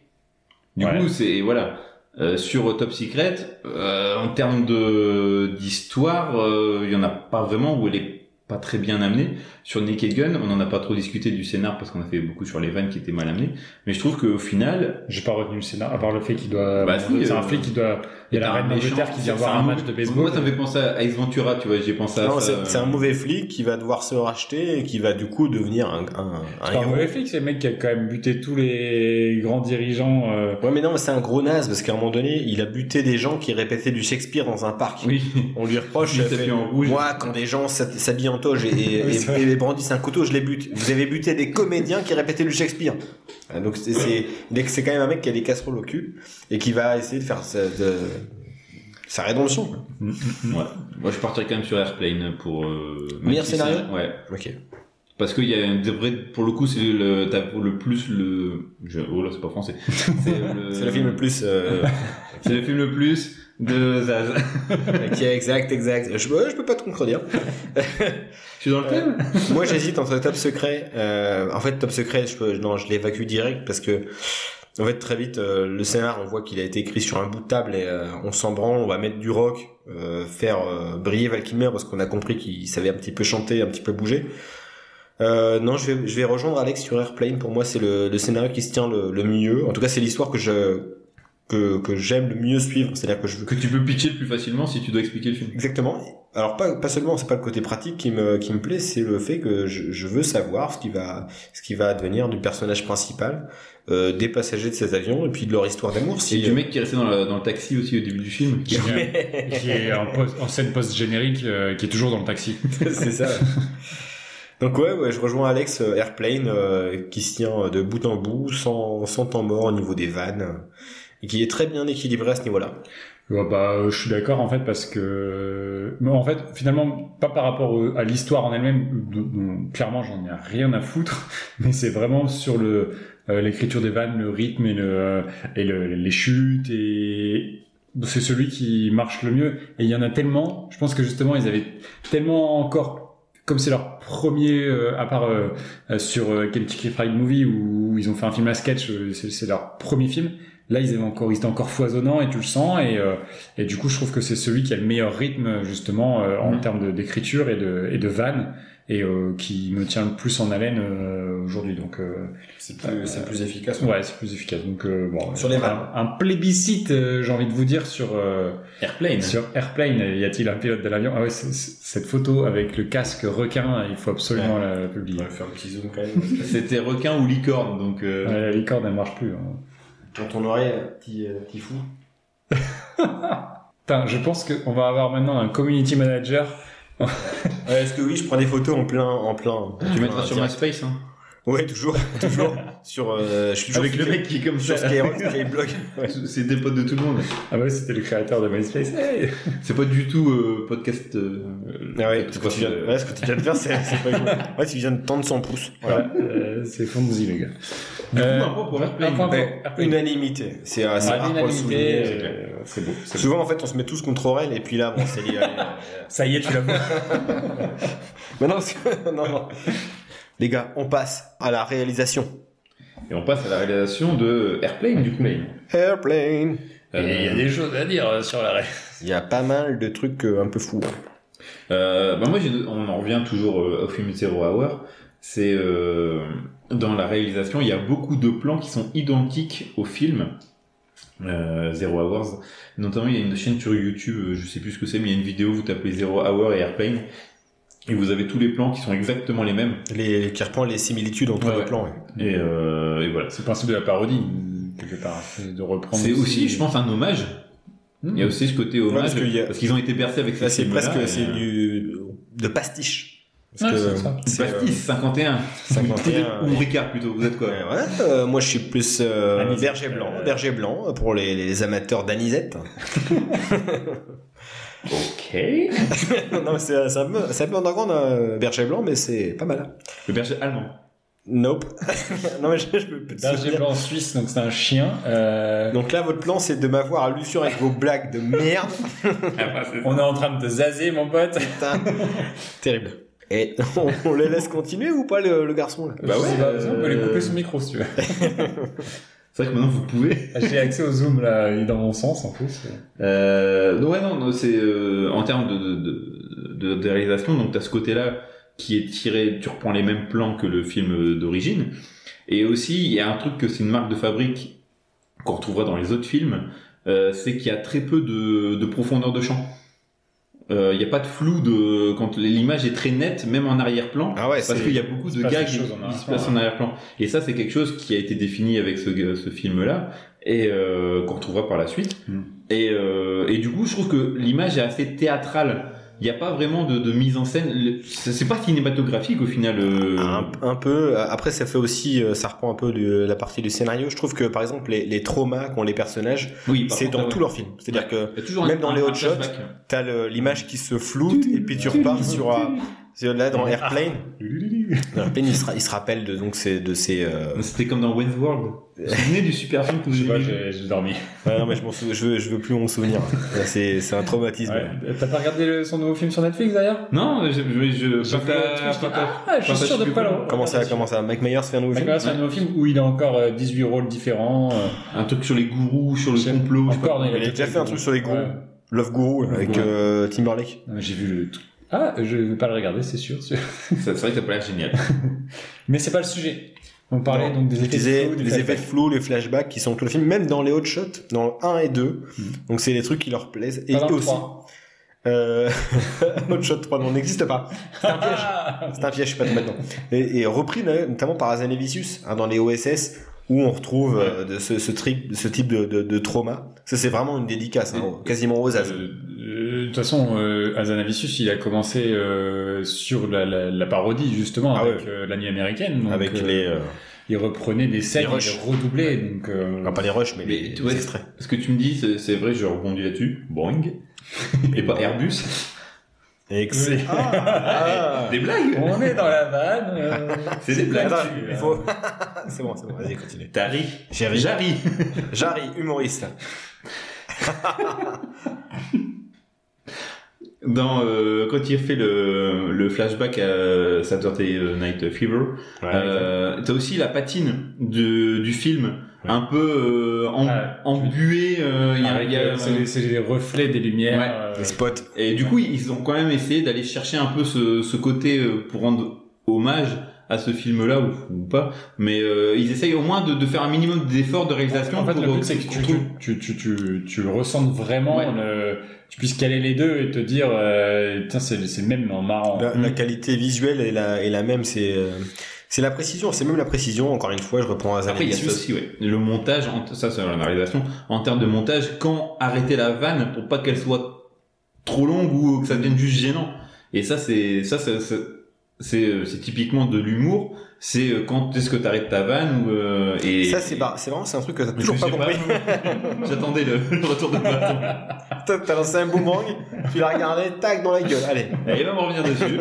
C: Du
B: Ouais.
C: coup, c'est voilà. Euh, sur Top Secret, euh, en termes de d'histoire, euh, il y en a pas vraiment où elle est pas très bien amenée. Sur Naked Gun, on en a pas trop discuté du scénar parce qu'on a fait beaucoup sur les vannes qui étaient mal amenées. Mais je trouve qu'au final,
B: J'ai pas retenu le scénar, à part le fait qu'il doit.
C: Bah, si,
B: c'est
C: euh,
B: un flic qui doit. Il y a la
C: t'as
B: reine
C: un méchant,
B: d'Angleterre qui vient
C: c'est-
B: voir
C: c'est
B: un match de
C: Moi,
B: baseball.
C: ça me fait penser à Ace Ventura, tu vois, j'ai pensé à
A: Non,
C: ça.
A: c'est c'est un mauvais flic qui va devoir se racheter et qui va du coup devenir un, un, un
B: C'est pas un
A: héros.
B: mauvais flic, c'est le mec qui a quand même buté tous les grands dirigeants. euh,
A: Ouais, mais non, mais c'est un gros naze parce qu'à un moment donné, il a buté des gens qui répétaient du Shakespeare dans un parc.
C: Oui.
A: On lui reproche.
C: Il
A: il a
C: s'habille
A: fait,
C: en rouge.
A: Moi, quand des gens s'hab- s'habillent en toge et, et,
B: Oui,
A: et-
B: c'est vrai.
A: et brandissent un couteau, je les bute. Vous avez buté des comédiens qui répétaient du Shakespeare. Ah, Donc c'est- c'est il est- c'est quand même un mec qui a des casseroles au cul et qui va essayer de faire sa, de, sa rédemption.
C: Ouais. Moi, je partirais quand même sur Airplane pour. Euh, même
A: Meilleur
C: si
A: scénario
C: c'est- Ouais.
A: Ok.
C: Parce qu'il y a un vrai. Pour le coup, c'est le. T'as pour le plus le. Je... Oh là, c'est pas français. C'est le...
A: C'est le film le plus. euh,
C: C'est le film le plus de Zaz.
A: ok, exact, exact. Je, ouais, je peux pas te contredire.
C: Je suis dans le thème
A: Moi, j'hésite entre Top Secret. euh, en fait, Top Secret, je, peux- non, je l'évacue direct parce que, en fait, très vite, euh, le scénar, on voit qu'il a été écrit sur un bout de table et euh, on s'en branle, on va mettre du rock, euh, faire euh, briller Val Kilmer parce qu'on a compris qu'il savait un petit peu chanter, un petit peu bouger. Euh, non, je vais, je vais rejoindre Alex sur Airplane. Pour moi, c'est le, le scénario qui se tient le, le mieux. En tout cas, c'est l'histoire que je que, que j'aime le mieux suivre. C'est-à-dire que je veux
C: Que tu peux pitcher plus facilement si tu dois expliquer le film.
A: Exactement. Alors pas, pas seulement, c'est pas le côté pratique qui me, qui me plaît, c'est le fait que je, je veux savoir ce qui va, ce qui va advenir du personnage principal, euh, des passagers de cet avion et puis de leur histoire d'amour.
C: Et
A: Si euh.
C: du mec qui est resté dans, la- dans le taxi aussi au début du film.
B: qui est-
A: euh,
B: qui est en, post- en scène post-générique, euh, qui est toujours dans le taxi.
A: c'est ça. Donc ouais, ouais, je rejoins Alex euh, Airplane euh, qui se tient euh, de bout en bout, sans, sans temps mort au niveau des vannes, euh, et qui est très bien équilibré à ce niveau-là.
B: Ouais, bah, euh, je suis d'accord en fait parce que, mais en fait, finalement, pas par rapport au- à l'histoire en elle-même, dont- dont clairement j'en ai rien à foutre, mais c'est vraiment sur le euh, l'écriture des vannes, le rythme et le et le- les chutes et c'est celui qui marche le mieux. Et il y en a tellement, je pense que justement ils avaient tellement encore, comme c'est leur premier, euh, à part euh, euh, sur euh, Kentucky Fried Movie où ils ont fait un film à sketch, euh, c'est c'est leur premier film. Là, ils étaient encore, ils étaient encore foisonnants et tu le sens. Et, euh, et du coup, je trouve que c'est celui qui a le meilleur rythme justement euh, en
A: Mm.
C: Mhm.
B: termes de- d'écriture et de et de vannes et euh, qui me tient le plus en haleine euh, aujourd'hui. Donc euh,
A: C'est
B: plus- c'est
A: plus efficace.
B: ouais, c'est plus efficace. Donc euh, bon,
A: Sur les vannes.
B: un, un plébiscite, euh, j'ai envie de vous dire sur euh,
C: Airplane.
B: sur Airplane. Y a-t-il un pilote de l'avion Ah ouais, c'est- c'est- cette photo avec le casque requin, il faut absolument la publier.
A: faire un petit zoom quand même.
C: C'était requin ou licorne, donc. euh,
B: Ouais, la licorne, elle marche plus. hein.
A: Dans ton oreille, euh, petit, euh, petit fou.
B: Putain, je pense qu'on va avoir maintenant un community manager.
A: Ouais, est-ce que oui, je prends des photos en plein, en plein.
C: Tu mettras sur
A: direct.
C: MySpace, hein.
A: Ouais, toujours, toujours. sur, euh, je suis toujours
C: Avec le
A: sur-
C: mec qui est comme
A: sur
C: ça.
A: Skyrock, Skyblog.
C: C'est des potes de tout le monde.
B: Ah ouais, c'était le créateur de MySpace. Hey
C: C'est pas du tout euh, podcast. euh,
A: Ah ouais,
C: podcast
A: ce que, tu viens,
C: euh,
A: ouais, ce que tu viens de faire, c'est, c'est pas cool. Ouais, tu viens de tendre son pouce. Voilà.
B: Voilà, euh, c'est Fonzie, les gars.
C: Du coup,
B: Euh,
C: un point pour
B: un
C: Airplane.
B: point pour
A: Ouais,
B: Airplane.
A: unanimité. C'est, euh, c'est
B: Ah,
A: rare pour le
B: l'unanimité,
A: souligner.
B: euh, c'est beau. c'est beau.
A: Souvent, en fait, on se met tous contre Aurel, et puis là, bon, c'est lié. à-
B: Ça y est, tu l'as vu.
A: Mais non, c'est- non, non. Les gars, on passe à la réalisation.
C: Et on passe à la réalisation de Airplane, du coup.
A: Airplane.
C: Euh,
B: choses à dire euh, sur la règle.
A: Il y a pas mal de trucs euh, un peu fous.
C: Euh, bah moi, j'ai deux- on en revient toujours euh, au film Zero Hour. C'est euh, dans la réalisation, il y a beaucoup de plans qui sont identiques au film euh, Zero Hours. Notamment, il y a une chaîne sur YouTube, euh, je sais plus ce que c'est, mais il y a une vidéo vous tapez Zero Hour et Airplane, et vous avez tous les plans qui sont exactement les mêmes.
A: Les, qui reprend les similitudes entre
C: Ouais,
A: les
C: ouais.
A: plans. ouais.
C: Et, euh, et voilà.
B: C'est le principe de la parodie, quelque part. C'est de reprendre. Hmm
C: C'est aussi, je pense, un hommage. Il y a aussi ce côté
A: Ouais,
C: hommage
A: parce qu'il y a-
C: parce qu'ils ont été bercés avec
A: Là,
C: ces
A: c'est
C: films-là.
A: presque
C: et,
A: c'est
C: euh,
A: du de pastiche.
B: Ouais, c'est ça.
C: C'est
A: euh,
C: Pastis, 51.
A: 51,
C: Ou
A: ouais.
C: Ricard plutôt, vous êtes quoi
A: Ouais, ouais, euh, moi, je suis plus euh,
B: Anisette,
A: berger blanc,
B: euh,
A: berger blanc pour les, les amateurs d'anisette.
C: Ok.
A: non, mais c'est c'est un peu, c'est un peu underground, euh, Berger Blanc, mais c'est pas mal.
C: Le berger allemand.
A: Nope. non, mais je, je peux pas te
E: Berger
A: dire.
E: blanc suisse, donc c'est un chien. Euh,
A: Donc là, votre plan, c'est de m'avoir à l'usure avec vos blagues de merde.
E: on est en train de te zazer, mon pote.
A: Putain. Terrible. Et on, on les laisse continuer ou pas, le, le garçon là
C: Bah
E: Je
C: ouais,
E: sais pas,
C: euh,
E: On peut lui couper son micro si tu veux.
C: C'est vrai que maintenant vous pouvez.
E: J'ai accès au zoom là, il est dans mon sens en plus.
C: Euh, non, ouais, non, non, c'est euh, en termes de, de, de, de- de réalisation, donc t'as ce côté-là qui est tiré, tu reprends les mêmes plans que le film euh, d'origine. Et aussi, il y a un truc que c'est une marque de fabrique qu'on retrouvera dans les autres films, euh, c'est qu'il y a très peu de, de profondeur de champ. Euh, Il n'y a pas de flou de quand l'image est très nette, même en arrière-plan.
A: Ah ouais,
C: Parce
A: c'est-
C: qu'il y a beaucoup de
E: passe
C: gars
E: des
C: qui
E: choses en
C: qui se passent en arrière-plan. Et ça, c'est quelque chose qui a été défini avec ce, euh, ce film-là et euh, qu'on retrouvera par la suite.
B: Mm.
C: Et, euh, et du coup, je trouve que l'image est assez théâtrale. Il n'y a pas vraiment de, de mise en scène. Le- C'est c'est pas cinématographique au final. euh.
A: Un, un peu. Après, ça fait aussi, euh, ça reprend un peu de la partie du scénario. Je trouve que, par exemple, les, les traumas qu'ont les personnages,
C: Oui, par
A: c'est
C: contre,
A: dans
C: ouais.
A: tous leurs films. C'est-à-dire
C: Ouais.
A: que
C: Il y a toujours
A: même dans les hot shots,
C: flashback.
A: t'as le- l'image qui se floute et puis tu repars sur un- sur- là dans Airplane. Dans Ah. Airplane, il se, ra- il se rappelle de donc c'est de ces. euh,
C: C'était comme dans Westworld. Vous vous souvenez du super film que
B: Je sais
C: vous
B: pas,
C: avez vu
B: j'ai j'ai dormi.
A: ouais, non mais je m'en sou- je veux, je veux plus en souvenir. C'est c'est un traumatisme.
E: Euh, T'as pas regardé le- son nouveau film sur Netflix d'ailleurs
C: Non, je. je, je,
E: J'ai vu le truc, j'étais,
C: Pata-
E: Ah, je
C: Pata-
E: suis sûr de
C: sais
E: pas
C: plus
E: le
C: quoi.
A: Comment ça Comment ça Mike Myers fait un nouveau
E: Mike
A: film.
E: Myers, c'est un nouveau film où il a encore euh, 18 rôles différents. euh,
C: Un truc sur les gourous, sur le
E: J'ai-
C: complot. je sais
E: encore,
C: pas.
E: il a
A: Il a déjà fait un truc sur les gourous.
E: Ouais.
A: Love Guru avec
C: Guru.
A: euh, Timberlake.
E: Non, mais J'ai vu le truc. Ah, je vais pas le regarder, c'est sûr. c'est-
C: C'est c'est vrai que ça a pas l'air génial.
E: Mais c'est pas le sujet. On parlait
A: Non.
E: donc des
A: Je
E: effets.
A: disais,
E: de flou, des
A: les effets de
E: flashbacks.
A: flou, les flashbacks qui sont tout le film, même dans les hot shots, dans le 1 et 2. Donc c'est les trucs qui leur plaisent. Et
E: Pas dans le
A: aussi,
E: trois.
A: euh, hot shot 3 non, n'existe pas. C'est un piège. C'est un piège, je sais pas de maintenant. Et, et repris euh, notamment par Azanevicius hein, dans les OSS où on retrouve euh, de ce, ce, tri- ce type de, de, de trauma. Ça c'est vraiment une dédicace, hein, quasiment aux as.
B: Euh, euh, De toute façon, euh, Azanavicius, il a commencé euh, sur la, la- la parodie, justement,
A: Ah
B: avec
A: ouais.
B: euh, La Nuit américaine. donc,
A: avec
B: euh,
A: les, euh,
B: Il reprenait des scènes,
A: les
B: il
A: rushs.
B: les redoublait. Donc, euh,
A: enfin, pas les rushs, mais,
C: Mais
A: les,
C: tu vois,
A: les extraits.
C: Ce que tu me dis, c'est- c'est vrai, je rebondis là-dessus. Boeing. Et pas Airbus.
A: Ex- Ah.
C: Des blagues
E: On est dans la vanne. euh,
C: C'est des blagues. euh.
A: Attends,
C: tu-
A: il faut- c'est bon, c'est bon, vas-y, continue.
C: T'arrives.
A: J'arrive.
C: J'arrive.
A: Jarry, humoriste.
C: Dans, euh, quand il fait le, le flashback à Saturday Night Fever, euh, t'as aussi la patine de- du film,
A: Ouais.
C: un peu euh, en,
B: Ah,
C: embuée. euh, il y a un
B: avec,
C: gars,
B: euh, c'est
C: euh,
B: les- c'est les reflets des lumières.
C: Ouais.
B: euh,
A: les spots.
C: Et du coup, ils ont quand même essayé d'aller chercher un peu ce, ce côté euh, pour rendre hommage à ce film-là ou, ou pas. Mais euh, ils essayent au moins de, de faire un minimum d'efforts de réalisation.
B: En fait, le
C: pour-
B: but, c'est que tu,
C: pour-
B: tu, tu, tu, tu, tu ressentes vraiment,
C: Ouais.
B: le- tu puisses caler les deux et te dire, euh, Tiens, c'est c'est même en marrant.
A: La,
C: Mm.
A: la qualité visuelle est la, est la même, c'est euh, c'est la précision, c'est même la précision. Encore une fois, je reprends
C: Après, il y a ça
A: Azanavicius.
C: aussi, ouais. Le montage, en- ça c'est la réalisation. En termes de montage, quand arrêter la vanne pour pas qu'elle soit trop longue ou que ça devienne juste gênant. Et ça, c'est ça, c'est- c'est c'est, euh, c'est typiquement de l'humour. C'est euh, quand est-ce que t'arrêtes ta vanne ou euh, et
A: Ça, c'est bar- c'est vraiment c'est un truc que t'as
C: Je
A: toujours pas
C: sais
A: compris.
C: J'attendais le, le retour de bâton.
A: T'as t'as lancé un boomerang, tu l'as regardé, tac dans la gueule. Allez.
C: Elle va me revenir dessus.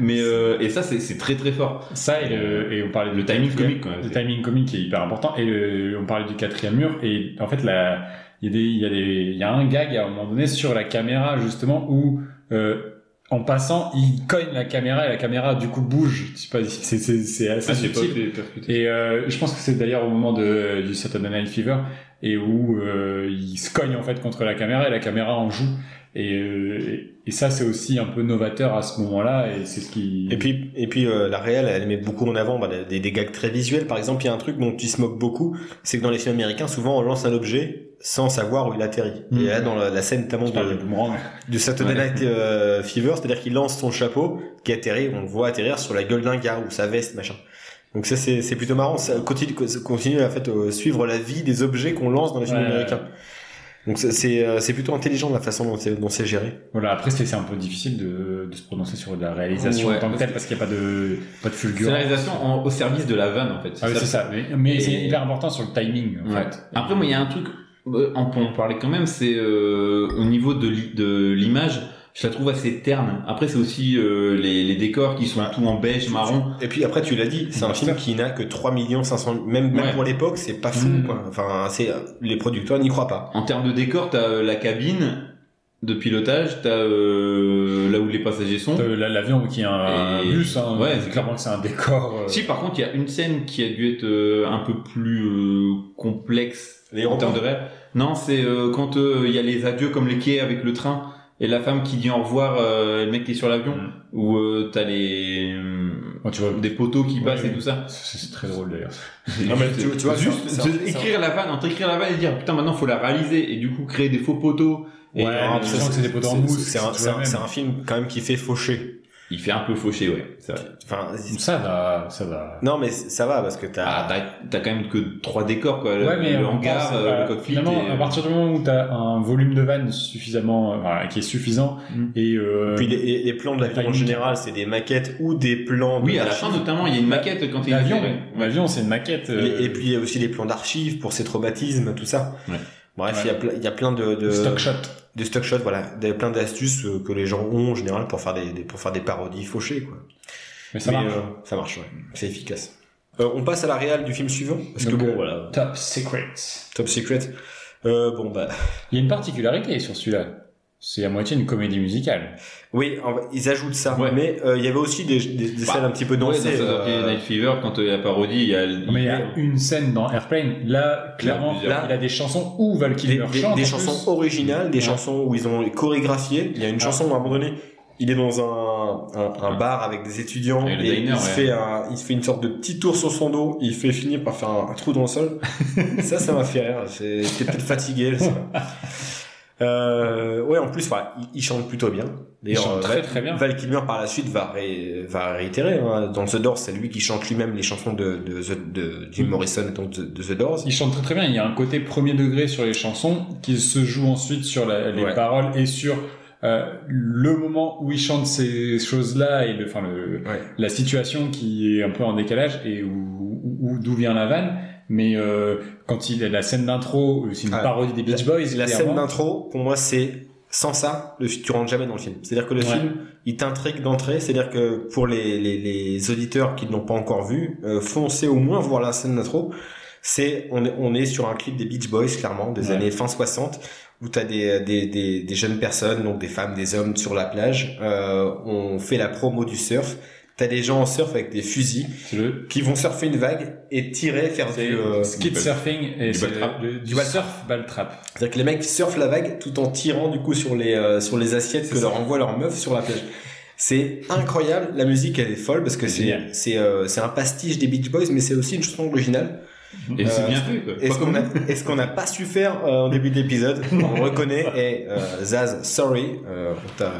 C: Mais euh, et ça c'est c'est très très fort.
B: Ça, et, le- et on parlait de
C: Le timing comique quand
B: Le
C: même.
B: timing comique qui est hyper important. Et le- on parlait du quatrième mur. Et en fait, la- il y, a des- il y a des- il y a un gag à un moment donné sur la caméra, justement, où euh, en passant, il cogne la caméra et la caméra, du coup, bouge. Je sais pas, c'est- c'est c'est assez
C: Ah, j'ai pas
B: subtil.
C: fait percuter.
B: Et euh, je pense que c'est d'ailleurs au moment de, du Saturday Night Fever et où euh, il se cogne en fait contre la caméra et la caméra en joue. Et, euh, et ça, c'est aussi un peu novateur à ce moment-là et c'est ce qui.
A: Et puis, et puis euh, la réelle, elle met beaucoup en avant bah, des, des gags très visuels. Par exemple, il y a un truc dont ils se moquent beaucoup, c'est que dans les films américains, souvent on lance un objet sans savoir où il atterrit.
B: Mhm.
A: Et là, dans la, la scène notamment
B: je parle
A: de,
B: de boomerang.
A: du Saturday
C: Ouais.
A: Night euh, Fever, c'est-à-dire qu'il lance son chapeau qui atterrit, on le voit atterrir sur la gueule d'un gars ou sa veste, machin. Donc ça c'est c'est plutôt marrant, ça continue, continue en fait euh, suivre la vie des objets qu'on lance dans les films
B: Ouais.
A: américains. Donc ça, c'est euh, c'est plutôt intelligent la façon dont c'est dont c'est géré.
B: Voilà, après, c'est c'est un peu difficile de, de se prononcer sur de la réalisation
C: Ouais,
B: en tant que
C: parce
B: telle parce qu'il n'y a pas de, pas de
C: C'est la
B: fulgurance.
C: réalisation en- au service de la vanne en fait.
B: Ah oui, c'est ça. Mais, mais
C: Et-
B: c'est hyper important sur le timing. En
C: Ouais.
B: fait.
C: Après moi il y a un truc euh, en on parlait quand même, c'est euh, au niveau de l'i- de l'image, je la trouve assez terne. Après, c'est aussi euh, les, les décors qui sont
B: Bah,
C: tout en beige, marron.
A: Et puis après, tu l'as dit, c'est un film qui n'a que 3 500 même, même
C: Ouais.
A: pour l'époque, c'est pas fou,
B: Mm.
A: quoi. Enfin, c'est, les producteurs n'y croient pas.
C: En termes de décor, t'as euh, la cabine de pilotage, t'as euh, là où les passagers sont.
B: Euh, la- L'avion qui est un, un
C: Et-
B: bus, hein,
C: ouais,
B: c'est clairement que c'est un décor. euh,
C: Si par contre il y a une scène qui a dû être euh, un peu plus euh, complexe
A: Les
C: en
A: repas.
C: termes de réel. Non, c'est euh, quand euh, il y a les adieux comme les quais avec le train et la femme qui dit au revoir, euh, et le mec qui est sur l'avion,
B: Mm.
C: ou euh, t'as les euh,
B: bon, tu vois,
C: des poteaux qui
B: Ouais,
C: passent
B: oui.
C: et tout ça.
B: c'est c'est très drôle d'ailleurs.
A: Non, mais tu- tu vois,
C: juste
A: c'est un-
C: de
A: c'est un-
C: écrire la vanne, entre écrire la vanne et dire putain maintenant faut la réaliser et du coup créer des faux poteaux. Et,
B: Ouais,
C: euh,
B: tu sens que c'est des potes en
A: C'est-
B: mousse.
A: C'est un,
B: toujours
A: c'est
B: la
A: un,
B: même.
A: c'est un film quand même qui fait faucher.
C: il fait un peu fauché, ouais. c'est vrai.
A: Enfin, c'est-
B: Ça va, ça va.
A: non, mais c'est- ça va parce que t'as.
C: Ah, t'as- t'as quand même que trois décors quoi. Le-
B: ouais, mais
C: le
B: on
C: hangar,
B: pense,
C: euh,
B: euh,
C: le cockpit.
B: Finalement,
C: et-
B: à partir du moment où t'as un volume de vannes suffisamment, euh, voilà, qui est suffisant,
C: Mm.
B: et euh,
A: puis les, les- les plans de l'avion en
B: timing.
A: général, c'est des maquettes ou des plans. de
C: Oui, à la fin
A: l'archive.
C: notamment, il y a une maquette quand il
B: l'avion,
C: est
B: l'avion, c'est une maquette. euh,
A: Et, et puis il y a aussi les plans d'archives pour ces traumatismes, tout ça.
C: Ouais.
A: Bref,
B: Ouais.
A: il y a plein- il y, a plein de, de
B: stock shot.
A: de stock shots, voilà, des, plein d'astuces euh, que les gens ont en général pour faire des, des- pour faire des parodies fauchées, quoi.
B: Mais ça
A: Mais,
B: marche.
A: euh, ça marche, ouais. C'est efficace. Euh, on passe à la réal du film suivant parce
B: Donc,
A: que bon,
B: euh,
A: voilà,
B: Top secret.
A: top secret. Euh, bon bah,
B: Il y a une particularité sur celui-là. C'est à moitié une comédie musicale.
A: oui, en vrai, ils ajoutent ça,
C: Ouais.
A: mais euh, il y avait aussi des, des, des
C: Bah,
A: scènes un petit peu
C: Dans
A: dansées. euh,
C: Night Fever, quand il y a parodie, il y a.
B: Mais il y a une scène dans Airplane. Là, clairement,
C: plusieurs.
B: il a des chansons où Val
A: des,
B: Kilmer
A: des-
B: chante.
A: des
B: en
A: chansons
B: plus.
A: originales, des
B: Ouais.
A: chansons où ils ont chorégraphié. Il y a une
B: Ah.
A: chanson où à un moment donné, il est dans un, un, un bar avec des étudiants
C: Avec le
A: et
C: diner,
A: il, se
C: ouais.
A: fait un- il se fait une sorte de petit tour sur son dos. Il fait finir par faire un, un trou dans le sol. ça, ça m'a fait rire. C'est- J'étais peut-être fatigué. je sais pas. Euh, ouais, en plus, enfin, il, il chante plutôt bien.
B: Il
A: D'ailleurs,
B: chante
A: euh,
B: très
A: Val-
B: très bien.
A: Val Kilmer par la suite va, ré- va réitérer. hein. Dans The Doors, c'est lui qui chante lui-même les chansons de, de, The- de
B: Hmm.
A: Jim Morrison, donc de, de The Doors.
B: Il chante très très bien. Il y a un côté premier degré sur les chansons qui se joue ensuite sur la- les
A: Ouais.
B: paroles et sur euh, le moment où il chante ces choses-là et le, enfin le,
A: Ouais.
B: la situation qui est un peu en décalage et où, où- où- d'où vient la vanne. Mais euh, quand il a la scène d'intro, euh, c'est une
A: Ah,
B: parodie des Beach Boys.
A: La scène
B: clairement.
A: d'intro, pour moi, c'est sans ça, le, tu rentres jamais dans le film. C'est-à-dire que le
B: Ouais.
A: film, il t'intrigue d'entrée. C'est-à-dire que pour les, les, les auditeurs qui ne l'ont pas encore vu, euh, foncez au moins voir la scène d'intro. C'est on est, on est sur un clip des Beach Boys, clairement, des
B: Ouais.
A: années fin 60, où t'as des, des, des, des jeunes personnes, donc des femmes, des hommes sur la plage. Euh, on fait la promo du surf. T'as des gens en surf avec des fusils
B: C'est le
A: qui vont surfer une vague et tirer, faire
B: c'est
A: du... euh,
B: skid
C: du
B: surfing et
C: du
B: c'est
C: ball trap.
B: le- du
A: ball
B: surf ball trap.
A: C'est-à-dire que les mecs surfent la vague tout en tirant du coup sur les euh, sur les assiettes que leur envoie leur meuf sur la plage. C'est incroyable, la musique elle est folle parce que c'est
B: Génial.
A: c'est euh, c'est un pastiche des Beach Boys mais c'est aussi une chanson originale.
C: Et c'est
A: Euh,
C: bien fait, quoi.
A: Est-ce
C: Pas
A: qu'on
C: comme-
A: a est-ce qu'on n'a pas su faire euh, en début de l'épisode On reconnaît et euh, Zaz, sorry, euh, on t'a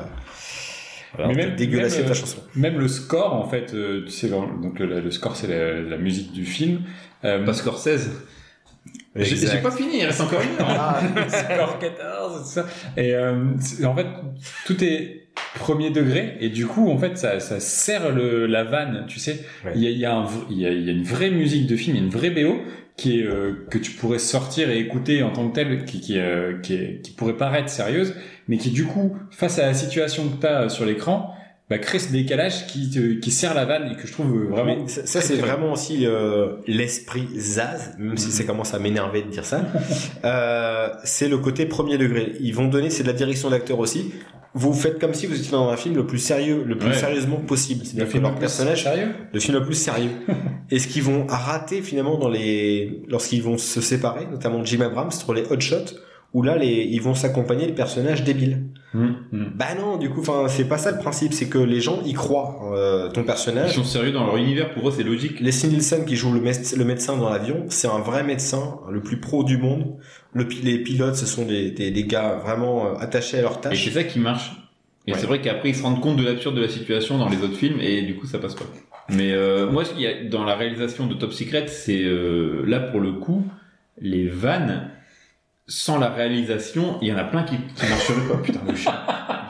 A: voilà,
B: Mais
A: on t'a
B: même-
A: dégueulassé
B: même,
A: ta
B: euh,
A: chanson.
B: Même le score en fait, euh, tu sais, dans- donc le, le score c'est la, la musique du film. Euh,
C: Pas Scorsese. J'ai j'ai pas fini, il reste encore une heure.
A: Ah,
B: Score 14, tout ça. Et euh, c'est- en fait, tout est premier degré, et du coup, en fait, ça, ça serre le, la vanne, tu sais.
A: Ouais.
B: Il y, a, il y a un v- il y a- il y a une vraie musique de film, il y a une vraie BO qui est, euh, que tu pourrais sortir et écouter en tant que telle, qui, qui, euh, qui, est- qui pourrait paraître sérieuse, mais qui, du coup, face à la situation que tu as sur l'écran, bah, crée ce décalage qui, te- qui serre la vanne et que je trouve euh, vraiment
A: Mais ça, ça, c'est vraiment aussi euh, l'esprit Zaz, même si ça
B: Mhm.
A: commence à m'énerver de dire ça. Euh, c'est le côté premier degré. Ils vont donner, c'est de la direction d'acteur aussi. Vous faites comme si vous étiez dans un film le plus sérieux, le plus
C: Ouais.
A: sérieusement possible.
B: le
A: C'est-à-dire que
B: film
A: leur
B: plus
A: personnage,
B: sérieux.
A: le film le plus sérieux. Et ce qu'ils vont rater finalement dans les, lorsqu'ils vont se séparer, notamment Jim Abrams sur les Hot Shots, où là les, ils vont s'accompagner le personnage débile.
B: Hmm.
A: Bah non, du coup, enfin, c'est pas ça le principe, c'est que les gens y croient. euh, ton
C: Ils
A: personnage,
C: sont sérieux dans leur univers, pour eux c'est logique.
A: Leslie Nielsen qui joue le, mé- le médecin dans l'avion, c'est un vrai médecin, le plus pro du monde. Le, pi- les pilotes, ce sont des, des, des gars vraiment euh, attachés à leur
C: Et
A: tâche.
C: c'est ça qui marche. Et
A: Ouais.
C: c'est vrai qu'après ils se rendent compte de l'absurde de la situation dans les autres films et du coup ça passe pas. Mais euh, moi, il y a- dans la réalisation de Top Secret, c'est euh, là pour le coup, les vannes, sans la réalisation, il y en a plein qui, qui marchent pas. Putain, le chien.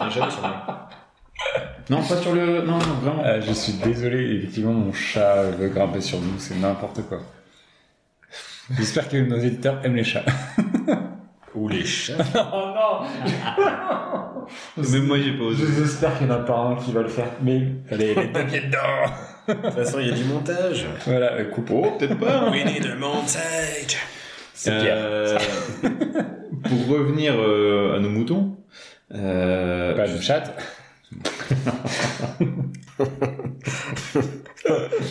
A: Déjà, ils sont-
C: Non, pas sur le. Non, non, vraiment.
B: Ah, je suis désolé, effectivement, mon chat veut grimper sur nous, c'est n'importe quoi. J'espère que nos éditeurs aiment les chats.
C: Ou les chats.
E: Oh non
C: Même moi, j'ai pas osé.
E: J'espère qu'il n'y en a pas un qui va le faire. Mais
C: Allez, les deux pieds dedans.
A: De toute façon, il y a du montage.
E: voilà, euh, coupe.
C: Oh, peut-être pas.
A: We need a montage.
E: C'est
C: Euh, pour revenir euh, à nos moutons, euh,
B: Pas de chat.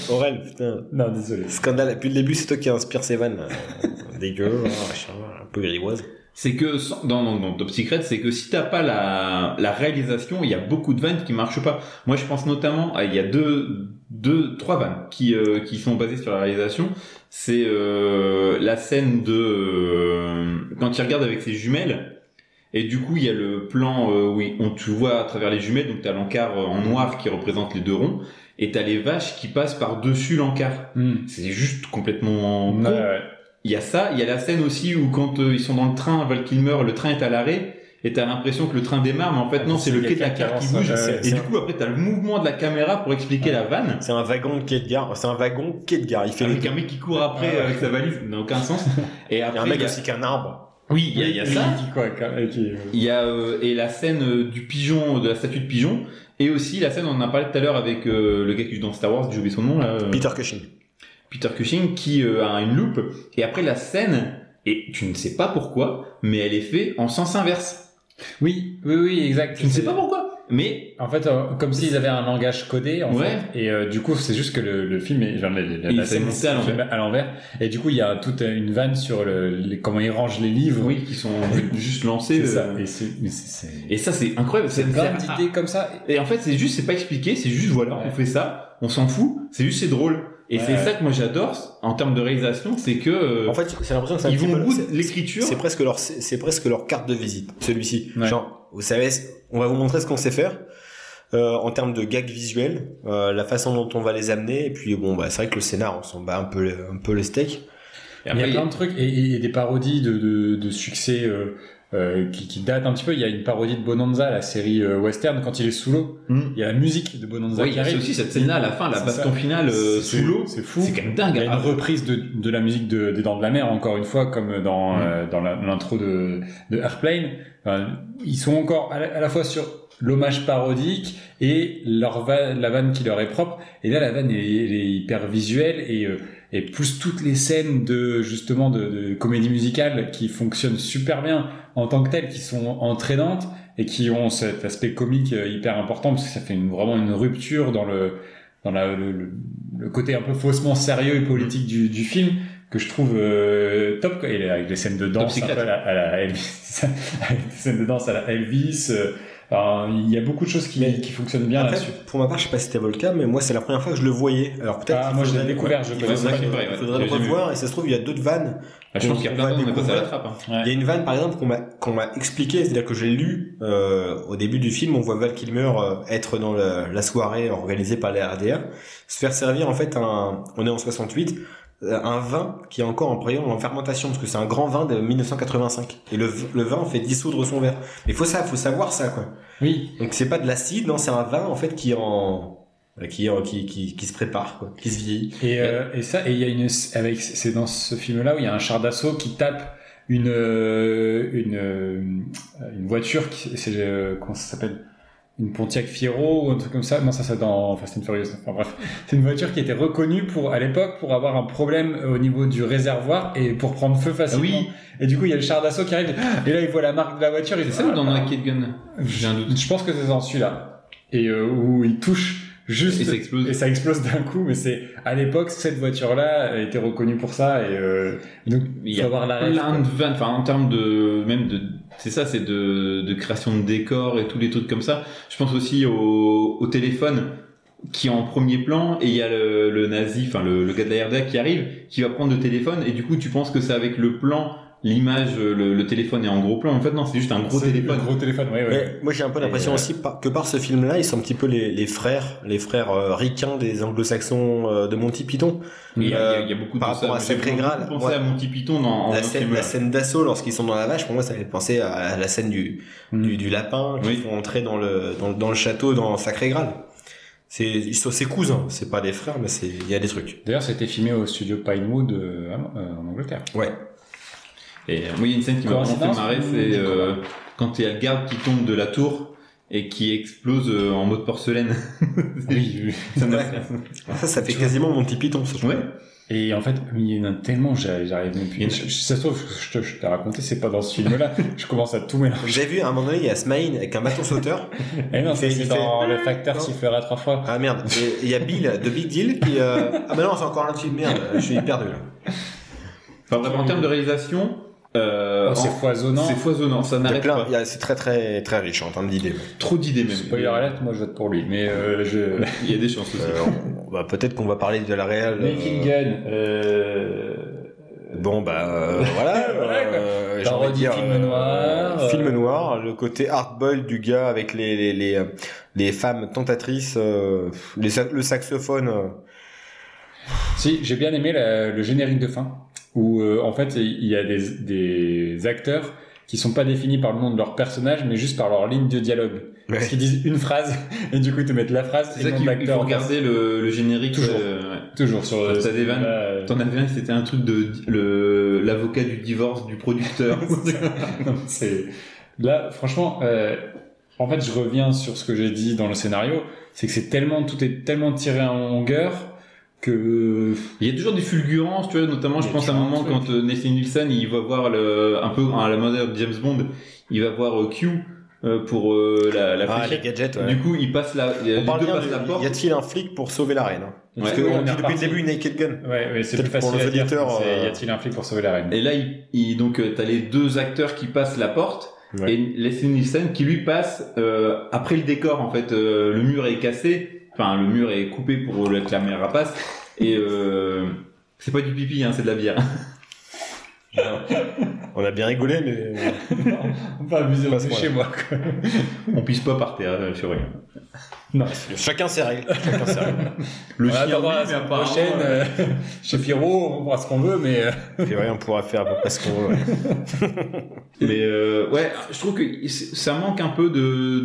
A: Aurel, putain.
E: Non, désolé.
A: Scandale. Depuis le début, c'est toi qui inspire ces vannes. euh, Dégueu, hein, machin, un peu grivoise.
C: c'est que sans- dans, dans- dans Top Secret, c'est que si t'as pas la, la réalisation, il y a beaucoup de vannes qui marchent pas. Moi, je pense notamment, à- il y a deux, deux, trois vannes qui euh, qui sont basées sur la réalisation. C'est euh, la scène de euh, quand il regarde avec ses jumelles. Et du coup, il y a le plan euh, où il- on te voit à travers les jumelles, donc t'as l'encart euh, en noir qui représente les deux ronds, et t'as les vaches qui passent par-dessus l'encart.
B: Hmm.
C: C'est juste complètement con.
B: Ouais, ouais.
C: Il y a ça, il y a la scène aussi où quand euh, ils sont dans le train, Val Kilmer, le train est à l'arrêt, et t'as l'impression que le train démarre, mais en
A: Ah,
C: fait non, c'est le quai de la carte qui bouge.
B: euh,
C: Et du coup après t'as le mouvement de la caméra pour expliquer la vanne,
A: C'est un wagon de quai de gare. C'est un wagon quai de gare. Il fait les
C: avec un mec qui court après
B: Ouais, ouais.
C: avec sa valise, n'a aucun sens. Et
A: Il y a un
C: après
A: mec
C: il y a-
A: aussi qu'un arbre.
C: oui, il y a, il y a ça.
B: Qui dit quoi, quand- et qui, euh,
C: Il y a euh, et la scène euh, du pigeon, de la statue de pigeon, et aussi la scène on en a parlé tout à l'heure avec euh, le gars qui joue dans Star Wars, j'ai oublié son nom là. euh,
A: Peter Cushing.
C: Peter Cushing qui euh, a une loupe et après la scène et tu ne sais pas pourquoi mais elle est faite en sens inverse
B: Oui, oui, oui, exact.
C: tu ne sais
B: C'est-
C: pas pourquoi mais
B: En fait, euh, comme s'ils avaient un langage codé, en
C: Ouais.
B: fait. Et euh, du coup, c'est juste que le, le film est, genre, la, la-
C: Il
B: la
C: s'est
B: scène
C: monté à l'envers.
B: à l'envers. Et du coup, il y a toute euh, une vanne sur le, les- comment ils rangent les livres.
C: oui qui sont juste lancés
B: c'est ça.
C: euh,
B: Et c'est, mais c'est, c'est-
C: et ça c'est incroyable
B: c'est
C: c'est
B: une grande
C: c'est-
B: idée comme ça.
C: et en fait c'est juste c'est pas expliqué c'est juste voilà
B: Ouais.
C: on fait ça on s'en fout c'est juste c'est drôle et
B: Ouais,
C: c'est
B: ouais.
C: ça que moi j'adore en termes de réalisation c'est que euh,
A: En fait, c'est l'impression que c'est un
C: ils
A: petit
C: vont au
A: peu-
C: bout
A: c'est-
C: de l'écriture
A: C'est presque leur, c'est c'est presque leur carte de visite, celui-ci.
B: Ouais.
A: Genre, vous savez, on va vous montrer ce qu'on sait faire. euh, en termes de gags visuels, euh, la façon dont on va les amener, et puis bon, bah, c'est vrai que le scénar, on s'en bat un peu, le- un peu le steak.
B: il
C: Et
B: y
C: après,
B: a plein de trucs et, et- et des parodies de, de, de succès euh, euh, qui, qui datent un petit peu. Il y a une parodie de Bonanza, la série euh, western, quand il est sous l'eau.
C: Mm.
B: Il y a la musique de Bonanza
C: Ouais,
B: qui
C: il y a
B: arrive.
C: aussi cette scène là à la fin la
B: C'est
C: baston
B: ça.
C: finale euh,
B: C'est-
C: sous l'eau
B: c'est fou.
C: c'est quand même dingue
B: Il y a une
C: Ah,
B: reprise de, de la musique de, des Dents de la Mer, encore une fois, comme dans,
C: Mm.
B: euh, dans la- l'intro de, de Airplane. Enfin, ils sont encore à la, à la fois sur l'hommage parodique et leur va- la vanne qui leur est propre. Et là, la vanne est, elle est hyper visuelle et, euh, et plus toutes les scènes de justement de, de comédie musicale qui fonctionnent super bien en tant que telles, qui sont entraînantes et qui ont cet aspect comique euh, hyper important parce que ça fait une- vraiment une rupture dans le dans la- le, le- le côté un peu faussement sérieux et politique du, du film que je trouve euh, top quoi. et avec des scènes de danse un
C: Secret.
B: peu à la, à la Elvis avec des scènes de danse à la Elvis euh, alors, il y a beaucoup de choses qui, qui fonctionnent bien
A: Après,
B: là-dessus
A: pour ma part, je sais pas si c'était Volca, mais moi, c'est la première fois que je le voyais. Alors peut-être.
B: Ah,
A: qu'il
B: moi, je l'ai
A: faudrait-
B: découvert, je
A: il
B: connaissais
A: faudrait-
C: pas, c'est vrai,
A: Il
C: ouais.
A: faudrait
C: Je
A: le
C: l'ai vu.
A: revoir, et ça se trouve, il y a d'autres vannes.
C: Ah, je pense qu'il y a
A: On
C: plein
A: va
C: de gens qui ont passé à la
A: découvrir.
C: trappe hein.
A: Il y a une vanne, par exemple, qu'on m'a, qu'on m'a expliqué, c'est-à-dire que j'ai lu euh, au début du film, on voit Val Kilmer euh, être dans la, la soirée organisée par la RDA, se faire servir en fait un, on est en 68, euh, un vin qui est encore en rayon en fermentation, parce que c'est un grand vin de 1985. Et le, v- le vin en fait dissoudre son verre. Mais faut ça, faut savoir ça, quoi.
B: oui
A: Donc c'est pas de l'acide, non, c'est un vin en fait qui est en qui, est en- qui, qui, qui se prépare, quoi, qui se vieillit.
B: et, euh, et ça et il y a une avec c'est dans ce film là où il y a un char d'assaut qui tape une euh, une euh, une voiture qui c'est euh, comment ça s'appelle une Pontiac Fiero ou un truc comme ça. Non, ça, c'est dans Fast and Furious. Enfin bref, c'est une voiture qui était reconnue pour à l'époque pour avoir un problème au niveau du réservoir et pour prendre feu
C: Ah
B: facilement.
C: oui
B: Et du coup, il y a le char d'assaut qui arrive. Et là, il voit la marque de la voiture. Il
C: c'est
B: fait,
C: ça ou
B: ah,
C: dans
B: bah,
C: Naked Gun j'ai un doute
B: Je pense que c'est dans celui-là. Et euh, où il touche juste.
C: Et ça explose.
B: Et ça explose d'un coup. Mais c'est à l'époque, cette voiture-là était reconnue pour ça. Et euh, donc,
C: Il
B: il
C: y
B: faut
C: a
B: avoir la ref,
C: plein de
B: quoi.
C: vannes, enfin en termes de même de c'est ça, c'est de, de création de décors et tous les trucs comme ça. Je pense aussi au, au téléphone qui est en premier plan et il y a le, le nazi, enfin le, le gars de la RDA qui arrive, qui va prendre le téléphone et du coup tu penses que c'est avec le plan, l'image, le, le téléphone est en gros plan. En fait non, c'est juste un gros
B: C'est le
C: téléphone.
B: Gros téléphone, ouais, ouais.
A: Mais moi j'ai un peu l'impression
B: Et, euh,
A: aussi par- que par ce film-là, ils sont un petit peu les, les frères, les frères euh, ricains des anglo-saxons euh, de Monty Python.
C: Et Il y, a- il y a-
A: Euh,
C: il y a beaucoup
A: par
C: de
A: rapport
C: ça.
A: à
C: J'ai
A: Sacré
C: beaucoup
A: Graal,
C: pensé
A: ouais.
C: à Monty Python dans
A: la
C: dans ce
A: scène,
C: film-là.
A: la scène d'assaut lorsqu'ils sont dans la vache, pour moi ça fait penser à la scène du,
B: Mm.
A: du, du lapin qui
C: Oui.
A: font entrer dans le, dans, le- dans le château dans Sacré Graal. C'est, ils sont ses cousins, c'est pas des frères, mais c'est, il y a des trucs.
B: D'ailleurs, c'était filmé au studio Pinewood euh, à- euh, en Angleterre.
A: Ouais.
C: Et euh, oui, il y a une scène qui m'a vraiment fait
E: Coïncidence
C: marrer,
E: ou
C: c'est euh, quand il y a le garde qui tombe de la tour et qui explose euh, en mode porcelaine.
B: Oui,
C: Ça m'a-
A: Ça, ça fait quasiment mon petit python. ça, je
C: Ouais.
A: trouve.
B: Et en fait, il y en a tellement, j'arrive j'arrive même
C: Il y en
B: plus.
C: a-
B: Je- je- Ça se trouve, je te- je t'ai raconté, c'est pas dans ce film-là. Je commence à tout mélanger.
A: J'ai vu à un moment donné, il y a Smaïn avec un bâton sauteur.
B: Eh non,
A: Il
B: ça,
A: fait-
B: c'est
A: il
B: dans
A: fait-
B: le facteur
A: Non.
B: sifflera trois fois.
A: Ah merde. Et il y a Bill de Big Deal qui. euh, Ah bah non, c'est encore un film. Merde, je suis perdu là.
C: Enfin bref, en termes de réalisation, euh,
B: Oh, c'est
C: en-
B: foisonnant.
C: c'est foisonnant, ça
A: Il y a
C: n'arrête
A: plein-
C: pas.
A: il y a- C'est très très très riche en termes d'idées.
C: Trop d'idées même.
B: Spoiler alert, moi je vote pour lui. Mais euh, je.
C: Il y a des chances aussi.
A: Euh, on- bah, peut-être qu'on va parler de la réelle. euh,
B: Naked Gun. Euh...
A: Bon bah euh, voilà.
B: Voilà, quoi.
A: euh, j'ai
B: Parodie
A: envie de dire,
B: film noir, euh,
A: Film noir. Le côté hardball du gars avec les les les, euh, les femmes tentatrices, euh, les sa- le saxophone. euh.
B: Si, j'ai bien aimé la- le générique de fin, où euh, en fait il y a des, des acteurs qui sont pas définis par le nom de leur personnage, mais juste par leur ligne de dialogue. Parce qu'ils disent une phrase, et du coup ils te mettent la phrase,
C: C'est
B: et
C: ça
B: le nom
C: qu'il
B: de
C: il faut
B: l'acteur.
C: regarder le, le générique.
B: Toujours.
C: euh, ouais.
B: Toujours sur le.
C: T'as des vannes.
B: Euh,
C: T'en avais un, c'était un truc de le- l'avocat du divorce du producteur.
B: Non, c'est là franchement euh, en fait je reviens sur ce que j'ai dit dans le scénario c'est que c'est tellement tout est tellement tiré en longueur que
C: Il y a toujours des fulgurances, tu vois, notamment
B: Il y
C: je
B: a
C: pense à un
B: toujours un
C: moment
B: truc.
C: quand euh, Nathan Wilson il va voir le, un peu à la manière de James Bond, il va voir euh, Q euh, pour euh, la, la
A: Ah les
C: fléchette.
A: gadgets. ouais.
C: Du coup, il passe la, les
A: On
C: deux
A: parle bien
C: passent
A: de-
C: la porte.
A: Y a-t-il un flic pour sauver la reine hein Parce
C: Ouais.
A: que
B: Oui,
A: on
B: on est
A: dit depuis le
B: reparti.
A: début Naked Gun.
B: ouais, ouais, c'est
A: Peut-être
B: plus facile
A: pour nos
B: à dire
A: auditeurs,
B: que c'est
A: euh,
B: y a-t-il un flic pour sauver la reine
C: Et là, il, il- donc euh, t'as les deux acteurs qui passent la porte
A: Ouais.
C: et Leslie Nielsen qui lui passe euh, après le décor en fait. euh, le mur est cassé, enfin le mur est coupé pour le- que la caméra passe et euh, c'est pas du pipi, hein, c'est de la bière.
A: On a bien rigolé mais.
B: on va abuser
A: Pas ce
B: chez moi quoi.
C: On pisse pas par terre euh, sur rien.
B: non
A: Chacun ses règles. Chacun ses règles.
C: Le
B: on
C: chien,
B: attendra
C: oui,
B: la
C: mais
B: semaine
C: apparemment,
B: prochaine
C: euh,
B: euh, chez Firo on fera ce qu'on veut mais euh,
A: Puis ouais, on pourra faire à peu près ce qu'on veut. ouais.
C: Mais euh, ouais, je trouve que c'est- ça manque un peu de,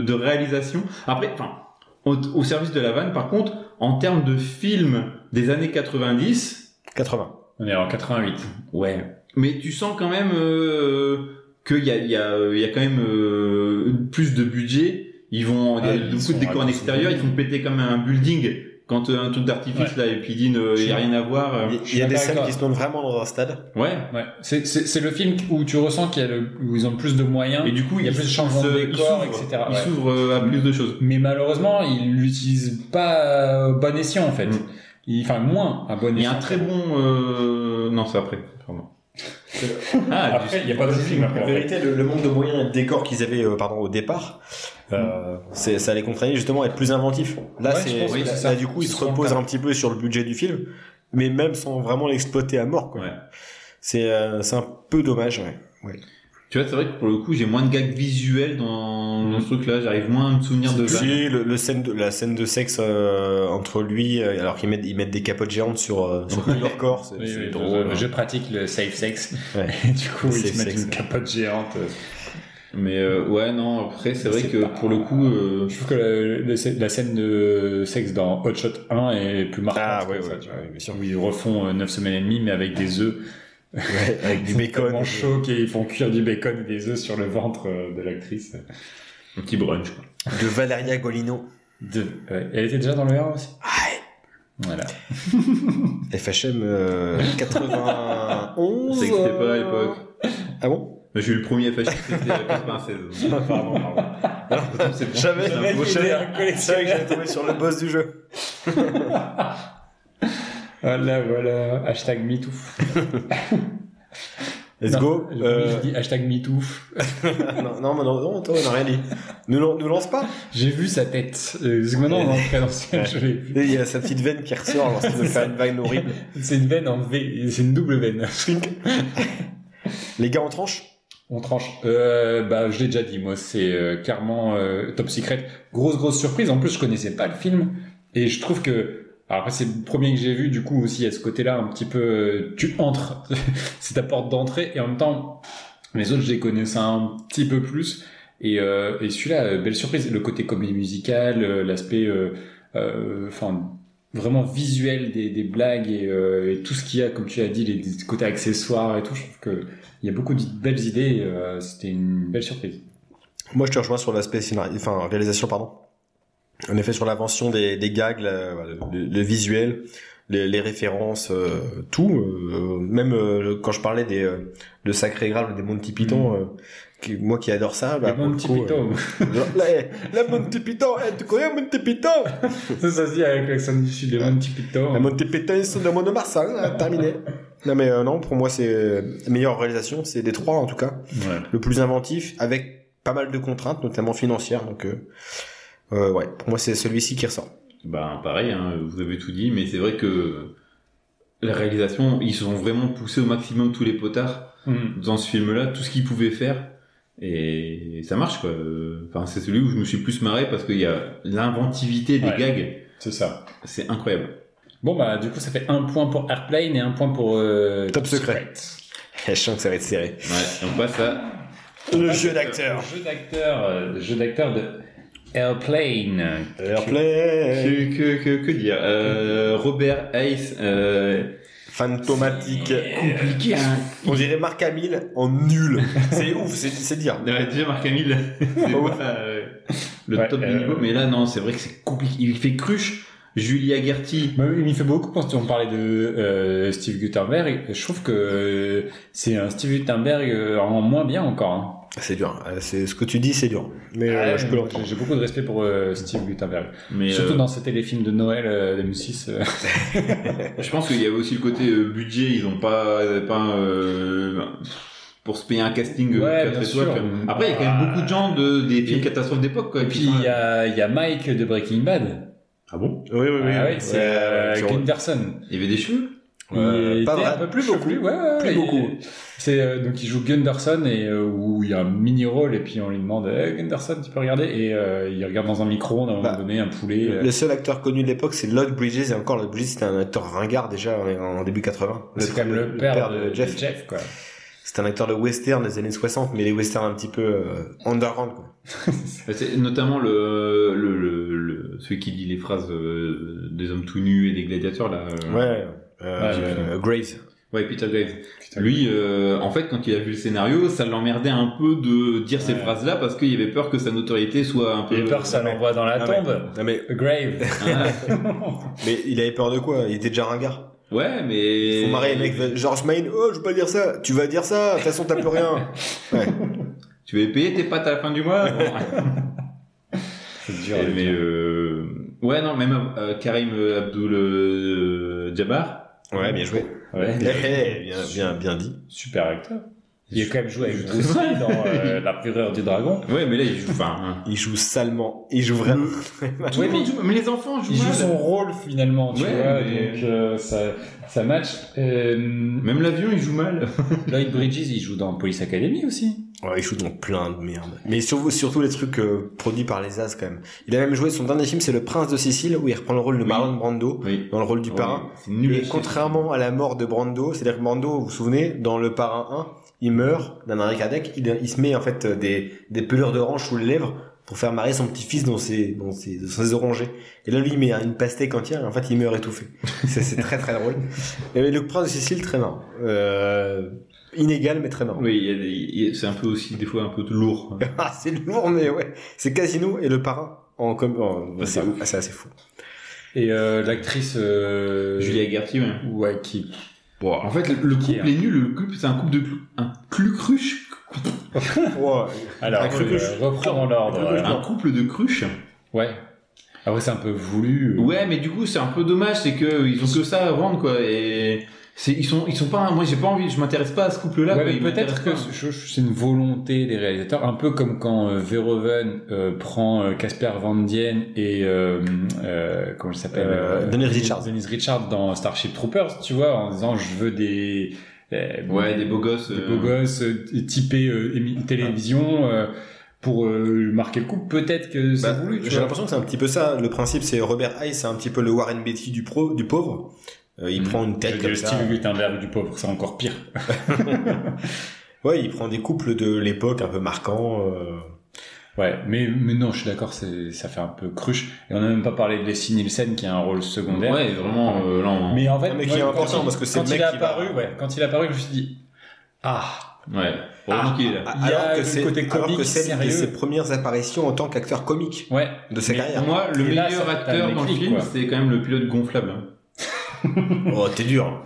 C: de, de réalisation. Après, enfin, au, au service de la vanne, par contre, en termes de films des années 90,
A: 80.
B: on est en 88
C: ouais. Mais tu sens quand même euh, qu'il y a, il y, a, euh, il y a quand même euh, plus de budget. Ils vont, il y a
B: Ah, ils
C: beaucoup
B: sont
C: de décors en
B: racontés.
C: extérieur, ils font péter comme un building quand euh, un truc d'artifice là, et puis il dit, euh, il n'y a rien à voir. euh,
A: Il y a
B: d'accord
A: des
B: avec
A: scènes
B: toi.
A: qui se tournent vraiment dans un stade.
C: ouais.
B: ouais c'est- c'est c'est le film où tu ressens qu'il y a le, où ils ont le plus de moyens
C: Et du coup,
B: Il y a
C: ils
B: plus de
C: se-
B: changements de
C: ils
B: décors,
C: s'ouvrent.
B: etc.,
C: Ils
B: ouais.
C: s'ouvrent euh, à plus de choses.
B: Mais malheureusement, il l'utilise pas à bon escient en fait.
C: Mm.
B: Il- Enfin, moins à bon
C: Il y
B: escient.
C: a un très bon. euh, Non, c'est après. pardon. Ah,
B: Après,
C: du-
B: il n'y a pas de film après.
A: En
B: en fait.
A: vérité, le, le manque de moyens et de décors qu'ils avaient euh, pardon, au départ, euh, c'est- ça les contraignait justement à être plus inventifs. Là,
B: Mm. Ouais, je
A: c'est
B: pense que
A: là,
B: c'est ça.
A: là, du coup, ils
B: Ils
A: se
B: sont
A: reposent
B: pas-
A: un petit peu sur le budget du film, mais même sans vraiment l'exploiter à mort. quoi.
C: Ouais.
A: C'est euh, c'est un peu dommage. ouais.
C: Tu vois, c'est vrai que pour le coup, j'ai moins de gags visuels dans,
B: Mm-hmm.
C: dans ce truc-là. J'arrive moins à me souvenir de vannes.
A: Si, le, le scène de, la scène de sexe euh, entre lui, euh, alors qu'ils mettent, ils mettent des capotes géantes sur, euh, sur tout leur corps, c'est
B: Oui,
A: c'est
B: oui,
A: drôle. hein.
B: je, je pratique le safe sex.
A: Ouais.
B: Et du coup, ils
A: Safe
B: se mettent
A: sex.
B: une capote géante. euh,
C: Mais euh, ouais, non, après, c'est
B: Mais
C: vrai
B: c'est
C: que
B: pas-
C: pour le coup. euh,
B: Je trouve que le- le- la scène de sexe dans Hot Shot 1 est plus marquante.
A: Ah, ouais,
B: comme ça,
A: ouais,
B: tu vois.
A: ouais, bien sûr.
B: Où ils refont 9 semaines et demie, mais avec des œufs.
A: Ouais, avec du
B: tellement
A: bacon.
B: chaud qu'ils font cuire du bacon et des œufs sur le ventre euh, de l'actrice.
C: Un petit brunch. quoi.
A: De Valeria Golino.
B: De... ouais. Elle était déjà dans le 1 aussi. Voilà.
A: FHM euh, 91.
C: Ça n'existait pas à l'époque.
A: Ah bon
C: Mais J'ai eu le premier fasciste, c'était en 96.
A: Pardon,
C: Attends, c'est bon.
A: J'avais
C: C'est un
A: j'avais-
C: faux
A: j'avais-
C: chef.
A: j'avais- j'avais tombé sur le boss du jeu. Ah,
B: Voilà, voilà. Hashtag MeToo.
A: Let's
B: Non,
A: go.
B: je-
A: Euh,
B: Je dis hashtag MeToo.
A: non, non, non, non, toi, on n'a rien dit. Nous, lan- nous lance pas.
B: J'ai vu sa tête. Euh, Parce que maintenant, on est entré dans ce je l'ai vu.
A: Il y a sa petite veine qui ressort lorsqu'il veut faire une vague horrible.
B: C'est une veine en V. C'est une double veine.
A: Les gars en tranche
B: On tranche. Euh, bah, je l'ai déjà dit, moi. C'est euh, clairement euh, Top Secret. Grosse, grosse surprise. En plus, je connaissais pas le film. Et je trouve que... alors après, c'est le premier que j'ai vu. Du coup, aussi, à ce côté-là, un petit peu... euh, Tu entres. c'est ta porte d'entrée. Et en même temps, les autres, je les connaissais un petit peu plus. Et, euh, et celui-là, euh, belle surprise. Le côté comédie musicale, euh, l'aspect... euh, euh, Enfin, vraiment visuel des, des blagues et, euh, et tout ce qu'il y a, comme tu as dit, les, les côtés accessoires et tout. Je trouve que il y a beaucoup de belles idées. et, euh, C'était une belle surprise.
A: Moi, je te rejoins sur l'aspect scénario, enfin réalisation, pardon. En effet, sur l'invention des, des gags, la- voilà, le, le visuel, les, les références, euh, tout. euh, même euh, le- quand je parlais des euh, de Sacré Graal ou des Monty Python,
B: Mm.
A: euh, qui- moi qui adore ça, bah,
B: Et mon petit
A: pour le coup,
B: piton.
A: euh, genre, là, eh, là, Monty Python, eh, tu connais Monty Python
B: ça, ça se dit avec l'accent du sud, les mon petit
A: La
B: piton.
A: Monty Python, c'est de Mono Mars, hein, là, terminé. Non mais euh, non, pour moi c'est euh, meilleure réalisation, c'est des trois en tout cas.
C: Ouais.
A: le plus inventif avec pas mal de contraintes, notamment financières. Donc, euh, euh, ouais, pour moi, c'est celui-ci qui ressort.
C: Bah pareil, hein, vous avez tout dit, mais c'est vrai que la réalisation, ils se sont vraiment poussés au maximum tous les potards
B: Mm.
C: dans ce film-là, tout ce qu'ils pouvaient faire, et ça marche quoi. Euh, Enfin, c'est celui où je me suis plus marré parce qu'il y a l'inventivité des
B: Ouais.
C: gags,
B: C'est ça.
C: c'est incroyable.
B: Bon, bah, du coup, ça fait un point pour Airplane et un point pour euh,
A: Top Secret. Je sens que ça va être serré.
C: Ouais, et on passe à
A: Le jeu
B: Le Jeu d'acteur, euh, le jeu d'acteur de Airplane.
A: Airplay.
C: que, que, que, que dire Euh, Robert Hayes, euh,
A: Fantomatique.
B: Compliqué, hein.
A: On dirait Marc Hamill en nul. C'est ouf, c'est- c'est dire.
C: ouais, déjà Marc Hamill, c'est
A: Ouais.
C: pas, euh, le
B: Ouais,
C: top du
B: euh,
C: niveau, mais là non, c'est vrai que c'est compliqué. Il fait cruche, Julia Gerti.
B: Bah oui, il me fait beaucoup penser. On parlait de euh, Steve Gutenberg. Je trouve que euh, c'est un Steve Gutenberg euh, en moins bien encore. hein.
A: C'est dur. Euh, C'est ce que tu dis, c'est dur. Mais euh,
B: Ah Ouais,
A: je peux
B: j'ai-
A: l'entendre.
B: J'ai beaucoup de respect pour euh, Steve Gutenberg.
C: Mais
B: Surtout
C: euh,
B: dans ces téléfilms de Noël euh, 2006. euh.
C: je pense qu'il y avait aussi le côté euh, budget, ils ont pas, pas euh, pour se payer un casting euh,
B: Ouais,
C: quatre
B: bien
C: étoiles,
B: sûr.
C: quoi. Après, il y a quand même
B: Ah.
C: beaucoup de gens de, des films
B: Et-
C: catastrophes d'époque. quoi,
B: Et
C: qui
B: puis
C: sont
B: il y,
C: là.
B: a il y a Mike de Breaking Bad.
C: Ah bon
A: Oui, oui, oui.
B: Ah ouais, c'est
A: Ouais,
B: euh,
A: ouais,
B: Ken Gunderson.
C: Il y avait des cheveux
B: Il
A: Euh,
B: était
A: pas
B: un
A: vrai.
B: peu plus
A: Plus
B: chevelu, ouais, ouais,
A: Plus
B: il-
A: beaucoup.
B: C'est euh, donc il joue Gunderson et euh, où il y a un mini rôle et puis on lui demande eh, Gunderson tu peux regarder et euh, il regarde dans un micro à un moment
A: Bah,
B: donné un poulet. euh.
A: Le seul acteur connu de l'époque, c'est Lloyd Bridges. Et encore, Lloyd Bridges, c'était un acteur ringard déjà en, en début 80.
B: C'est quand même le père, de, de Jeff. quoi.
A: C'est un acteur de western des années 60, mais les westerns un petit peu euh, underground. Quoi.
C: C'est notamment le, le, le, le- celui qui dit les phrases euh, des hommes tout nus et des gladiateurs là. euh,
B: Mm.
A: Ouais. Euh, Graves.
C: Ouais, Peter Graves. Lui, euh, en fait, quand il a vu le scénario, ça l'emmerdait un peu de dire ces
B: Ouais.
C: phrases-là parce qu'il avait peur que sa notoriété soit un peu.
B: Et peur ça
A: non,
B: l'envoie dans la
A: non,
B: tombe.
A: Ah, Non, mais,
B: A Grave.
C: Ah,
A: mais il avait peur de quoi Il était déjà ringard.
C: ouais, mais.
A: Faut marrer les mecs. George Main, oh, je veux pas dire ça. Tu vas dire ça. De toute façon, t'as plus rien.
C: Tu vas payer tes pattes à la fin du mois
B: C'est dur.
C: Et- Mais euh... ouais, non, même euh, Karim Abdul euh, Jabbar.
A: Ouais, bien joué.
B: Ouais.
A: Eh, eh, bien, bien, bien dit.
B: Super acteur. Il a quand même joué avec Bruce Lee dans euh, La Fureur du Dragon.
C: Ouais, mais là, il joue. Enfin, hein.
A: Il joue salement. Il joue vraiment.
C: Tout le monde joue- mais les enfants jouent
B: Il joue
C: mal.
B: son rôle finalement, tu
C: Ouais,
B: vois.
C: mais-
B: Donc euh, ça, ça match. Euh,
C: Même l'avion, il joue mal.
B: Lloyd Bridges, il joue dans Police Academy aussi.
A: Ouais, il joue dans plein de merde. Mais sur- surtout les trucs euh, produits par les As quand même. Il a même joué son dernier film, c'est Le Prince de Sicile, où il reprend le rôle de
C: Oui.
A: Marlon Brando,
C: Oui.
A: dans le rôle du parrain.
C: Ouais, C'est nul. à
A: Et
C: chier.
A: contrairement à la mort de Brando, c'est-à-dire que Brando, vous vous souvenez, dans le parrain 1, il meurt d'un arrêt cardiaque, il, il se met en fait euh, des, des pelures d'orange sous les lèvres pour faire marrer son petit-fils dans ses, dans, ses, dans ses orangers. Et là, lui, il met une pastèque entière et en fait, il meurt étouffé. C'est c'est très très drôle. Et le prince de Sicile, très marrant. Euh, inégal, mais très marrant.
C: Oui, il y a des- il y a- c'est un peu aussi, des fois, un peu lourd. hein.
A: Ah, c'est lourd, mais ouais. C'est Casino et le parrain en com... en-
C: Bah, c'est
A: ah,
C: ouf.
A: c'est assez fou.
B: Et euh, l'actrice. euh,
C: Julia Gertie, ouais.
B: Ouais, qui.
C: En fait, le, le couple est nul. Le couple, c'est un couple de clous. Un clu-cruche.
A: Ouais.
B: Alors,
A: Ah, Crucruche.
B: euh, reprends dans l'ordre. voilà.
C: Un couple de cruches.
B: Ouais. Après, c'est un peu voulu. euh.
C: Ouais, mais du coup, c'est un peu dommage, c'est que ils ont que ça à vendre, quoi. Et c'est, ils sont, ils sont pas. Moi, j'ai pas envie. Je m'intéresse pas à ce couple-là.
B: Ouais,
C: quoi,
B: mais
C: ils
B: peut-être que
C: m'intéressent
B: c'est je- je- c'est une volonté des réalisateurs, un peu comme quand euh, Verhoeven euh, prend euh, Casper Van Dien et euh, euh, comment il s'appelle
A: Euh, Denise Richards.
B: Denise Richards dans Starship Troopers, tu vois, en disant je veux des euh,
C: pas. Ouais, des beaux gosses.
B: des
C: euh, Ah.
B: beaux gosses euh, typés euh, émi- télévision euh, pour euh, marquer le coup. Peut-être que c'est
A: Bah,
B: voulu. tu
A: J'ai
B: vois.
A: l'impression que c'est un petit peu ça. Le principe, c'est Robert Hayes, c'est un petit peu le Warren Beatty du pro, du pauvre. Euh, il
B: Mhm.
A: prend une
B: Je
A: tête
B: dis
A: comme
B: le
A: ça.
B: Steve Gutenberg du pauvre, c'est encore pire.
A: Ouais, il prend des couples de l'époque un peu marquants. euh,
B: Ouais, mais, mais non, je suis d'accord, c'est- ça fait un peu cruche. Et on n'a même pas parlé de Leslie Nielsen qui a un rôle secondaire.
C: Ouais, vraiment, euh, là, on-
B: Mais en fait,
A: Un mec
B: moi,
A: qui est
B: quand
A: important,
B: il-
A: parce que c'est
B: quand
A: le mec
B: il est
A: qui va-
B: apparu, ouais, quand il est apparu, je me suis dit, ah,
C: Ouais. Heureusement qu'il est là.
A: Ah,
B: Il y a
A: Alors que
B: le
A: c'est
B: côté
A: alors que
B: comique,
A: c'est
B: sérieux.
A: ses premières apparitions en tant qu'acteur comique
B: ouais,
A: de sa
B: Mais
A: carrière.
C: Pour moi, le
B: ah, Et là, ça-
C: meilleur
B: t'as
C: acteur
B: le
C: dans le
B: déclic,
C: film,
B: quoi.
C: c'est quand même le pilote gonflable. hein.
A: Oh, t'es dur.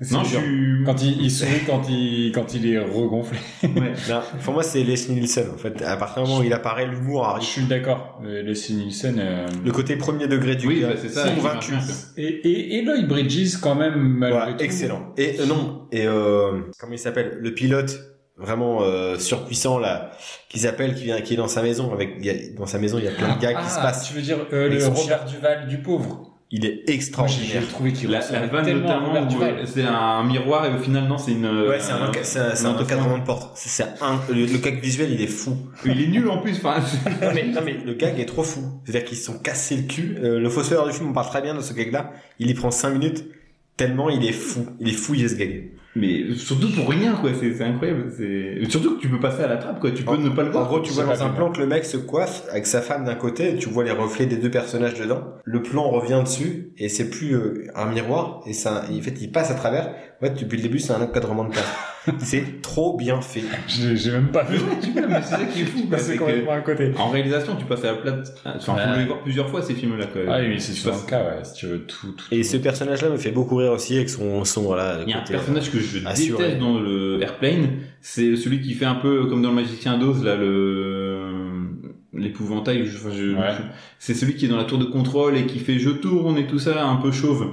B: c'est
C: Non, je
B: dur.
C: suis.
B: Quand il, il sourit, quand il, quand il est regonflé.
A: Non, pour moi, c'est Leslie Nielsen. En fait, à partir du moment où il apparaît, l'humour
B: Je
A: arrive.
B: suis d'accord. Euh, Leslie Nielsen. euh,
A: Ah, Le côté premier degré du
C: Oui,
A: gars,
C: bah, c'est ça,
A: convaincu.
C: il marche bien.
B: Et, et, et Lloyd Bridges, quand même, malgré
A: Voilà,
B: tout.
A: excellent. Et euh, non, et euh, comment il s'appelle Le pilote vraiment euh, surpuissant là, qu'ils appellent, qui vient, qui est dans sa maison. Avec il y a- dans sa maison, il y a plein de gars qui se passent.
B: Ah, Tu veux dire euh,
A: Avec
B: le
A: son
B: Robert Duval du pauvre
A: Il est
B: Moi, j'ai- J'ai
A: extraordinaire.
B: trouvé qu'il
C: La, la
B: ressemblait
C: vanne
B: tellement à
C: notamment,
B: Robert
C: où,
B: Duval.
C: euh, c'est un miroir et au final non c'est une. euh,
A: Ouais, c'est un, enca- c'est un, c'est un
C: un-
A: encadrement de porte. C'est- c'est un, le, le gag visuel, il est fou.
C: Il est nul en plus. Enfin, c'est-
A: Non mais, non mais le gag est trop fou. C'est-à-dire qu'ils se sont cassés le cul. Euh, le fossoyeur du film, on parle très bien de ce gag-là. Il y prend 5 minutes tellement il est fou. Il est fou, il est ce gag.
C: mais surtout pour rien quoi, c'est c'est incroyable. c'est- Surtout que tu peux passer à la trappe quoi, tu peux
A: En-
C: ne pas le
A: En
C: voir.
A: gros, tu
B: C'est
A: vois
B: pas
A: dans un
B: bien.
A: plan que le mec se coiffe avec sa femme d'un côté, et tu vois les reflets des deux personnages dedans. Le plan revient dessus et c'est plus euh, un miroir et ça, en fait, il passe à travers. En fait, depuis le début, c'est un encadrement de place. c'est trop bien fait.
B: J'ai j'ai même pas vu.
C: Mais c'est ça qui est fou. quoi,
B: C'est
C: c'est que-
B: complètement à côté.
C: En réalisation, tu passes à la plate. Enfin,
B: Ouais.
C: faut les voir plusieurs fois ces films là quoi.
B: Ah oui, mais c'est
C: Tu
B: souvent
C: passes-
B: le cas, ouais, si tu veux tout. tout
A: Et ce personnage-là me fait beaucoup rire aussi avec son son voilà.
C: Il y a un
A: côté- euh,
C: personnage que je
A: assuré.
C: déteste dans le Airplane, c'est celui qui fait un peu comme dans le Magicien d'Oz, là, le l'épouvantail, je- enfin, je-
B: Ouais.
C: je- c'est celui qui est dans la tour de contrôle et qui fait je tourne et tout ça, un peu chauve.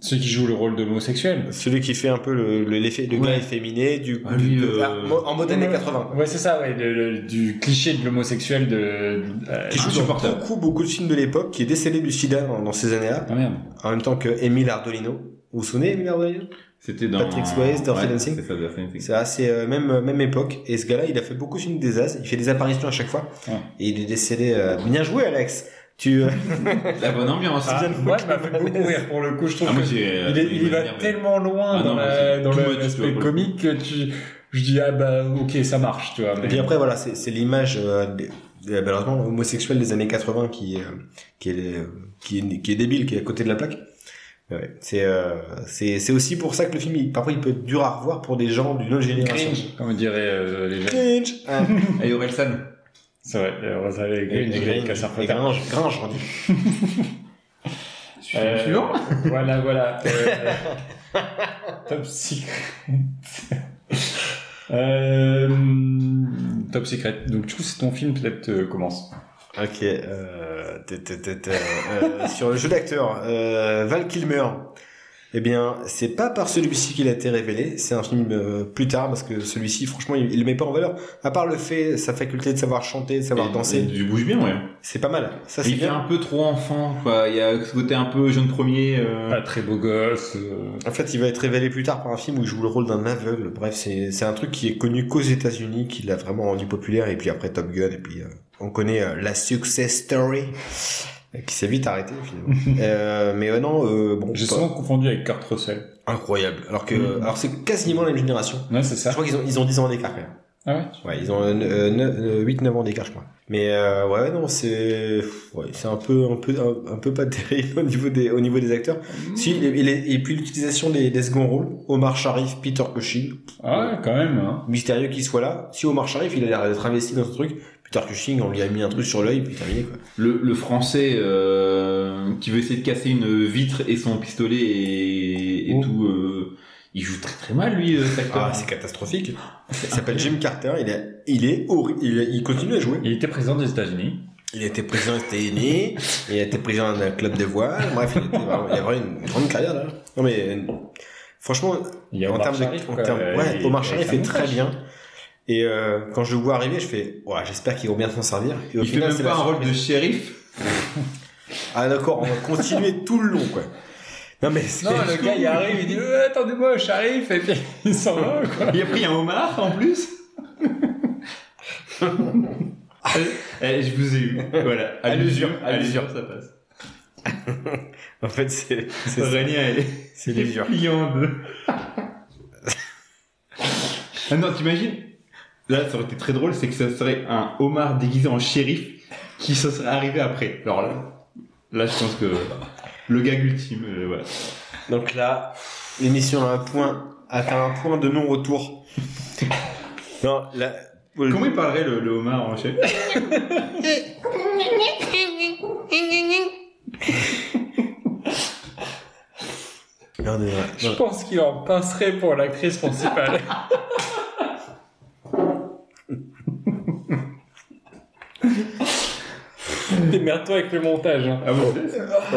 B: Ceux qui jouent le rôle de l'homosexuel.
A: Celui qui fait un peu le le, l'effet- le
C: Ouais.
A: gars efféminé du,
C: Ah, lui,
A: du- de-
C: euh,
A: ah, mo- en mode années 80. quoi.
B: Ouais, c'est ça, ouais, le- le- du cliché de l'homosexuel de. euh,
A: qui
C: Ah,
A: joue dans
C: insupportable.
A: beaucoup, beaucoup de films de l'époque, qui est décédé du sida dans, dans ces années-là,
B: Ah merde.
A: en même temps que Émile Ardolino. Vous vous souvenez, Émile Ardolino
C: C'était dans
A: Patrick Swayze, Dirty
C: Ouais,
A: Dancing.
C: C'est ça, Dirty Dancing.
A: C'est assez euh, même, euh, même époque. Et ce gars-là, il a fait beaucoup de films des As, il fait des apparitions à chaque fois.
B: Ouais.
A: Et il est décédé. euh, Bien joué, Alex Tu. euh,
C: La bonne ambiance.
B: Ah,
A: Suzanne
B: moi,
A: Foucault,
B: m'a fait beaucoup
A: malaise.
B: rire pour le coup, je trouve.
C: Ah, moi,
B: que- il,
C: j'ai-
B: est- euh, il y va
C: m'énerve.
B: tellement loin
C: Ah,
B: dans
C: non,
B: la-
C: mais
B: dans
C: tout
B: le-
C: moche, tu
B: l'aspect
C: vois, pour le
B: comique que tu. Je dis, ah bah, ok, ça marche, tu vois.
A: Et
B: mais-
A: puis après, voilà, c'est c'est l'image, euh, des- des- malheureusement, homosexuelle des années 80 qui, euh, qui, est, euh, qui, est, qui est débile, qui est à côté de la plaque. Ouais, c'est euh, c'est c'est aussi pour ça que le film, il- parfois, il peut être dur à revoir pour des gens d'une autre génération.
B: Cringe, comme diraient euh, les gens.
A: Cringe. Ah.
C: Et Orelsan.
B: C'est vrai, euh, Rosa avec
A: Et-
B: Cringe,
A: et-
B: avec
A: et-
B: un serpent.
A: et Gringe, Gringe, on dit.
B: Euh,
C: Suivant.
B: Voilà, voilà. euh, top Secret. Euh, top Secret. Donc, du coup, c'est ton film, peut-être, euh, commence.
A: Ok. Euh, t- t- t- t- euh, sur le jeu d'acteur, euh, Val Kilmer. Eh bien, c'est pas par celui-ci qu'il a été révélé. C'est un film euh, plus tard parce que celui-ci, franchement, il, il le met pas en valeur. À part le fait, sa faculté de savoir chanter, de savoir
C: Et-
A: danser,
C: et Tu bouges bien, ouais.
A: c'est pas mal. Ça c'est
C: Il fait
A: bien.
C: un peu trop enfant, quoi. Il y a ce côté un peu jeune premier. euh,
B: Pas très beau gosse. euh,
A: En fait, il va être révélé plus tard par un film où il joue le rôle d'un aveugle. Bref, c'est c'est un truc qui est connu qu'aux États-Unis, qui l'a vraiment rendu populaire. Et puis après Top Gun, et puis euh, on connaît euh, la success story euh, qui s'est vite arrêtée finalement. Euh, mais euh, non, euh, bon,
B: J'ai
A: pas-
B: souvent confondu avec Kurt Russell.
A: incroyable. Alors que,
B: Mhm.
A: alors c'est quasiment la même génération.
B: Ouais, c'est
A: Je
B: ça.
A: crois qu'ils ont ils ont 10 ans d'écart quand même.
B: Ah ouais
A: Ouais, ils ont euh, 8-9 ans d'écart, je crois. Mais euh, ouais, non, c'est ouais, c'est un peu un peu un, un peu pas terrible au niveau des au niveau des acteurs. Si et, et les- et puis l'utilisation des, des seconds rôles, Omar Sharif, Peter Cushing,
B: Ah ouais, quand même. Hein.
A: mystérieux qu'il soit là. Si Omar Sharif, il a l'air d'être investi dans ce truc, Peter Cushing, on lui a mis un truc sur l'œil, puis terminé quoi.
C: Le, le français euh, qui veut essayer de casser une vitre et son pistolet et, et
A: Oh.
C: tout, euh, il joue très très mal lui, euh, cet acteur.
A: Ah, c'est catastrophique. Il s'appelle Jim Carter, il est il est horrible, il, il continue à jouer.
B: Il était président des États-Unis.
A: Il était président des États-Unis, il était président d'un club de voile, bref, il, était vraiment- il a vraiment une grande carrière là. Non mais euh, franchement,
B: Il y a
A: en
B: Omar
A: termes de,
B: Sharif,
A: en
B: quoi,
A: termes-
B: euh,
A: ouais,
B: il-
A: Omar
B: avec
A: Sharif
B: un
A: est très
B: moustache.
A: bien. Et euh, quand je le vois arriver, je fais, ouais, j'espère qu'ils vont bien s'en servir. Et au
C: il fait
A: final,
C: même
A: c'est
C: pas
A: la
C: un rôle de
A: surprise.
C: shérif.
A: Ah d'accord, on va continuer tout le long quoi. Non mais c'est-
B: Non, le gars, il arrive, il dit Euh, Attendez-moi, Sharif, et puis il s'en va, quoi.
C: Il a pris un homard en plus. Eh, je vous ai eu. Voilà.
A: À l'usure, à
C: à l'usure, ça passe.
A: en fait c'est c'est ça.
C: Aurélia, elle est,
A: C'est
C: elle est
A: l'usure.
C: pliante. ah non, t'imagines Là, ça aurait été très drôle, c'est que ce serait un homard déguisé en shérif qui se serait arrivé après. Alors là, là, je pense que le gag ultime, euh, voilà.
A: Donc là, l'émission a un point, atteint un point de non-retour. non, là,
C: Comment il parlerait le, le homard en chef
A: Non, de vrai.
B: Je pense qu'il en pincerait pour l'actrice principale. Démerde-toi avec le montage. hein.
C: Ah bon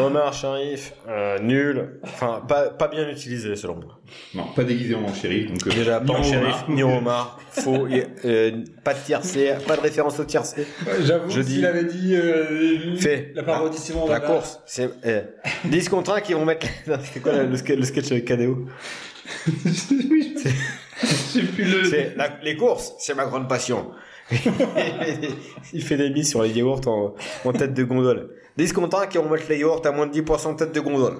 A: Omar Sharif, euh, nul. Enfin, pas, pas bien utilisé selon moi.
C: Non, pas déguisé en shérif, donc... euh,
A: Déjà, pas
C: ni
A: en
C: en
A: Sharif,
C: homard.
A: ni en Omar. Faux. y- euh, pas de tiercé, pas de référence au tiercé.
B: J'avoue,
A: Je
B: que
A: dis-
B: s'il avait dit euh,
A: Fait.
B: la parodie Simon
A: La
B: Bernard,
A: course, c'est euh, 10 contre 1 qui vont mettre. Non, C'était quoi le, le ske- le sketch avec KDO
C: Oui, je- J'ai plus le...
A: C'est la- les courses, c'est ma grande passion. Il fait des mises sur les yaourts en, en tête de gondole. 10 contre 1 qui vont mettre les yaourts à moins de 10% de tête de gondole.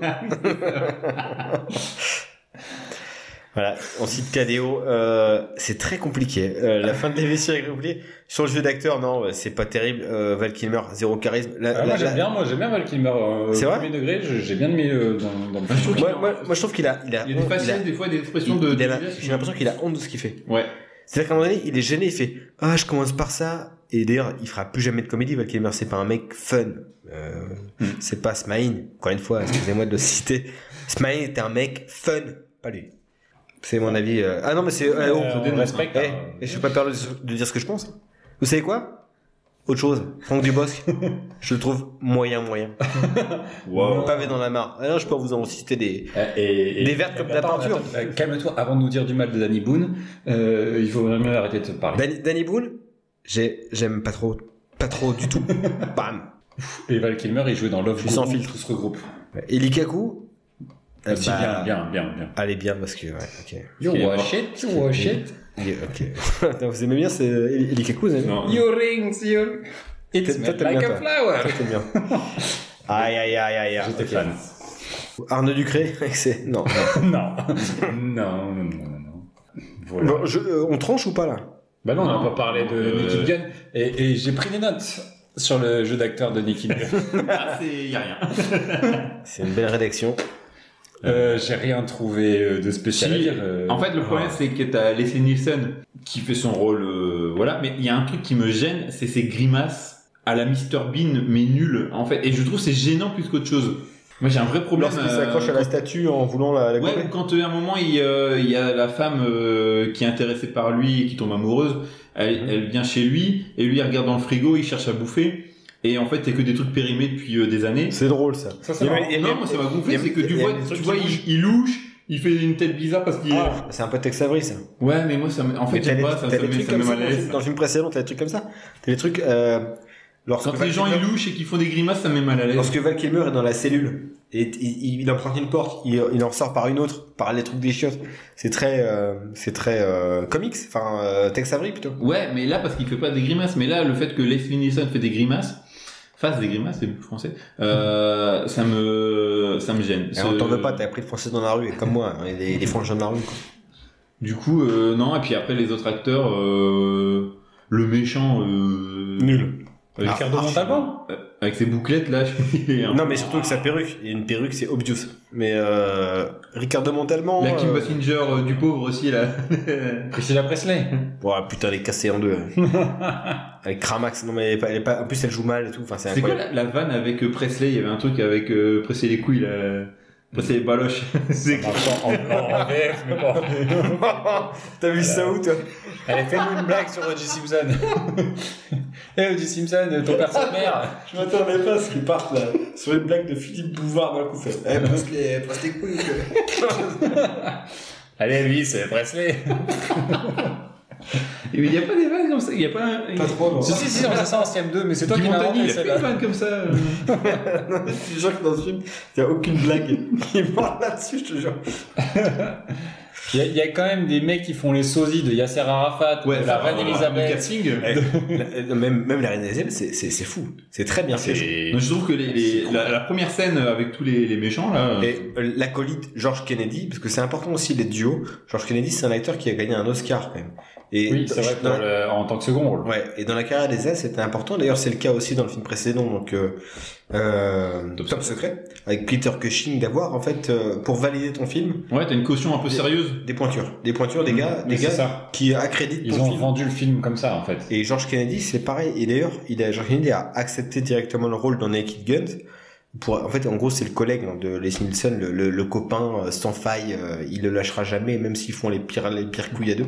A: voilà, on cite KDO. euh, c'est très compliqué. Euh, la fin de l'émission est compliquée. Sur le jeu d'acteur, non, c'est pas terrible. Euh, Val Kilmer, zéro charisme. La-
B: Ah,
A: la-
B: moi j'aime
A: la-
B: bien, moi j'aime bien Val Kilmer. euh,
A: C'est vrai
B: premier degré, je- j'ai bien aimé euh, dans, dans le film.
A: Moi, moi- moi, je trouve qu'il a, il a,
C: Il y a
A: honte,
C: des
A: il a-
C: faciès, des fois, des expressions
A: il-
C: de...
A: il a la-
C: de-
A: j'ai l'impression qu'il a honte de ce qu'il fait.
C: Ouais.
A: C'est-à-dire qu'à un moment donné, il est gêné, il fait Ah, je commence par ça. Et d'ailleurs, il fera plus jamais de comédie. Val Kilmer, c'est pas un mec fun. Euh,
B: Hmm.
A: C'est pas Smaïn. Encore une fois, excusez-moi de le citer. Smaïn était un mec fun, pas lui. C'est mon avis. euh. Ah non, mais c'est. euh, oh,
B: Euh, on
A: eh,
B: respecte,
A: eh,
B: hein.
A: je suis pas perdu de dire ce que je pense. Vous savez quoi Autre chose. Franck Dubosc, je le trouve moyen, moyen.
C: Wow.
A: Pavé dans la mare. Ah non, je peux vous en citer des,
B: Euh, Et, et-
A: des vertes comme de la
B: Attends,
A: peinture.
B: attends, euh, Calme-toi, avant de nous dire du mal de Danny Boone, euh, il faut vraiment arrêter de te parler.
A: Danny, Danny Boone, j'ai- j'aime pas trop. Pas trop du tout. Bam.
B: Et Val Kilmer, il jouait dans Love
A: Je suis sans
B: Group,
A: filtre.
B: Tout se regroupe.
A: Et Lukaku euh,
B: Si,
A: bah,
B: bien, bien, bien, bien.
A: Allez bien parce que ouais, ok.
B: You
C: Il est
B: wash it, you wash it.
A: Il est- ok. Non, vous aimez bien c'est euh, et Lukaku vous aimez bien.
C: Non.
B: You rings, you...
A: Toi,
B: It's
A: toi, t'aimes
B: like
A: bien,
B: a
A: toi.
B: flower.
A: Toi, t'aimes bien. Aïe aïe aïe aïe. aïe.
C: J'étais
A: Ok.
C: fan.
A: Arnaud Ducré, c'est non.
B: non. non, non, non, non, non. Voilà.
A: Bon, je- euh, on tranche ou pas là
B: Bah non, on
C: Non.
B: va pas parler de
C: Euh,
B: Nicky Gunn. Et, et j'ai pris des notes sur le jeu d'acteur de Nicky Gunn.
C: Ah, c'est... Y a rien.
A: C'est une belle rédaction.
B: Euh, j'ai rien trouvé euh, de spécial. à
C: Si,
B: dire, euh,
C: En fait, le problème, c'est que t'as Leslie Nielsen qui fait son rôle, euh, voilà. Mais il y a un truc qui me gêne, c'est ses grimaces à la Mr Bean, mais nul, en fait. Et je trouve que c'est gênant plus qu'autre chose. Moi, j'ai un vrai problème.
A: Lorsqu'il
C: euh,
A: s'accroche à la statue en voulant la, la
C: Ouais,
A: couper.
C: ou quand euh, à un moment il, euh, il y a la femme euh, qui est intéressée par lui et qui tombe amoureuse, elle,
A: Mhm.
C: elle vient chez lui et lui il regarde dans le frigo, il cherche à bouffer et en fait c'est que des trucs périmés depuis euh, des années.
A: C'est drôle ça.
B: Ça, c'est
A: Il y a-
B: marrant.
A: il y a-
C: non, moi ça m'a
A: il y
C: gonflé,
A: a-
C: c'est que
A: il y a-
C: tu
A: il y a
C: vois,
A: des
C: tu
A: trucs
C: vois
A: qui bougent.
C: il, il louche, il fait une tête bizarre parce qu'il.
A: Ah, c'est un peu Tex Avery ça.
C: Ouais, mais moi ça, me- en fait
A: Mais t'as
C: j'aime
A: des-
C: pas, ça,
A: t'as
C: ça
A: des
C: me
A: trucs
C: ça me
A: comme
C: met
A: ça
C: mal à
A: dans,
C: l'aise.
A: dans le film précédent, t'as des trucs comme ça. T'as des trucs. euh, lorsque
C: Quand les gens ils
A: Wagner-
C: louchent et qu'ils font des grimaces, ça me met mal à l'aise.
A: Lorsque Val Kilmer est dans la cellule, et il, il emprunte une porte, il, il en sort par une autre, par les trucs des chiottes. C'est très, euh, c'est très euh, comics, enfin euh, Tex Avery plutôt.
C: Ouais, mais là parce qu'il fait pas des grimaces, mais là le fait que Leslie Nielsen fait des grimaces, fasse des grimaces, c'est plus français, euh, ça me ça me gêne.
A: Et on
C: Ce-
A: t'en veut pas, t'as appris le français dans la rue, et comme moi, hein, et les, les Français dans la rue. quoi.
C: Du coup, euh, non, et puis après les autres acteurs, euh, le méchant. Euh,
A: Nul.
C: Avec,
A: Ah.
B: Ricardo Montalban
C: avec ses bouclettes là, je il est un-
A: Non, mais surtout que sa perruque, et une perruque c'est obvious. Mais euh, Ricardo Montalban.
C: La Kim
A: euh,
C: Basinger euh, du pauvre aussi là.
B: Priscilla Presley.
A: ouah, euh, putain, elle est cassée en deux. hein. Avec Cramax, non mais elle est pas, elle est pas- en plus elle joue mal et tout, enfin c'est
C: C'est quoi
A: incroyable.
C: la, la vanne avec euh, Presley Il y avait un truc avec euh, Presley les couilles là. Presley les baloches. C'est-
B: en, en VF, mais pas.
A: T'as vu ça où toi
B: Allez, fais-nous une blague sur O.J. Simpson. Eh, O.J. Simpson, ton père, sa mère.
A: Je m'attendais pas à ce qu'ils partent là, sur une blague de Philippe Bouvard d'un coup fait. Eh, passe les, passe les couilles. quoi.
B: Allez, lui, c'est Presley.
C: Mais il n'y a pas des vannes comme ça. Il n'y a pas. un-
A: Pas trop, non.
B: si, si, si, on faisait ça en CM2, mais c'est toi
C: Guy
B: qui m'as
C: Montagny,
B: inventé
C: il a fait une
B: celle-là.
C: vanne comme ça. euh.
A: non, mais je te jure que dans ce film, il n'y a aucune blague qui parle là-dessus, je te jure.
B: Il y, a- il y a quand même des mecs qui font les sosies de Yasser Arafat,
A: Ouais,
B: de la
A: enfin,
B: reine
A: voilà,
C: Le
B: Elisabeth.
C: casting.
A: Eh, la- même, même la Reine des Neiges, c'est, c'est, c'est fou. C'est très bien fait.
C: C'est- Non, je trouve que les- les- la, la première scène avec tous les, les méchants là.
A: Et euh, l'acolyte George Kennedy, parce que c'est important aussi les duos. George Kennedy, c'est un acteur qui a gagné un Oscar quand même. Et
F: Oui, c'est vrai
A: dans-
F: pour le- en tant que second rôle.
A: Ouais, et dans la carrière des As, c'était important. D'ailleurs, c'est le cas aussi dans le film précédent, donc euh, euh, Top,
C: Top
A: Secret, avec Peter Cushing, d'avoir en fait euh, pour valider ton film
C: Ouais, t'as une caution un peu sérieuse.
A: des pointures, des pointures, des gars,
F: Mm. Mais
A: des
F: c'est
A: gars
F: ça.
A: qui accréditent
F: Ils
A: ton
F: ont
A: film.
F: vendu le film comme ça, en fait.
A: Et George Kennedy, c'est pareil. Et d'ailleurs, il a George Kennedy a accepté directement le rôle dans Naked Guns. Pour, en fait, en gros, c'est le collègue hein, de Les Nielsen, le, le- le copain euh, sans faille. euh, il le lâchera jamais, même s'ils font les pires, les pires couilles à deux.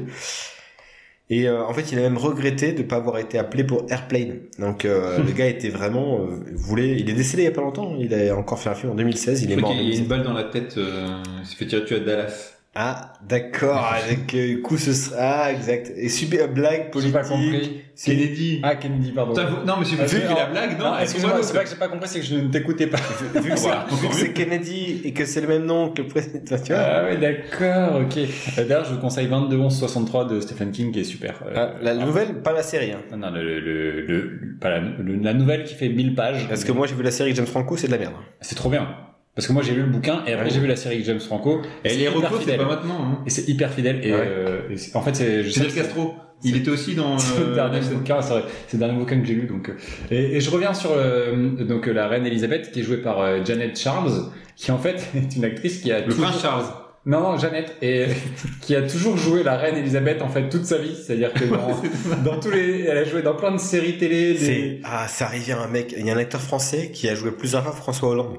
A: Et euh, en fait, il a même regretté de ne pas avoir été appelé pour Airplane. Donc, euh, le gars était vraiment euh, voulait. Il est décédé il y a pas longtemps. hein. Il a encore fait un film en 2016. Il est
C: Je
A: mort.
C: crois
A: en
C: qu'il y a
A: 2016.
C: une balle dans la tête. euh, il s'est fait tirer dessus à Dallas.
A: Ah, d'accord. Avec euh, coup, ce sera- ah, exact. Et super blague
B: J'ai
A: politique.
B: pas compris.
A: C'est-
C: Kennedy.
B: Ah, Kennedy, pardon.
C: T'as- Non, mais si vous
B: Ah,
C: avez
B: c'est-
C: vu la blague, non,
B: Non, excuse-moi, c'est pas que j'ai pas compris, c'est que je ne t'écoutais pas.
A: Vu que c'est-
C: Voilà.
A: vu que Ah, c'est Kennedy et que c'est le même nom que le président, tu vois.
B: Ah ouais, d'accord, ok. Euh, D'ailleurs, je vous conseille 22 11 63 de Stephen King qui est super. Euh,
A: Ah, la nouvelle, pas la série. hein.
B: Non, Ah non, le, le, le- le- pas la, le- la nouvelle qui fait 1000 pages.
A: Parce que moi, j'ai vu la série de James Franco, c'est de la merde.
B: C'est trop bien. Parce que moi, j'ai lu le bouquin et après,
A: Ouais.
B: j'ai vu la série avec James Franco.
C: Ah Et
B: C'est
C: les
B: hyper
C: recours, c'est
B: fidèle.
C: pas maintenant. hein.
B: Et c'est hyper fidèle. Et,
A: Ouais.
B: euh, et c'est- en fait, c'est. je sais
C: Fidel
B: que c'est-
C: Castro. Il était aussi dans.
B: C'est le
C: euh,
B: dernier
C: Nelson.
B: bouquin, c'est vrai. C'est le dernier bouquin que j'ai lu. Donc, euh, et, et je reviens sur euh, donc euh, la reine Elisabeth qui est jouée par euh, Janet Charles, qui en fait est une actrice qui a
C: Le
B: toujours-
C: prince Charles.
B: Non, non, Jeannette, et qui a toujours joué la reine Elisabeth en fait toute sa vie, c'est-à-dire que dans, dans tous les, elle a joué dans plein de séries télé.
A: C'est,
B: Des...
A: ah, ça arrive à un mec. Il y a un acteur français qui a joué plusieurs fois François Hollande.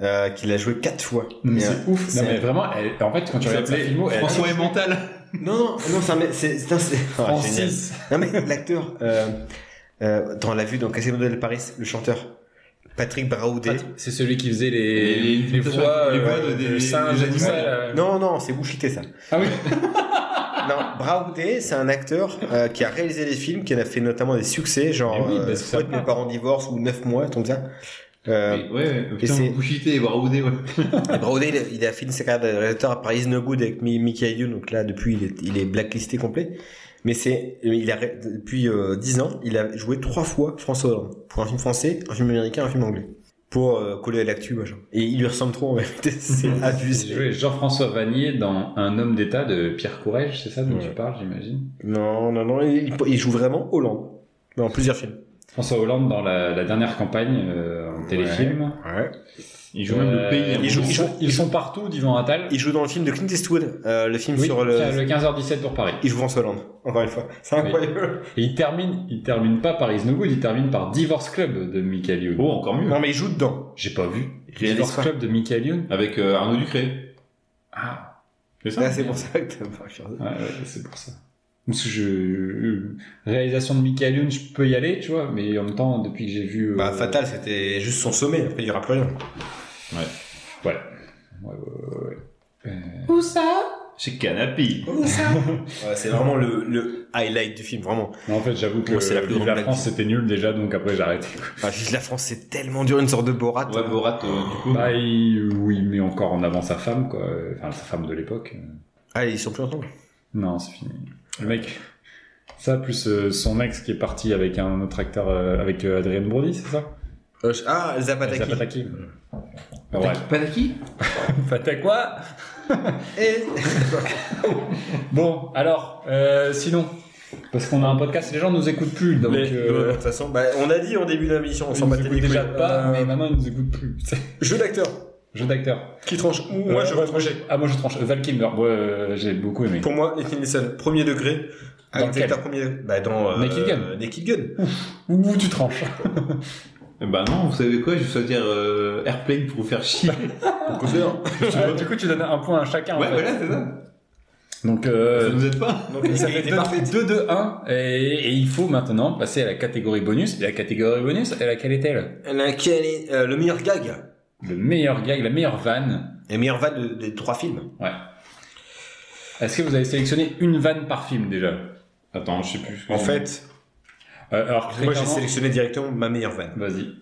A: Euh, qui l'a joué quatre fois.
B: Mais
A: Et, euh,
B: c'est ouf. Non
A: c'est-
B: mais vraiment, elle- en fait quand tu
C: Tu
B: regardes sa
C: l'appelais
B: filmo, elle-
C: François est mental.
A: Non, non, ah, non, c'est un mec- c'est, c'est, un- c'est- Ah, génial.
B: Francis.
A: Non, mais l'acteur, euh, euh, dans la vue dans Casino de Paris, le chanteur, Patrick Braoudet.
B: C'est celui qui faisait les
C: Les- les-
B: les voix,
C: les
B: euh,
C: voix de-
B: de
C: des- des
B: singes, et tout
C: animaux.
B: ça, là.
A: Non, non, c'est bouchité ça.
B: Ah oui.
A: Non, Braoudet, c'est un acteur euh, qui a réalisé des films, qui en a fait notamment des succès, genre
B: Eh oui,
A: euh,
B: parce que ça
A: Souhaite mes
B: parle.
A: parents divorcent ou 9 mois, tout ça. Euh,
C: Ouais, ouais,
A: c'est-
C: putain, Bouchité et Braoudé, ouais.
A: et Braoudet, il a, il a fini sa carrière de réalisateur à Paris No Good avec Mi- Mickey Ayoun, donc là, depuis, il est, il est blacklisté complet. Mais c'est, il a, ré- depuis euh, 10 ans, il a joué trois fois François Hollande. Pour un film français, un film américain, un film anglais. Pour euh, coller à l'actu, machin. Et il lui ressemble trop, en réalité. C'est
B: J'ai
A: abusé.
B: joué Jean-François Vanier dans Un homme d'État de Pierre Courrèges, c'est ça dont
A: Ouais.
B: tu parles, j'imagine.
A: Non, non, non, il, il joue vraiment Hollande. Dans plusieurs films.
B: François Hollande dans la, la dernière campagne euh, en téléfilm.
A: Ouais.
C: Il joue même le
B: Euh,
C: pays. hein.
B: Ils,
A: joue-
B: sont- ils sont- ils sont partout, d'Ivan Attal.
A: Il joue dans le film de Clint Eastwood, euh, le film
B: Oui,
A: sur le,
B: tiens, le 15h17 pour Paris.
A: Il joue François Hollande, encore une fois. C'est incroyable.
B: Et il termine, il termine pas par Is No Good, il termine par Divorce Club de Michael Youn.
C: Oh, encore mieux.
A: Non, mais il joue dedans.
B: J'ai pas vu.
A: Réalise
B: Divorce
A: pas.
B: Club de Michael Youn
C: Avec euh, Arnaud Ducré.
B: Ah,
C: C'est ça
A: Là, c'est pour ça que t'as pas regardé.
B: ouais, ouais, c'est pour ça. Parce que je... euh, Réalisation de Michael Youn, je peux y aller, tu vois, mais en même temps, depuis que j'ai vu... euh,
A: Bah, Fatal, c'était juste son sommet. Après, il y aura plus rien.
B: Ouais, ouais, ouais, ouais.
C: Chez Canapé.
A: Ouais, c'est vraiment le, le highlight du film, vraiment.
B: Non, en fait, j'avoue que
A: Moi, c'est la
B: la,
A: plus grande
B: la
A: blague.
B: France, c'était nul déjà, donc après, j'ai arrêté.
A: Enfin, Vive la France, c'est tellement dur, une sorte de Borat.
C: Ouais, Borat, euh, du coup.
B: Bah, il... oui, mais encore en avant sa femme, quoi. Enfin, sa femme de l'époque.
A: Allez, Ah, ils sont plus ensemble.
B: Non, c'est fini. Le mec, ça plus euh, son ex qui est parti avec un autre acteur, euh, avec euh, Adrien Brody, c'est ça
A: Euh, je- ah, Zapataki.
B: Pataki. Bah, Ouais.
C: Pataki- Pataki
B: Pataki quoi
A: Et...
B: Bon, alors, euh, sinon, parce qu'on a un podcast, les gens nous écoutent plus, donc
A: Mais,
B: euh,
A: de toute façon, bah, on a dit en début de l'émission, on
B: ils
A: s'en
B: nous
A: battait
B: écoutent
A: les
B: déjà
A: couilles.
B: pas,
A: Euh,
B: mais maintenant ils nous écoutent plus.
A: Jeu d'acteur.
B: Jeu d'acteur.
A: Qui tranche Moi,
B: Euh,
A: je
B: moi,
A: vais trancher.
B: Ah, moi je tranche. Val Kilmer, ouais, euh, j'ai beaucoup aimé.
A: Pour moi, Nathan Nielsen, premier degré.
B: Dans
A: Avec
B: lequel
A: l'acteur premier degré. Bah, dans euh,
B: Naked Gun.
A: Naked Gun.
B: Ouh, tu tranches.
C: Eh Bah non, vous savez quoi Je vais choisir euh, Airplane pour vous faire chier.
A: Pourquoi faire
B: Ah, du coup, tu donnes un point à chacun. en
C: ouais,
B: fait.
C: voilà, c'est ça.
B: Donc,
C: Ça
B: Bah, euh,
C: nous aide pas.
A: Donc,
B: Et ça
A: il
B: fait
A: était
B: 2,
A: parfait.
B: 2, 2, 1. Et, et il faut maintenant passer à la catégorie bonus. Et la catégorie bonus, elle, laquelle est-elle
A: Laquelle est, euh, le meilleur gag
B: Le meilleur gag, la meilleure vanne.
A: Le meilleur van de- des trois films.
B: Ouais. Est-ce que vous avez sélectionné une vanne par film déjà
C: Attends, je sais plus.
A: En fait,
B: Euh, Alors, très
A: moi j'ai
B: clairement-
A: sélectionné directement ma meilleure vanne.
B: Vas-y.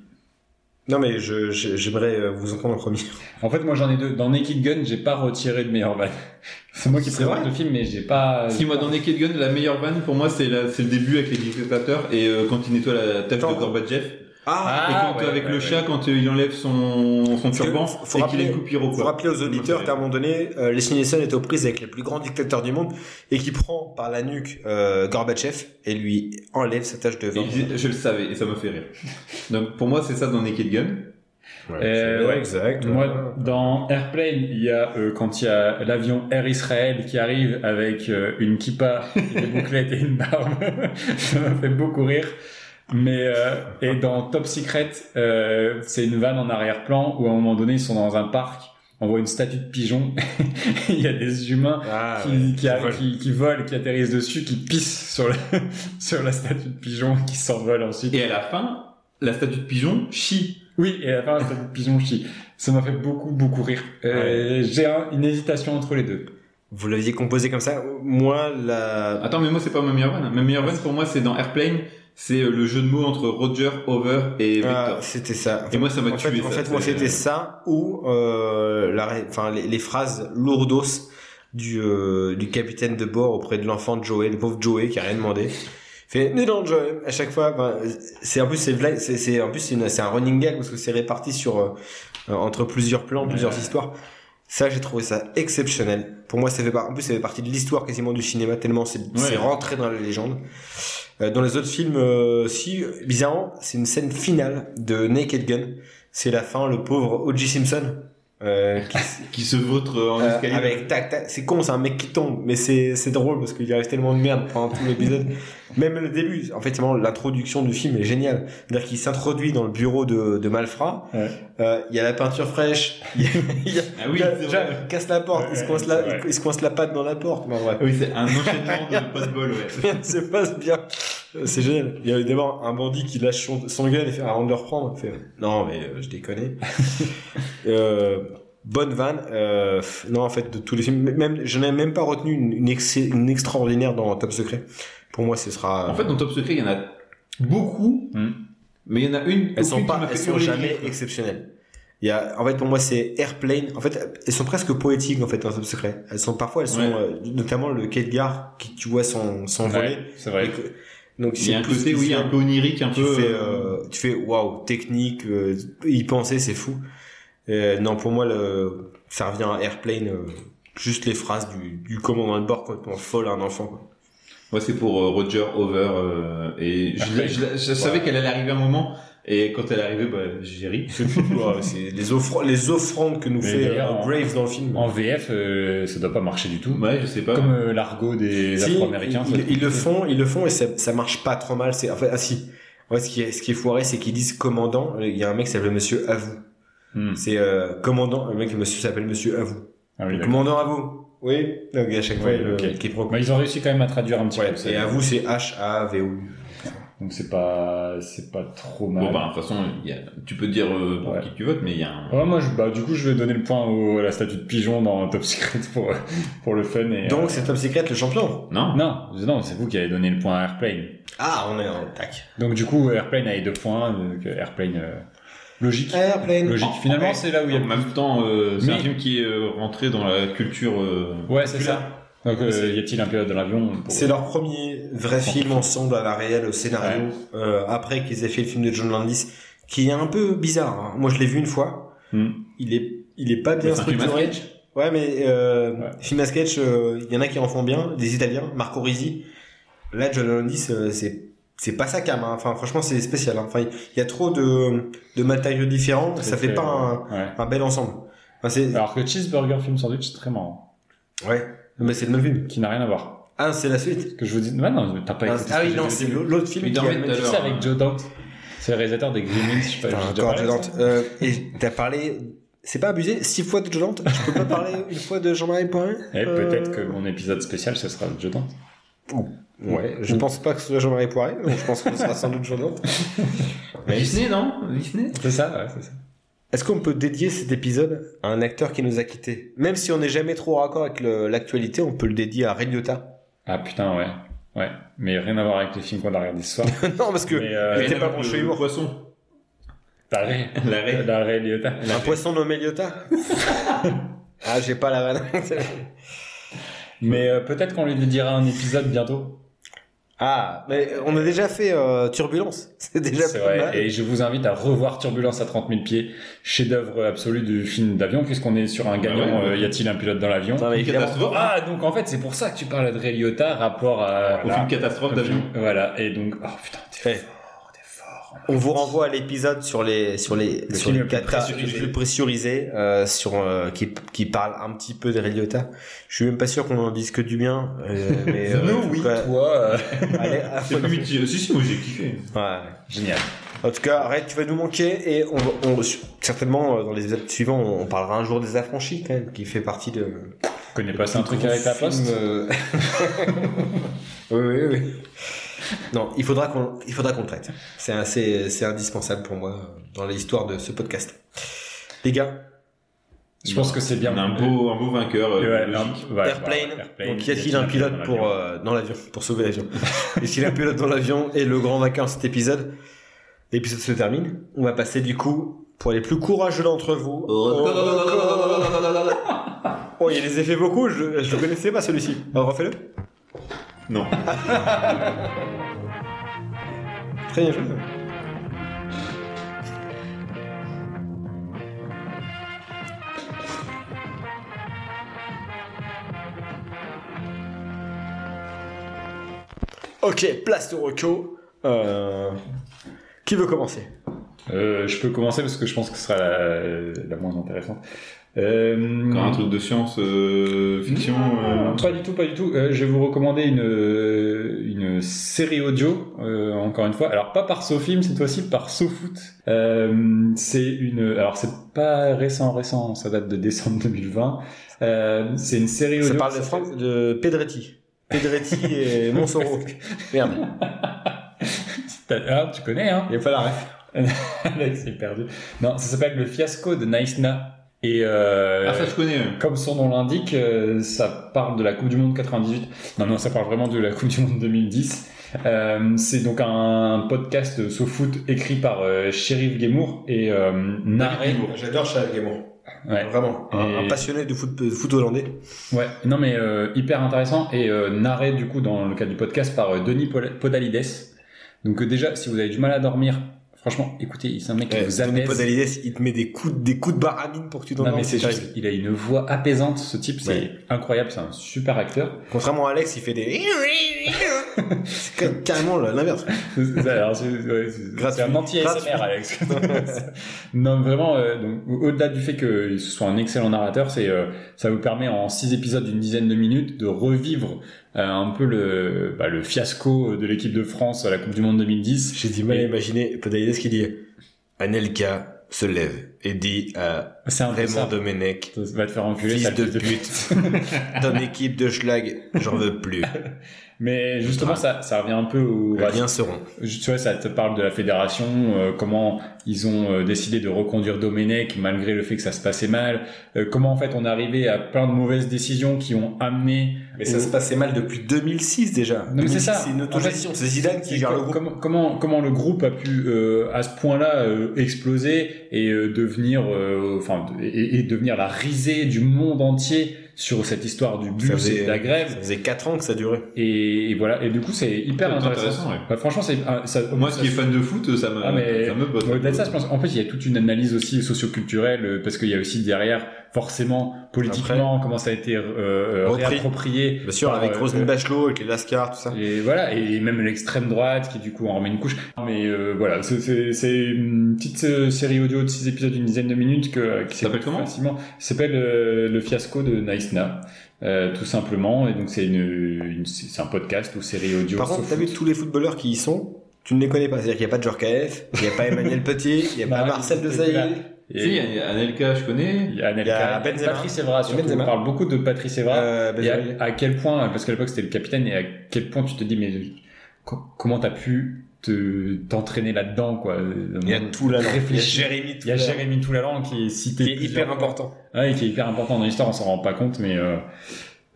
A: Non, mais je- je- j'aimerais euh, vous entendre en premier.
B: En fait, moi j'en ai deux. Dans Naked Gun, j'ai pas retiré de meilleure vanne. C'est moi qui
A: C'est
B: présente
A: vrai
B: le film, mais j'ai pas.
C: Si moi dans Naked Gun, la meilleure vanne pour moi c'est la- c'est le début avec les dictateurs et euh, quand il nettoie la tâche de
A: Attends.
C: Gorbatchev.
A: Ah,
C: et quand
B: ouais,
C: euh, avec
B: ouais,
C: le
B: ouais.
C: chat, quand euh, il enlève son, son
A: que
C: turban
A: faut
C: et qu'il
A: rappeler-
C: a une coupure au
A: Pour
C: poids.
A: rappeler aux auditeurs qu'à un moment donné, euh, Leslie Nielsen est aux prises avec les plus grands dictateurs du monde et qui prend par la nuque euh, Gorbatchev et lui enlève sa tache de
C: Et
A: vin.
C: il disait, je le savais et ça me fait rire. Donc pour moi c'est ça dans Naked Gun.
B: Euh,
A: C'est
B: ouais.
A: exact.
B: Moi, dans Airplane, il y a euh, quand il y a l'avion Air Israël qui arrive avec euh, une kippa, des bouclettes et une barbe. Ça m'a fait beaucoup rire. Mais euh, et dans Top Secret, euh, c'est une vanne en arrière-plan où à un moment donné ils sont dans un parc, on voit une statue de pigeon, il y a des humains
A: Ah,
B: qui,
A: ouais.
B: qui, a-
A: Voilà.
B: qui- qui volent, qui atterrissent dessus, qui pissent sur la, sur la statue de pigeon, qui s'envole ensuite.
C: Et à la fin, la statue de pigeon chie.
B: Oui, et à la fin, la statue de pigeon chie. Ça m'a fait beaucoup, beaucoup rire. Euh, J'ai un- une hésitation entre les deux.
A: Vous l'aviez composé comme ça Moi, la...
C: Attends, mais moi c'est pas ma meilleure vanne. Ma meilleure vanne pour moi c'est dans Airplane, c'est euh, le jeu de mots entre Roger, Over et
A: Ah,
C: Victor.
A: c'était ça.
C: et moi ça m'a
A: en
C: tué.
A: fait, en
C: ça.
A: fait, moi,
C: C'est-
A: c'était ça ou euh, la ré- enfin, les, les phrases lourdos du, euh, du capitaine de bord auprès de l'enfant de Joey, le pauvre Joey qui a rien demandé. Fait, mais non, Joey, à chaque fois, ben, c'est en plus, c'est blague- c'est, c'est, en plus, c'est, une- c'est un running gag parce que c'est réparti sur, euh, euh, entre plusieurs plans, plusieurs histoires. Ça, j'ai trouvé ça exceptionnel. Pour moi, ça fait par... en plus, ça fait partie de l'histoire quasiment du cinéma tellement c'est, c'est rentré dans la légende. Euh, dans les autres films, euh, si, bizarrement, c'est une scène finale de Naked Gun. C'est la fin, le pauvre O.J. Simpson. euh, qui-
C: Qui se vautre euh, en
A: euh,
C: escalier.
A: avec tac tac, c'est con, c'est un mec qui tombe, mais c'est c'est drôle parce qu'il y arrive tellement de merde pendant tout l'épisode. Même le début, en fait, c'est vraiment l'introduction du film est géniale. C'est-à-dire qu'il s'introduit dans le bureau de, de Malfra.
B: Ouais.
A: Euh, Il y a la peinture fraîche. Il y a- il y a-
C: Ah oui,
A: il y a-
C: c'est
A: déjà,
C: vrai.
A: il casse la porte, il, se
B: Ouais,
A: coince la,
B: c'est vrai.
A: il se coince la patte dans la porte. mais en vrai.
C: Ah Oui, c'est un enchaînement de pas de bol, ouais.
A: Rien ne se passe bien. Euh, C'est génial. Il y a d'abord un bandit qui lâche son, son gun et fait avant de le reprendre. il fait, non, mais euh, je déconne. Euh, bonne vanne. Euh, pff, non, en fait, de tous les films, même, je n'ai même pas retenu une, une ex- une extraordinaire dans Top Secret. Pour moi, ce sera.
C: En fait, dans Top Secret, il y en a beaucoup,
B: Hmm.
C: mais il y en a une.
A: elles sont
C: aucune qui
A: pas,
C: m'a fait
A: elles sont
C: hurler de
A: jamais
C: rire.
A: exceptionnelles. Il y a, en fait, pour moi, c'est Airplane. En fait, elles sont presque poétiques, en fait, dans Top Secret. Elles sont, parfois, elles sont,
C: Ouais.
A: euh, notamment le quai de gare, qui, tu vois, son, son
B: Ah
A: volet.
B: c'est vrai.
A: Et que- Donc,
C: Il y a un
A: plus
C: côté, oui,
A: spécial.
C: un peu onirique, un
A: tu
C: peu.
A: fais euh,
C: euh,
A: tu fais waouh technique euh, y penser c'est fou Euh, non pour moi le, ça revient à airplane euh, juste les phrases du, du commandant de bord complètement folle à un enfant quoi.
C: Moi, c'est pour euh, Roger Over. euh, et je, l'ai- je l'ai- je savais qu'elle allait arriver un moment. Et quand elle est arrivée, bah, j'ai ri.
A: Waouh, c'est les, offra- les offrandes que nous
B: Mais
A: fait
B: d'ailleurs,
A: euh,
B: en-
A: Graves dans le film
B: En VF, euh, ça doit pas marcher du tout.
C: Ouais, je sais pas.
B: Comme euh, l'argot des
A: Si,
B: Afro-Américains.
A: ils,
B: ça-
A: ils- ils le font ils le font et ça, ça marche pas trop mal c'est en fait ah si Ouais, ce qui est, ce qui est foiré, c'est qu'ils disent commandant. Il y a un mec qui s'appelle Monsieur Avou.
B: Hmm.
A: C'est euh, commandant. Le mec, monsieur s'appelle Monsieur Avou.
B: Ah oui, d'accord.
A: Commandant Avou. Oui. Donc à chaque fois,
B: Ouais,
A: il le-
B: ok.
A: qui est pro-
B: Mais ils ont réussi quand même à traduire un petit
A: Ouais,
B: peu. ça.
A: et à vous, c'est H-A-V-O.
B: Donc c'est pas, c'est pas trop mal.
C: Bon, bah, de toute façon, il y a- tu peux dire euh, pour
B: Ouais.
C: qui tu votes, mais il y a un.
B: Ouais, moi, je, bah, du coup, je vais donner le point au- à la statue de pigeon dans Top Secret pour, euh, pour le fun. Et, euh,
A: Donc, c'est Top Secret, le champion.
C: Non
B: Non, non, c'est vous qui avez donné le point à Airplane.
A: Ah, on est en tac.
B: Donc du coup, Airplane a les deux points, donc euh, Airplane euh, logique.
A: Airplane.
B: Logique. Finalement, c'est là où il y a.
C: En même temps, euh, c'est
B: Mais-
C: un film qui est euh, rentré dans la culture. euh,
B: Ouais, c'est ça. Donc euh, y a-t-il un pilote de l'avion pour-
A: C'est leur premier vrai film ensemble à la réelle au scénario. euh, après qu'ils aient fait le film de John Landis, qui est un peu bizarre. hein. Moi, je l'ai vu une fois.
B: Hmm.
A: Il est, il est pas bien
C: C'est un film à
A: structuré.
C: sketch
A: Ouais, mais euh,
B: Ouais.
A: film à sketch, euh, il y en a qui en font bien. Des Italiens, Marco Risi. Là, John Landis, euh, c'est c'est pas sa cam. hein. Enfin, franchement, c'est spécial. hein. Enfin, il y a trop de de matériaux différents.
B: Très,
A: Ça fait
B: très- euh,
A: pas un,
B: Ouais.
A: un bel ensemble. Enfin, c'est-
B: Alors que Cheeseburger Film Sandwich, c'est très marrant.
A: Ouais, mais c'est le même film.
B: Qui n'a rien à voir.
A: Ah, c'est la suite.
B: Ce que je vous dis. Ouais, non, t'as pas
A: Ah,
B: écouté.
A: ah oui, non, c'est l'autre film
C: Mais
A: qui
C: dans
A: a
C: Red
A: même-
C: Dawn.
B: C'est
C: alors,
B: avec
C: hein.
B: Joe Dante. C'est le réalisateur des Gremlins. Je sais pas.
A: Putain,
B: j'ai déjà
A: encore
B: parlé,
A: Jodante.
B: ça
A: Euh, et t'as parlé. C'est pas abusé Six fois de Jodante Je peux pas parler une fois de Jean-Marie Poirin
B: Et
A: Euh,
B: Eh, peut-être que mon épisode spécial, ce sera Joe Dante.
A: Ouais, je pense pas que ce soit Jean-Marie Poirin, donc je pense que ce sera sans doute Jodante.
C: Bah, Disney, non Disney
B: C'est ça, ouais, c'est ça.
A: Est-ce qu'on peut dédier cet épisode à un acteur qui nous a quittés Même si on n'est jamais trop raccord avec le- l'actualité, on peut le dédier à Ray Liotta.
B: Ah putain, ouais. Ouais. Mais rien à voir avec les films qu'on a regardés ce soir.
A: non, parce que.
B: Mais, euh,
A: t'es
C: Rien à
A: pas
C: voir
A: branché
C: avec le
A: humour.
C: poisson.
B: L'arrêt.
C: L'arrêt.
B: L'arrêt Lyotard.
A: Un poisson nommé Lyotta Ah, j'ai pas la vanne.
B: Mais euh, peut-être qu'on lui dédiera un épisode bientôt.
A: ah, mais on a déjà fait euh, Turbulence. C'est déjà
B: C'est
A: pas mal.
B: vrai. Et je vous invite à revoir Turbulence à 30 000 pieds, chef-d'œuvre absolu du film d'avion, puisqu'on est
A: Ah
B: sur un gagnant.
C: ouais, ouais.
B: euh, y a-t-il un pilote dans l'avion
A: Non, mais évidemment.
C: Catastrophe.
B: Ah, donc en fait, c'est pour ça que tu parles de Lyotard rapport à.
C: Au film catastrophe d'avion.
B: Voilà. Et donc, oh putain, t'es
A: Eh.
B: fort, t'es fort.
A: On vous renvoie à l'épisode sur les sur les
B: Le
A: sur
B: film
A: les
B: le plus
A: catas-
B: pressurisé.
A: le plus pressurisé euh, sur euh, qui qui parle un petit peu des Liotta. Je suis même pas sûr qu'on en dise que du bien. euh, mais, euh, en tout cas,
B: toi. euh,
A: allez, à-
C: C'est pas mitigé. Si, si, moi j'ai kiffé.
A: Ouais.
B: Génial.
A: En tout cas, Red, tu vas nous manquer et on, va- on- certainement euh, dans les épisodes suivants, on parlera un jour des affranchis quand même, qui fait partie de.
B: Je connais pas, c'est un truc avec la
A: film,
B: poste
A: euh, oui, oui, oui. Non, il faudra qu'on, il faudra qu'on le traite. C'est assez, c'est indispensable pour moi euh, dans l'histoire de ce podcast. Les gars,
B: Je pense que c'est bien.
C: On a un beau, un beau vainqueur.
B: Ouais, ouais,
C: euh, logique.
B: ouais, ouais,
A: Airplane.
B: ouais,
A: Donc y a-t-il un
B: dans
A: pilote
B: l'avion
A: pour euh, dans l'avion pour sauver l'avion Y a-t-il un pilote dans l'avion et le grand vainqueur de cet épisode L'épisode se termine. On va passer du coup pour les plus courageux d'entre vous. Oh, il y a des effets beaucoup. Je je le connaissais pas celui-ci. Alors, Refais-le.
C: Non.
A: Très bien joué. Ok, place au reco. Euh, Qui veut commencer
B: Euh, je peux commencer parce que je pense que ce sera la, la moins intéressante. Euh,
C: Encore un truc de science, euh, fiction. euh,
B: Pas du tout, pas du tout. Euh, je vais vous recommander une, euh, une série audio, euh, encore une fois. Alors, pas par SoFilm, cette fois-ci par SoFoot. Euh, c'est une. Alors, c'est pas récent, récent, ça date de décembre 2020. Euh, c'est une série audio.
A: Ça parle de,
B: qui
A: Fran- de Pedretti. Pedretti et Monsoro. Merde,
B: s'appelle- Ah, tu connais, hein
A: il n'y a pas la ref.
B: Alex est perdu. Non, ça s'appelle Le Fiasco de Naïsna. Et euh,
C: Ah, ça je connais. euh.
B: comme son nom l'indique, euh, ça parle de la Coupe du Monde 98. Non, non, ça parle vraiment de la Coupe du Monde 2010. Euh, c'est donc un podcast sous foot écrit par euh, Shérif Guémour et euh, narré.
A: J'adore Charles Guémon.
B: Ouais.
A: Vraiment. Un,
B: Et-
A: un passionné de foot, de foot hollandais.
B: Ouais, non mais euh, hyper intéressant et euh, narré du coup dans le cas du podcast par euh, Denis Pol- Podalides. Donc euh, déjà, si vous avez du mal à dormir, franchement, écoutez, c'est un mec qui
A: Ouais,
B: vous
A: Tony
B: apaise.
A: Podalides, il te met des coups, des coups de baramine pour que tu t'en
B: Non mais c'est juste, il a une voix apaisante ce type, c'est
A: Ouais.
B: incroyable, c'est un super acteur.
A: Contrairement à Alex, il fait des. c'est ca- carrément l'inverse.
B: C'est- alors, c'est ouais, c'est-
A: Gratuit.
B: c'est un
A: Gratuit.
B: anti-SMR Alex. non vraiment, euh, donc, au- au-delà du fait que ce soit un excellent narrateur, c'est euh, ça vous permet en six épisodes d'une dizaine de minutes de revivre euh, un peu le, bah, le fiasco de l'équipe de France à la Coupe du Monde 2010.
A: J'ai du mal à imaginer Podalides qui dit Anelka se lève et dit à
B: C'est un peu
A: Raymond
B: ça.
A: Domenech,
B: Ça va te faire enculer,
A: fils
B: sale
A: de pute, ton équipe de schlag, j'en veux plus.
B: Mais justement,
A: Ah.
B: ça, ça revient un peu au
A: Les liens seront.
B: Je- Tu vois, ça te parle de la fédération, euh, comment ils ont euh, décidé de reconduire Domenech malgré le fait que ça se passait mal, euh, comment en fait on est arrivé à plein de mauvaises décisions qui ont amené.
A: Mais
B: ça se
A: passait mal depuis 2006 déjà.
B: mais c'est 2006, ça.
A: C'est une autogestion.
B: En fait,
A: C'est Zidane qui
B: Et
A: gère
B: co-
A: le groupe.
B: Comment, comment, comment le groupe a pu euh, à ce point-là euh, exploser et euh, devenir, euh, enfin, de- et, et devenir la risée du monde entier sur cette histoire du bus et de la
A: Ça
B: grève.
A: faisait 4 ans que ça durait.
B: Et, et voilà. Et du coup, c'est hyper
C: C'est
B: intéressant.
C: intéressant, ouais.
B: Bah, franchement, c'est ah, ça-
C: Moi, ce qui est fan de foot, ça me,
B: Ah, mais-
C: ça me botte.
B: Au-delà de ça, je pense en fait, il y a toute une analyse aussi socioculturelle euh, parce qu'il y a aussi derrière forcément politiquement comment ça a été euh, euh,
A: Repris.
B: réapproprié.
A: Bien sûr,
B: par,
A: avec
B: euh,
A: Roselyne Bachelot, avec les Lascar, tout ça.
B: et voilà, et même l'extrême droite qui du coup en remet une couche. Mais euh, voilà, c'est- c'est c'est une petite euh, série audio de 6 épisodes d'une dizaine de minutes que, euh, qui
C: Ça s'appelle comment
B: facilement. Ça s'appelle euh, Le fiasco de Naïsna, euh, tout simplement. Et donc c'est une, une- c'est un podcast ou série audio.
A: Par contre,
B: sauf
A: t'as vu
B: foot.
A: tous les footballeurs qui y sont Tu ne les connais pas. C'est-à-dire qu'il n'y a pas de Djorkaeff, il n'y a pas Emmanuel Petit, il n'y a pas
B: Bah,
A: Marcel
B: il était
A: Desailly.
B: Et-
C: Si, il y a Anelka, je connais.
B: il y a
A: Il y a
B: Anelka,
A: Benzema.
B: Patrice Evra, surtout.
A: Benzema.
B: On parle beaucoup de Patrice Evra.
A: Euh,
B: Et
A: Desailly.
B: à, à quel point, parce qu'à l'époque c'était le capitaine, et à quel point tu te dis, mais co- comment t'as pu te t'entraîner là-dedans, quoi
A: Il y a tout là. Mm. Il y a
B: Réfléchir.
A: Jérémy
B: Il y a
A: Toulalan,
B: Jérémy Toulalan qui est cité.
A: qui est
B: plusieurs
A: hyper
B: fois.
A: important.
B: Ouais, qui est hyper important dans l'histoire, on s'en rend pas compte, mais euh,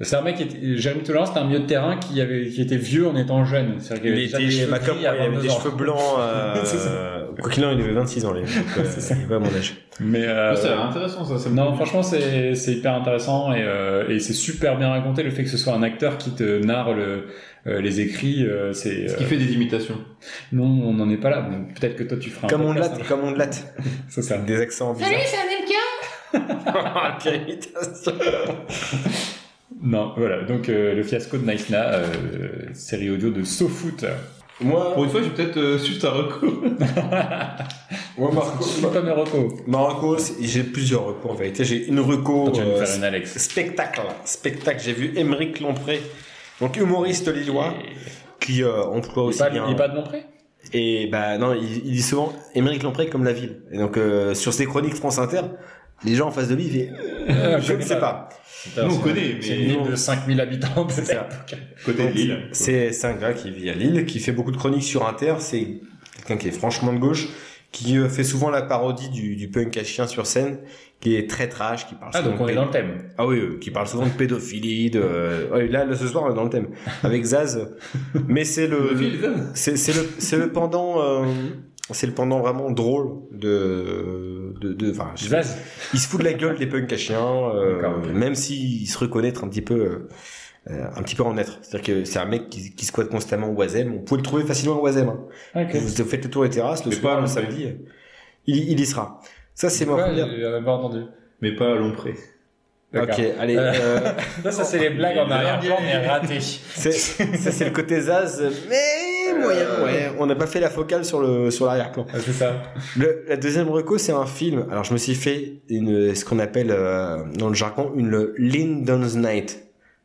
B: C'est un mec qui était, Jérémy Toulon, c'était un milieu de terrain qui avait, qui était vieux en étant jeune. C'est-à-dire qu'il
A: Il
B: avait
A: était,
B: déjà des
A: bah,
B: gris
A: comme moi,
B: à
A: il avait
B: 22
A: des
B: ans.
A: cheveux blancs. euh,
B: C'est ça.
A: Quoi qu'il en, il avait 26 ans, les. Donc, euh, il est pas à mon âge.
B: Mais, euh,
C: Ça a l'air intéressant, ça. ça me
B: non,
C: plaît.
B: franchement, c'est, c'est hyper intéressant et, euh, et c'est super bien raconté le fait que ce soit un acteur qui te narre le, euh, les écrits. euh, c'est,
C: Est-ce
B: euh,
C: qu'il fait des imitations
B: non, on n'en est pas là. mais Peut-être que toi, tu feras un
A: Comme on
B: podcast un
A: latte,
B: jour.
A: comme on latte.
B: C'est ça.
A: Des accents bizarres.
G: Salut, c'est Anelka
A: Ah, pire imitation.
B: Non, voilà. Donc, euh, le fiasco de Nice Na, euh, série audio de SoFoot.
A: Moi,
C: Pour une fois, je vais peut-être euh, suivre ta recours.
A: moi, Marco.
B: C'est pas mes recos.
A: Marco, c'est- j'ai plusieurs recours en vérité. J'ai une
B: Attends,
A: recours.
B: Tu vas nous
A: euh,
B: faire une Alex.
A: spectacle. Spectacle. J'ai vu Émeric Lompré, donc humoriste lillois, qui euh, emploie
B: Il
A: aussi
B: est pas,
A: bien.
B: il est pas de mon prêt
A: Et bah non, il, il dit souvent Émeric Lompré comme la ville. Et donc euh, sur ses chroniques France Inter, les gens en face de lui, ils disent,
B: Euh,
A: je ne sais pas.
C: Nous, on connaît,
B: C'est
C: mais-
B: une île de 5000 habitants,
A: C'est ça.
B: peut-être.
C: Côté de Lille.
A: C'est c'est un gars qui vit à Lille, qui fait beaucoup de chroniques sur Inter. C'est quelqu'un qui est franchement de gauche, qui euh, fait souvent la parodie du, du punk à chien sur scène, qui est très trash, qui parle
B: Ah,
A: souvent
B: donc on
A: de
B: est
A: péd-
B: dans le thème.
A: ah oui, euh, qui parle souvent de pédophilie. De, euh, ouais, là, là, ce soir, on est dans le thème avec Zaz. Mais c'est le,
C: Pédophile, ça
A: c'est c'est le, c'est le pendant. euh, c'est le pendant vraiment drôle de, de, de- enfin, je sais pas,
B: Zaz.
A: il se fout de la gueule des punks à chiens, euh,
B: D'accord, ok.
A: même s'il se reconnaître un petit peu, euh, euh, un petit peu en être. C'est-à-dire que c'est un mec qui, qui squatte constamment au Oisem. On peut le trouver facilement au Oisem. hein.
B: Ah, Ok.
A: Vous faites le tour des terrasses, le
C: Mais
A: soir,
C: pas
A: le
C: à Lompré.
A: samedi, il, il y sera. Ça, c'est ma
B: Quoi,
A: première.
B: J'avais euh, pas entendu.
C: Mais pas à Lompré.
A: Ok,
B: D'accord.
A: allez.
B: Euh,
A: euh,
B: Là, ça, c'est les blagues en
C: Le
B: arrière-plan,
C: dernier.
B: mais ratées.
A: c'est- ça, c'est le côté Zaz. Mais moyen, ouais. On n'a pas fait la focale sur le sur l'arrière-plan.
B: Ah, c'est ça.
A: Le- La deuxième reco, c'est un film. Alors, je me suis fait une, ce qu'on appelle euh, dans le jargon une le Lindon's Night.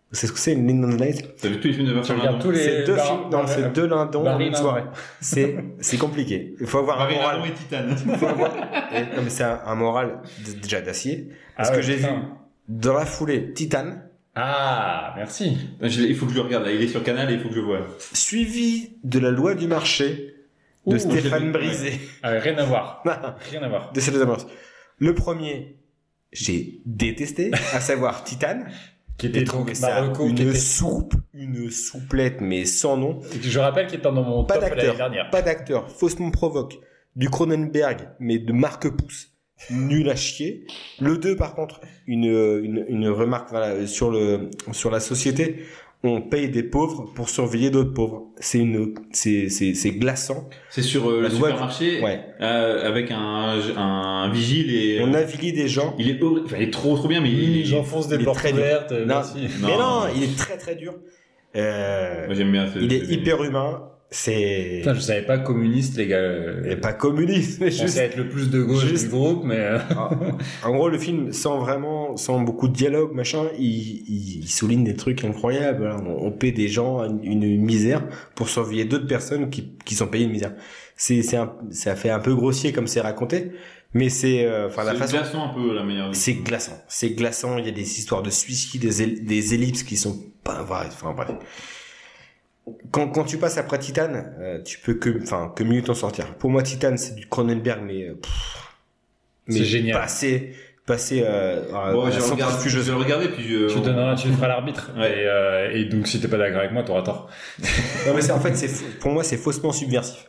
A: Vous savez ce que c'est une Lindon's Night
C: T'as vu tous les films de
B: Tu
C: Vincent
B: regardes
C: Lindon
B: tous les.
A: C'est deux
B: bar-
A: films, non,
B: bar-
A: c'est deux lindons dans
B: Barry
A: une
B: Lyndon.
A: soirée. C'est, c'est compliqué. Il faut avoir un
C: Marie
A: moral.
C: Lindon et Titane.
A: Faut avoir- et- non, mais c'est un, un moral d- déjà d'acier.
B: Ah
A: Parce que
B: ouais,
A: j'ai vu
B: putain.
A: dans la foulée Titan,
B: Ah, merci.
C: Je l'ai- Il faut que je le regarde, là. Il est sur Canal et il faut que je le voie.
A: suivi de la loi du marché de
B: Ouh,
C: j'ai
A: Stéphane
C: vu,
A: Brisé.
B: Ah, ouais, rien à voir.
A: de
B: Rien à voir.
A: ces deux amorces. Le premier, j'ai détesté, à savoir Titan.
B: Qui
A: J'ai
B: était
A: trouvé ça
B: Marocco, qui
A: une
B: était.
A: soupe, une souplette, mais sans nom.
B: Je rappelle qu'il était dans mon
A: Pas
B: top l'année
A: d'acteur.
B: dernière.
A: Pas d'acteur, faussement provoque, du Cronenberg, mais de marque pouce, nul à chier. Le 2, par contre, une, une, une remarque voilà, sur, le, sur la société. On paye des pauvres pour surveiller d'autres pauvres. C'est une, c'est, c'est, c'est glaçant.
C: C'est sur euh,
A: La
C: le
A: loi du-
C: supermarché
A: Ouais.
C: euh, avec un, un vigile et.
A: On avilit des gens.
C: Il est horrible. Enfin, il est trop trop bien, mais il est.
B: J'enfonce des
A: il est
B: portes
A: très dur.
B: ouvertes. euh,
A: Non.
B: merci.
C: Non.
A: Mais non, il est très très dur. Euh,
C: Moi, j'aime bien ce.
A: il est
C: ce-
A: hyper humain. C'est,
B: Putain, je savais pas communiste, les gars. Euh,
A: et pas communiste, mais
B: Je
A: juste.
B: sais être le plus de gauche
A: juste-
B: du groupe, mais. euh,
A: Ah. en gros, le film, sans vraiment, sans beaucoup de dialogue, machin, il, il- il souligne des trucs incroyables. voilà. On, on paie des gens à une, une misère pour surveiller d'autres personnes qui, qui sont payées une misère. C'est, c'est un- ça fait un peu grossier comme c'est raconté, mais c'est, euh, enfin, la
C: C'est
A: façon.
C: glaçant un peu la meilleure.
A: C'est glaçant. C'est glaçant. Il y a des histoires de suicide, des, él- des ellipses qui sont pas vraies. Enfin, bref. Quand, quand tu passes après Titan, euh, tu peux que, enfin, que mieux t'en sortir. Pour moi, Titan, c'est du Cronenberg, mais, euh, pff,
B: C'est génial.
A: Passer, passer, euh, à- à
C: Bon,
A: la
C: je regarde.
A: centrifuge.
C: Je vais le regarder puis euh, je.
B: Tu donneras, tu feras l'arbitre.
C: Ouais.
B: Et, euh, et donc, si t'es pas d'accord avec moi, t'auras tort.
A: Non, mais c'est, en fait, c'est, fou- pour moi, c'est faussement subversif.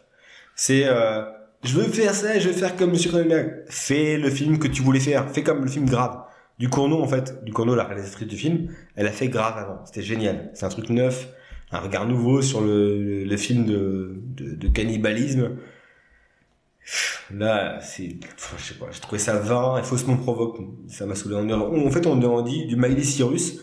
A: C'est, euh, je veux faire ça, je veux faire comme Monsieur Cronenberg. Fais le film que tu voulais faire. Fais comme le film Grave. Du Cournot, en fait. Du Cournot, la réalisatrice du film, elle a fait Grave avant. C'était génial. C'est un truc neuf. Un regard nouveau sur le, le film de, de, de cannibalisme. Là, c'est, pff, je sais pas, j'ai trouvé ça vain et faussement provoque. Ça m'a saoulé. On est- en fait, on est en dit du Miley Cyrus,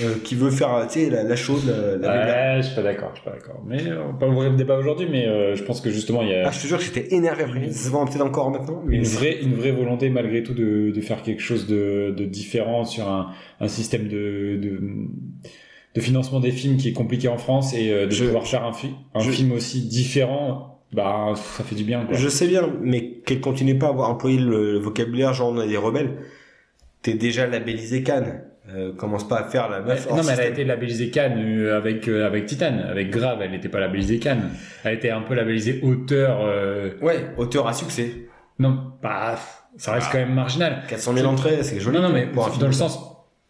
A: euh, qui veut faire, tu sais, la, la chaude, la, la, la-
B: Ouais, je suis pas d'accord, je suis pas d'accord. Mais euh, on va pas ouvrir le débat aujourd'hui, mais euh, je pense que justement, il y a
A: Ah, je te jure que j'étais énervé après. Ça se voit peut-être encore maintenant. Mais...
B: une vraie, une vraie volonté malgré tout de, de faire quelque chose de, de différent sur un, un système de, de, de financement des films qui est compliqué en France et euh, de
A: Je-
B: pouvoir faire un, fi- un
A: je-
B: film aussi différent, bah ça fait du bien. Quoi.
A: Je sais bien, mais qu'elle continue pas à avoir employé le vocabulaire genre on est des rebelles. T'es déjà labellisé Cannes. Euh, commence pas à faire la meuf. hors
B: non, mais elle a
A: système.
B: été labellisée Cannes euh, avec, euh, avec Titan, avec Grave, elle n'était pas labellisée Cannes. Elle était un peu labellisée auteur. euh,
A: Ouais, auteur à succès.
B: Non, bah, ça reste quand même marginal.
A: 400 000 entrées, c'est joli.
B: Non, non, mais
A: pour un film.
B: dans le sens,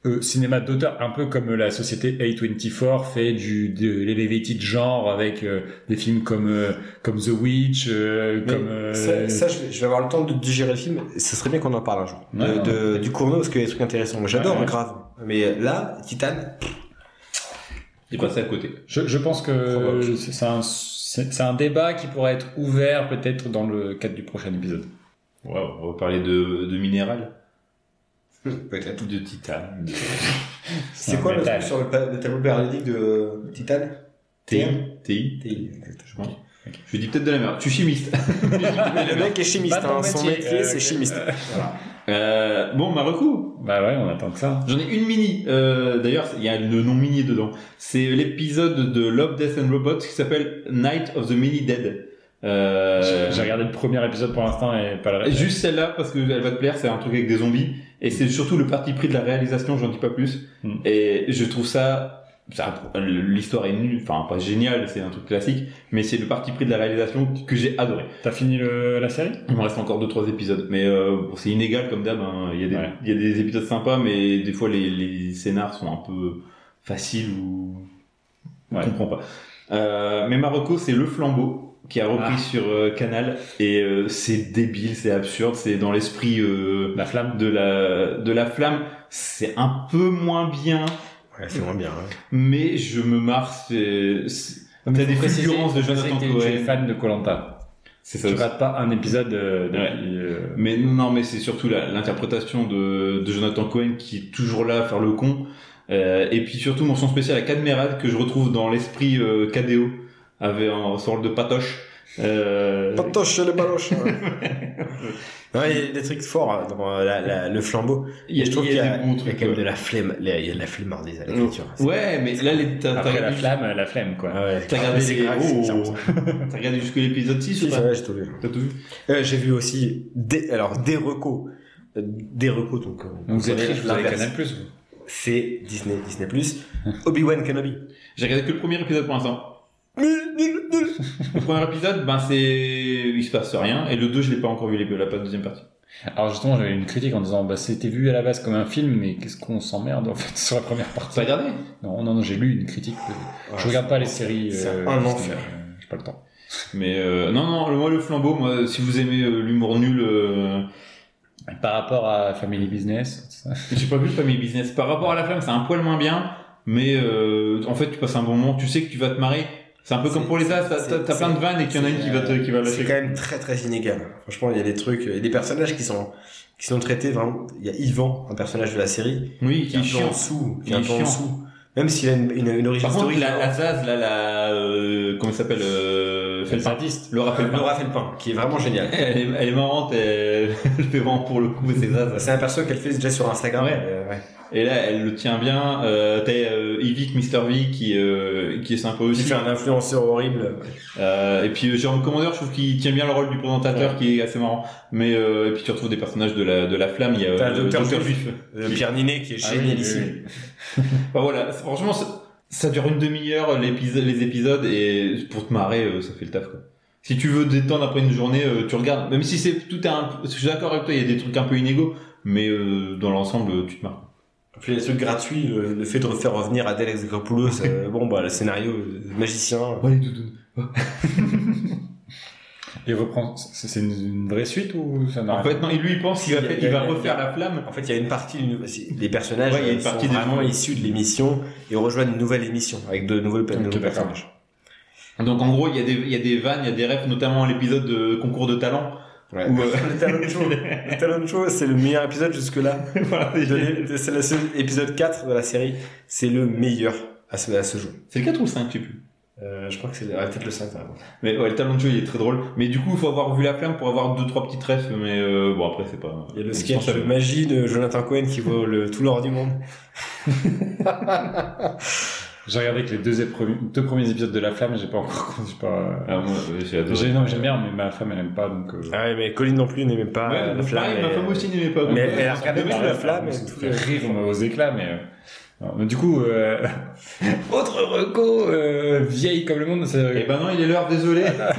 B: euh, cinéma d'auteur, un peu comme euh, la société A24 fait du de l'elevated genre avec euh, des films comme euh, comme The Witch, euh,
A: Mais
B: comme euh,
A: Ça, ça, je, vais, je vais avoir le temps de digérer le film. Ce serait bien qu'on en parle un jour.
C: Ouais,
A: De-
C: ouais.
A: de- du Cournot, parce qu'il y a des trucs intéressants. Moi, j'adore,
C: Ouais, ouais.
A: grave. Mais euh, là, Titan,
C: Il est passé à côté.
B: Je, je pense que c'est c'est un, c'est c'est un débat qui pourrait être ouvert peut-être dans le cadre du prochain épisode.
C: Waouh, on va parler de, de minéral,
A: peut-être.
C: de titane, de
A: C'est
B: un
A: quoi le
B: métal.
A: truc sur le, pa- le tableau périodique de Titan
C: TI, TI, je pense. Je dis peut-être de la merde. Tu chimiste.
A: Le mec est chimiste.
B: Pas ton
A: hein. Son
B: métier,
A: métier,
B: euh,
A: c'est
B: ok.
A: chimiste.
C: Euh, bon, ma recoupe.
B: Bah ouais, on attend que ça.
C: J'en ai une mini. Euh, D'ailleurs, il y a le nom mini dedans. C'est l'épisode de Love, Death and Robots qui s'appelle Night of the Mini Dead. Euh,
B: J'ai regardé le premier épisode pour l'instant et pas le reste.
C: juste celle-là parce que elle va te plaire. C'est un truc avec des zombies et c'est surtout le parti pris de la réalisation. J'en dis pas plus.
B: Mm.
C: Et je trouve ça. ça- L'histoire est nulle, enfin pas géniale, c'est un truc classique, mais c'est le parti pris de la réalisation que j'ai adoré.
B: T'as fini le- la série
C: Il me reste encore deux trois épisodes, mais euh, bon, c'est inégal comme d'hab. hein. Il y a des
B: Ouais.
C: il y a des épisodes sympas, mais des fois les, les scénars sont un peu faciles ou on
B: Ouais.
C: comprend pas. Euh, mais Marocco, c'est le flambeau qui a repris
B: Ah.
C: sur euh, Canal et euh, c'est débile, c'est absurde, c'est dans l'esprit euh,
B: La flamme.
C: de la de la flamme. C'est un peu moins bien,
A: Ouais, c'est moins bien. hein.
C: mais je me marre. c'est- c'est- T'as des fulgurances de Jonathan
B: Tu es
C: Cohen.
B: fan de Colanta.
C: C'est ça
B: Tu
C: aussi.
B: rates pas un épisode euh,
C: Ouais.
B: depuis, euh,
C: Mais non, mais c'est surtout la- l'interprétation de, de Jonathan Cohen qui est toujours là à faire le con. Euh, et puis surtout mention spéciale à Cadmerade que je retrouve dans l'esprit euh, KDO avec un sorte de patoche. Euh,
A: Pantoche le baloche. Ouais, il y a des trucs forts hein, dans euh, la- la- le flambeau.
C: il y a,
A: je trouve
C: il y a des
A: il
C: bons
A: y a
C: trucs.
A: quand même de
C: ouais.
A: la flemme. Il y a- il y a de la flemmardise à l'écriture.
C: Ouais, mais là, les- t'as t'as
B: après la
C: regardé,
B: flamme, euh, la flemme quoi.
A: Ah ouais.
C: t'as regardé
A: C'est
C: les-
A: grave,
C: oh,
A: c'est clairement ça.
C: t'as regardé jusque l'épisode 6 ou
A: Si, ça
C: pas
A: va, j'ai tout vu.
C: T'as tout vu
A: Euh, J'ai vu aussi des, alors, des recos. Euh, Des recos, donc. euh,
B: Donc vous êtes
A: connaît
B: riche, vous avez
A: l'inverse.
B: Canal Plus. vous.
A: C'est Disney, Disney+. Obi-Wan Kenobi.
C: J'ai regardé que le premier épisode pour l'instant.
A: Nul, nul, nul.
C: Le premier épisode, ben c'est. Il se passe rien. Et le 2, je l'ai pas encore vu, les- la pas- deuxième partie.
B: Alors justement, j'avais une critique en disant bah c'était vu à la base comme un film, mais qu'est-ce qu'on s'emmerde en fait sur la première partie.
C: T'as regardé
B: Non, non, non, j'ai lu une critique. euh, je regarde pas les séries.
A: c'est
B: euh,
A: un
B: parce que,
A: enfer.
B: euh, J'ai pas le temps.
C: Mais euh, non, non, le- moi le flambeau, moi, si vous aimez euh, l'humour nul, euh,
B: Par rapport à Family Business, ça,
C: j'ai pas vu le Family Business. Par rapport à la flamme, c'est un poil moins bien, mais euh, en fait, tu passes un bon moment, tu sais que tu vas te marrer. C'est un peu comme
A: C'est-
C: pour les as, t'as-
A: c'est-
C: t'as t'as plein de vannes et qu'il y en a une qui va te, qui va
A: C'est
C: lâcher.
A: quand même très très inégal. Franchement, il y a des trucs, il y a des personnages qui sont qui sont traités vraiment. Il y a Yvan, un personnage de la série,
C: Oui,
A: qui est
C: qui
A: un
C: est
A: peu en
C: chiant.
A: dessous, qui est
C: Il
A: un
C: est
A: peu en
C: chiant.
A: dessous. Même s'il a une, une, une origine
C: Par contre,
A: historique. hein.
C: la, la Zaz, là, la, euh, comment elle s'appelle, euh,
B: c'est
C: Felpin.
B: artiste.
C: Laura Felpin.
A: Laura Felpin, qui est vraiment génial.
C: Elle est, elle est marrante, elle, elle fait vraiment pour le coup, c'est Zaz.
A: C'est un perso qu'elle fait déjà sur Instagram.
C: Ouais.
A: Euh, ouais.
C: Et là, elle le tient bien, euh, t'as, euh, Yvick, Mr. V, qui, euh, qui est sympa
A: Qui
C: aussi.
A: fait un influenceur horrible.
C: Euh, et puis euh, Jérôme Commander, je trouve qu'il tient bien le rôle du présentateur, qui est assez marrant. Mais euh, et puis tu retrouves des personnages de la de la flamme. Il y a
A: T'as
C: euh,
A: le
C: le
A: docteur
C: docteur
A: Juif.
C: juif.
A: Euh, Pierre Ninet, qui est
B: Ah oui,
A: génial ici.
B: oui,
C: Bah voilà, c'est- franchement, ça, ça dure une demi-heure l'épisode, les épisodes, et pour te marrer, euh, ça fait le taf. Quoi. Si tu veux te détendre après une journée, euh, tu regardes. Même si c'est tout est un, je suis d'accord avec toi, il y a des trucs un peu inégaux, mais euh, dans l'ensemble, euh, tu te marres.
A: Puis les trucs gratuits, le, le fait de refaire revenir Adèle Exarchopoulos, euh, bon bah le scénario, euh, magicien.
B: Il reprend. C'est c'est une, une vraie suite ou ça n'a
C: En fait, non, et lui il pense qu'il va,
A: Il y a-
C: faire-
A: il
C: il
A: y a-
C: va refaire la flamme.
A: En fait, il y a une partie du- les personnages
C: Ouais, il y a une
A: euh, sont
C: partie des
A: vraiment
C: gens.
A: issus de l'émission et rejoignent une nouvelle émission avec de nouveaux, de nouveaux
B: d'accord.
A: personnages.
C: Donc en gros, il y a des, il y a des vannes, il y a des refs, notamment l'épisode de concours de talent.
A: Ouais.
C: Ou, euh,
A: le talent show, le talent show, c'est le meilleur épisode jusque là.
C: Voilà,
A: C'est le seul épisode 4 de la série, c'est le meilleur à ce, à ce jour.
C: C'est le 4 ou le 5, je sais plus.
A: Euh, je crois que c'est ouais, peut-être le 5. par exemple.
C: Mais ouais, le talent de jeu, il est très drôle. Mais du coup, il faut avoir vu la flamme pour avoir deux trois petits trèfles, mais euh, bon, après, c'est pas...
A: Il y a le
C: on
A: sketch
C: s'en sert.
A: de magie de Jonathan Cohen qui vaut le, tout l'or du monde.
B: J'ai regardé que les deux, épreu- deux premiers épisodes de La Flamme, j'ai pas encore. j'ai pas-
C: Ah, moi, euh, j'ai adoré.
B: J'ai- non, j'aime bien, mais ma femme, elle aime pas, donc. euh,
A: Ah ouais, mais Colin non plus n'aimait pas euh, la flamme.
C: ma
A: et,
C: femme
A: euh,
C: aussi n'aimait pas.
A: mais elle a regardé
B: Ah,
A: plus
B: ouais,
A: la flamme. et
B: Ça me
A: tout.
B: fait rire on va aux éclats, mais. euh, non, mais du coup, euh, autre reco euh, vieille comme le monde. c'est-
C: Et ben non, il est l'heure, désolé.
A: Ah,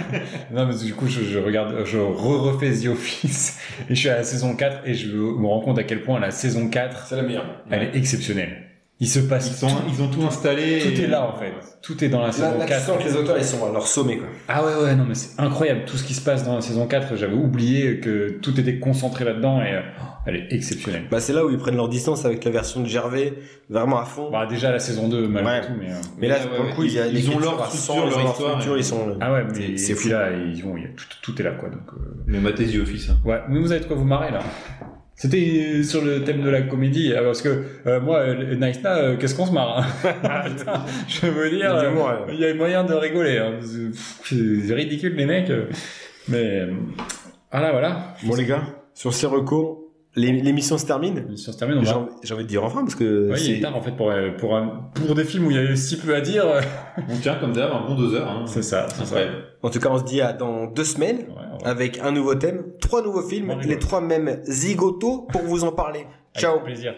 B: Non, mais du coup, je, je regarde, je refais The Office et je suis à la saison 4 et je me rends compte à quel point la saison 4,
G: C'est la meilleure.
B: elle est exceptionnelle. Il se passe
C: Ils, sont,
B: tout,
C: ils ont tout installé.
B: tout
C: et-
B: est là en fait. Tout est dans la
G: Là,
B: saison
G: là, tu
B: 4.
G: sens que les auteurs, ils sont à leur sommet, quoi.
B: Ah ouais, ouais, non, mais c'est incroyable tout ce qui se passe dans la saison 4. J'avais oublié que tout était concentré là-dedans et euh, elle est exceptionnelle.
A: Bah, c'est là où ils prennent leur distance avec la version de Gervais, vraiment à fond.
B: Bah, déjà la saison 2, malgré
A: Ouais.
B: tout, mais. euh,
A: Mais là,
C: Ouais, ouais,
A: pour le coup,
C: ouais.
A: il y a
C: Ils ont leur
A: l'écriture à 100,
C: structure,
A: ils ont
C: leur
A: leur
C: histoire,
A: structure,
C: et-
A: ils sont. euh,
B: Ah ouais, mais
A: C'est- c'est
B: et puis
A: fou.
B: là, ils ont, il y a tout, tout est là quoi. Donc, euh,
C: Mais Mathé The Office. hein.
B: Ouais, mais vous allez de quoi vous marrer là. C'était euh, sur le thème de la comédie, euh, parce que euh, moi, euh, Naïsna, euh, qu'est-ce qu'on se marre hein Ah, putain, Je veux
A: Il y a
B: dire,
A: du
B: euh,
A: humour, ouais.
B: il y a moyen de rigoler. hein. C'est pff, c'est ridicule les mecs. euh. Mais euh, voilà, voilà.
A: Bon les gars, sur ces recours, l'é- l'émission se termine.
B: Si on se termine, on
A: J'ai
B: va.
A: envie j'ai envie de dire enfin parce que
B: Ouais, il est
A: c'est
B: tard en fait pour, euh, pour, un- pour des films où il y a eu si peu à dire. euh,
C: On tient comme d'hab un bon deux heures. hein.
B: C'est ça, c'est ça.
C: Incroyable.
A: en tout cas on se dit à dans deux semaines
B: Ouais, on va-
A: avec un nouveau thème, trois nouveaux films,
B: On rigole.
A: les trois mêmes zigotos pour vous en parler.
B: avec
A: Ciao.
B: plaisir.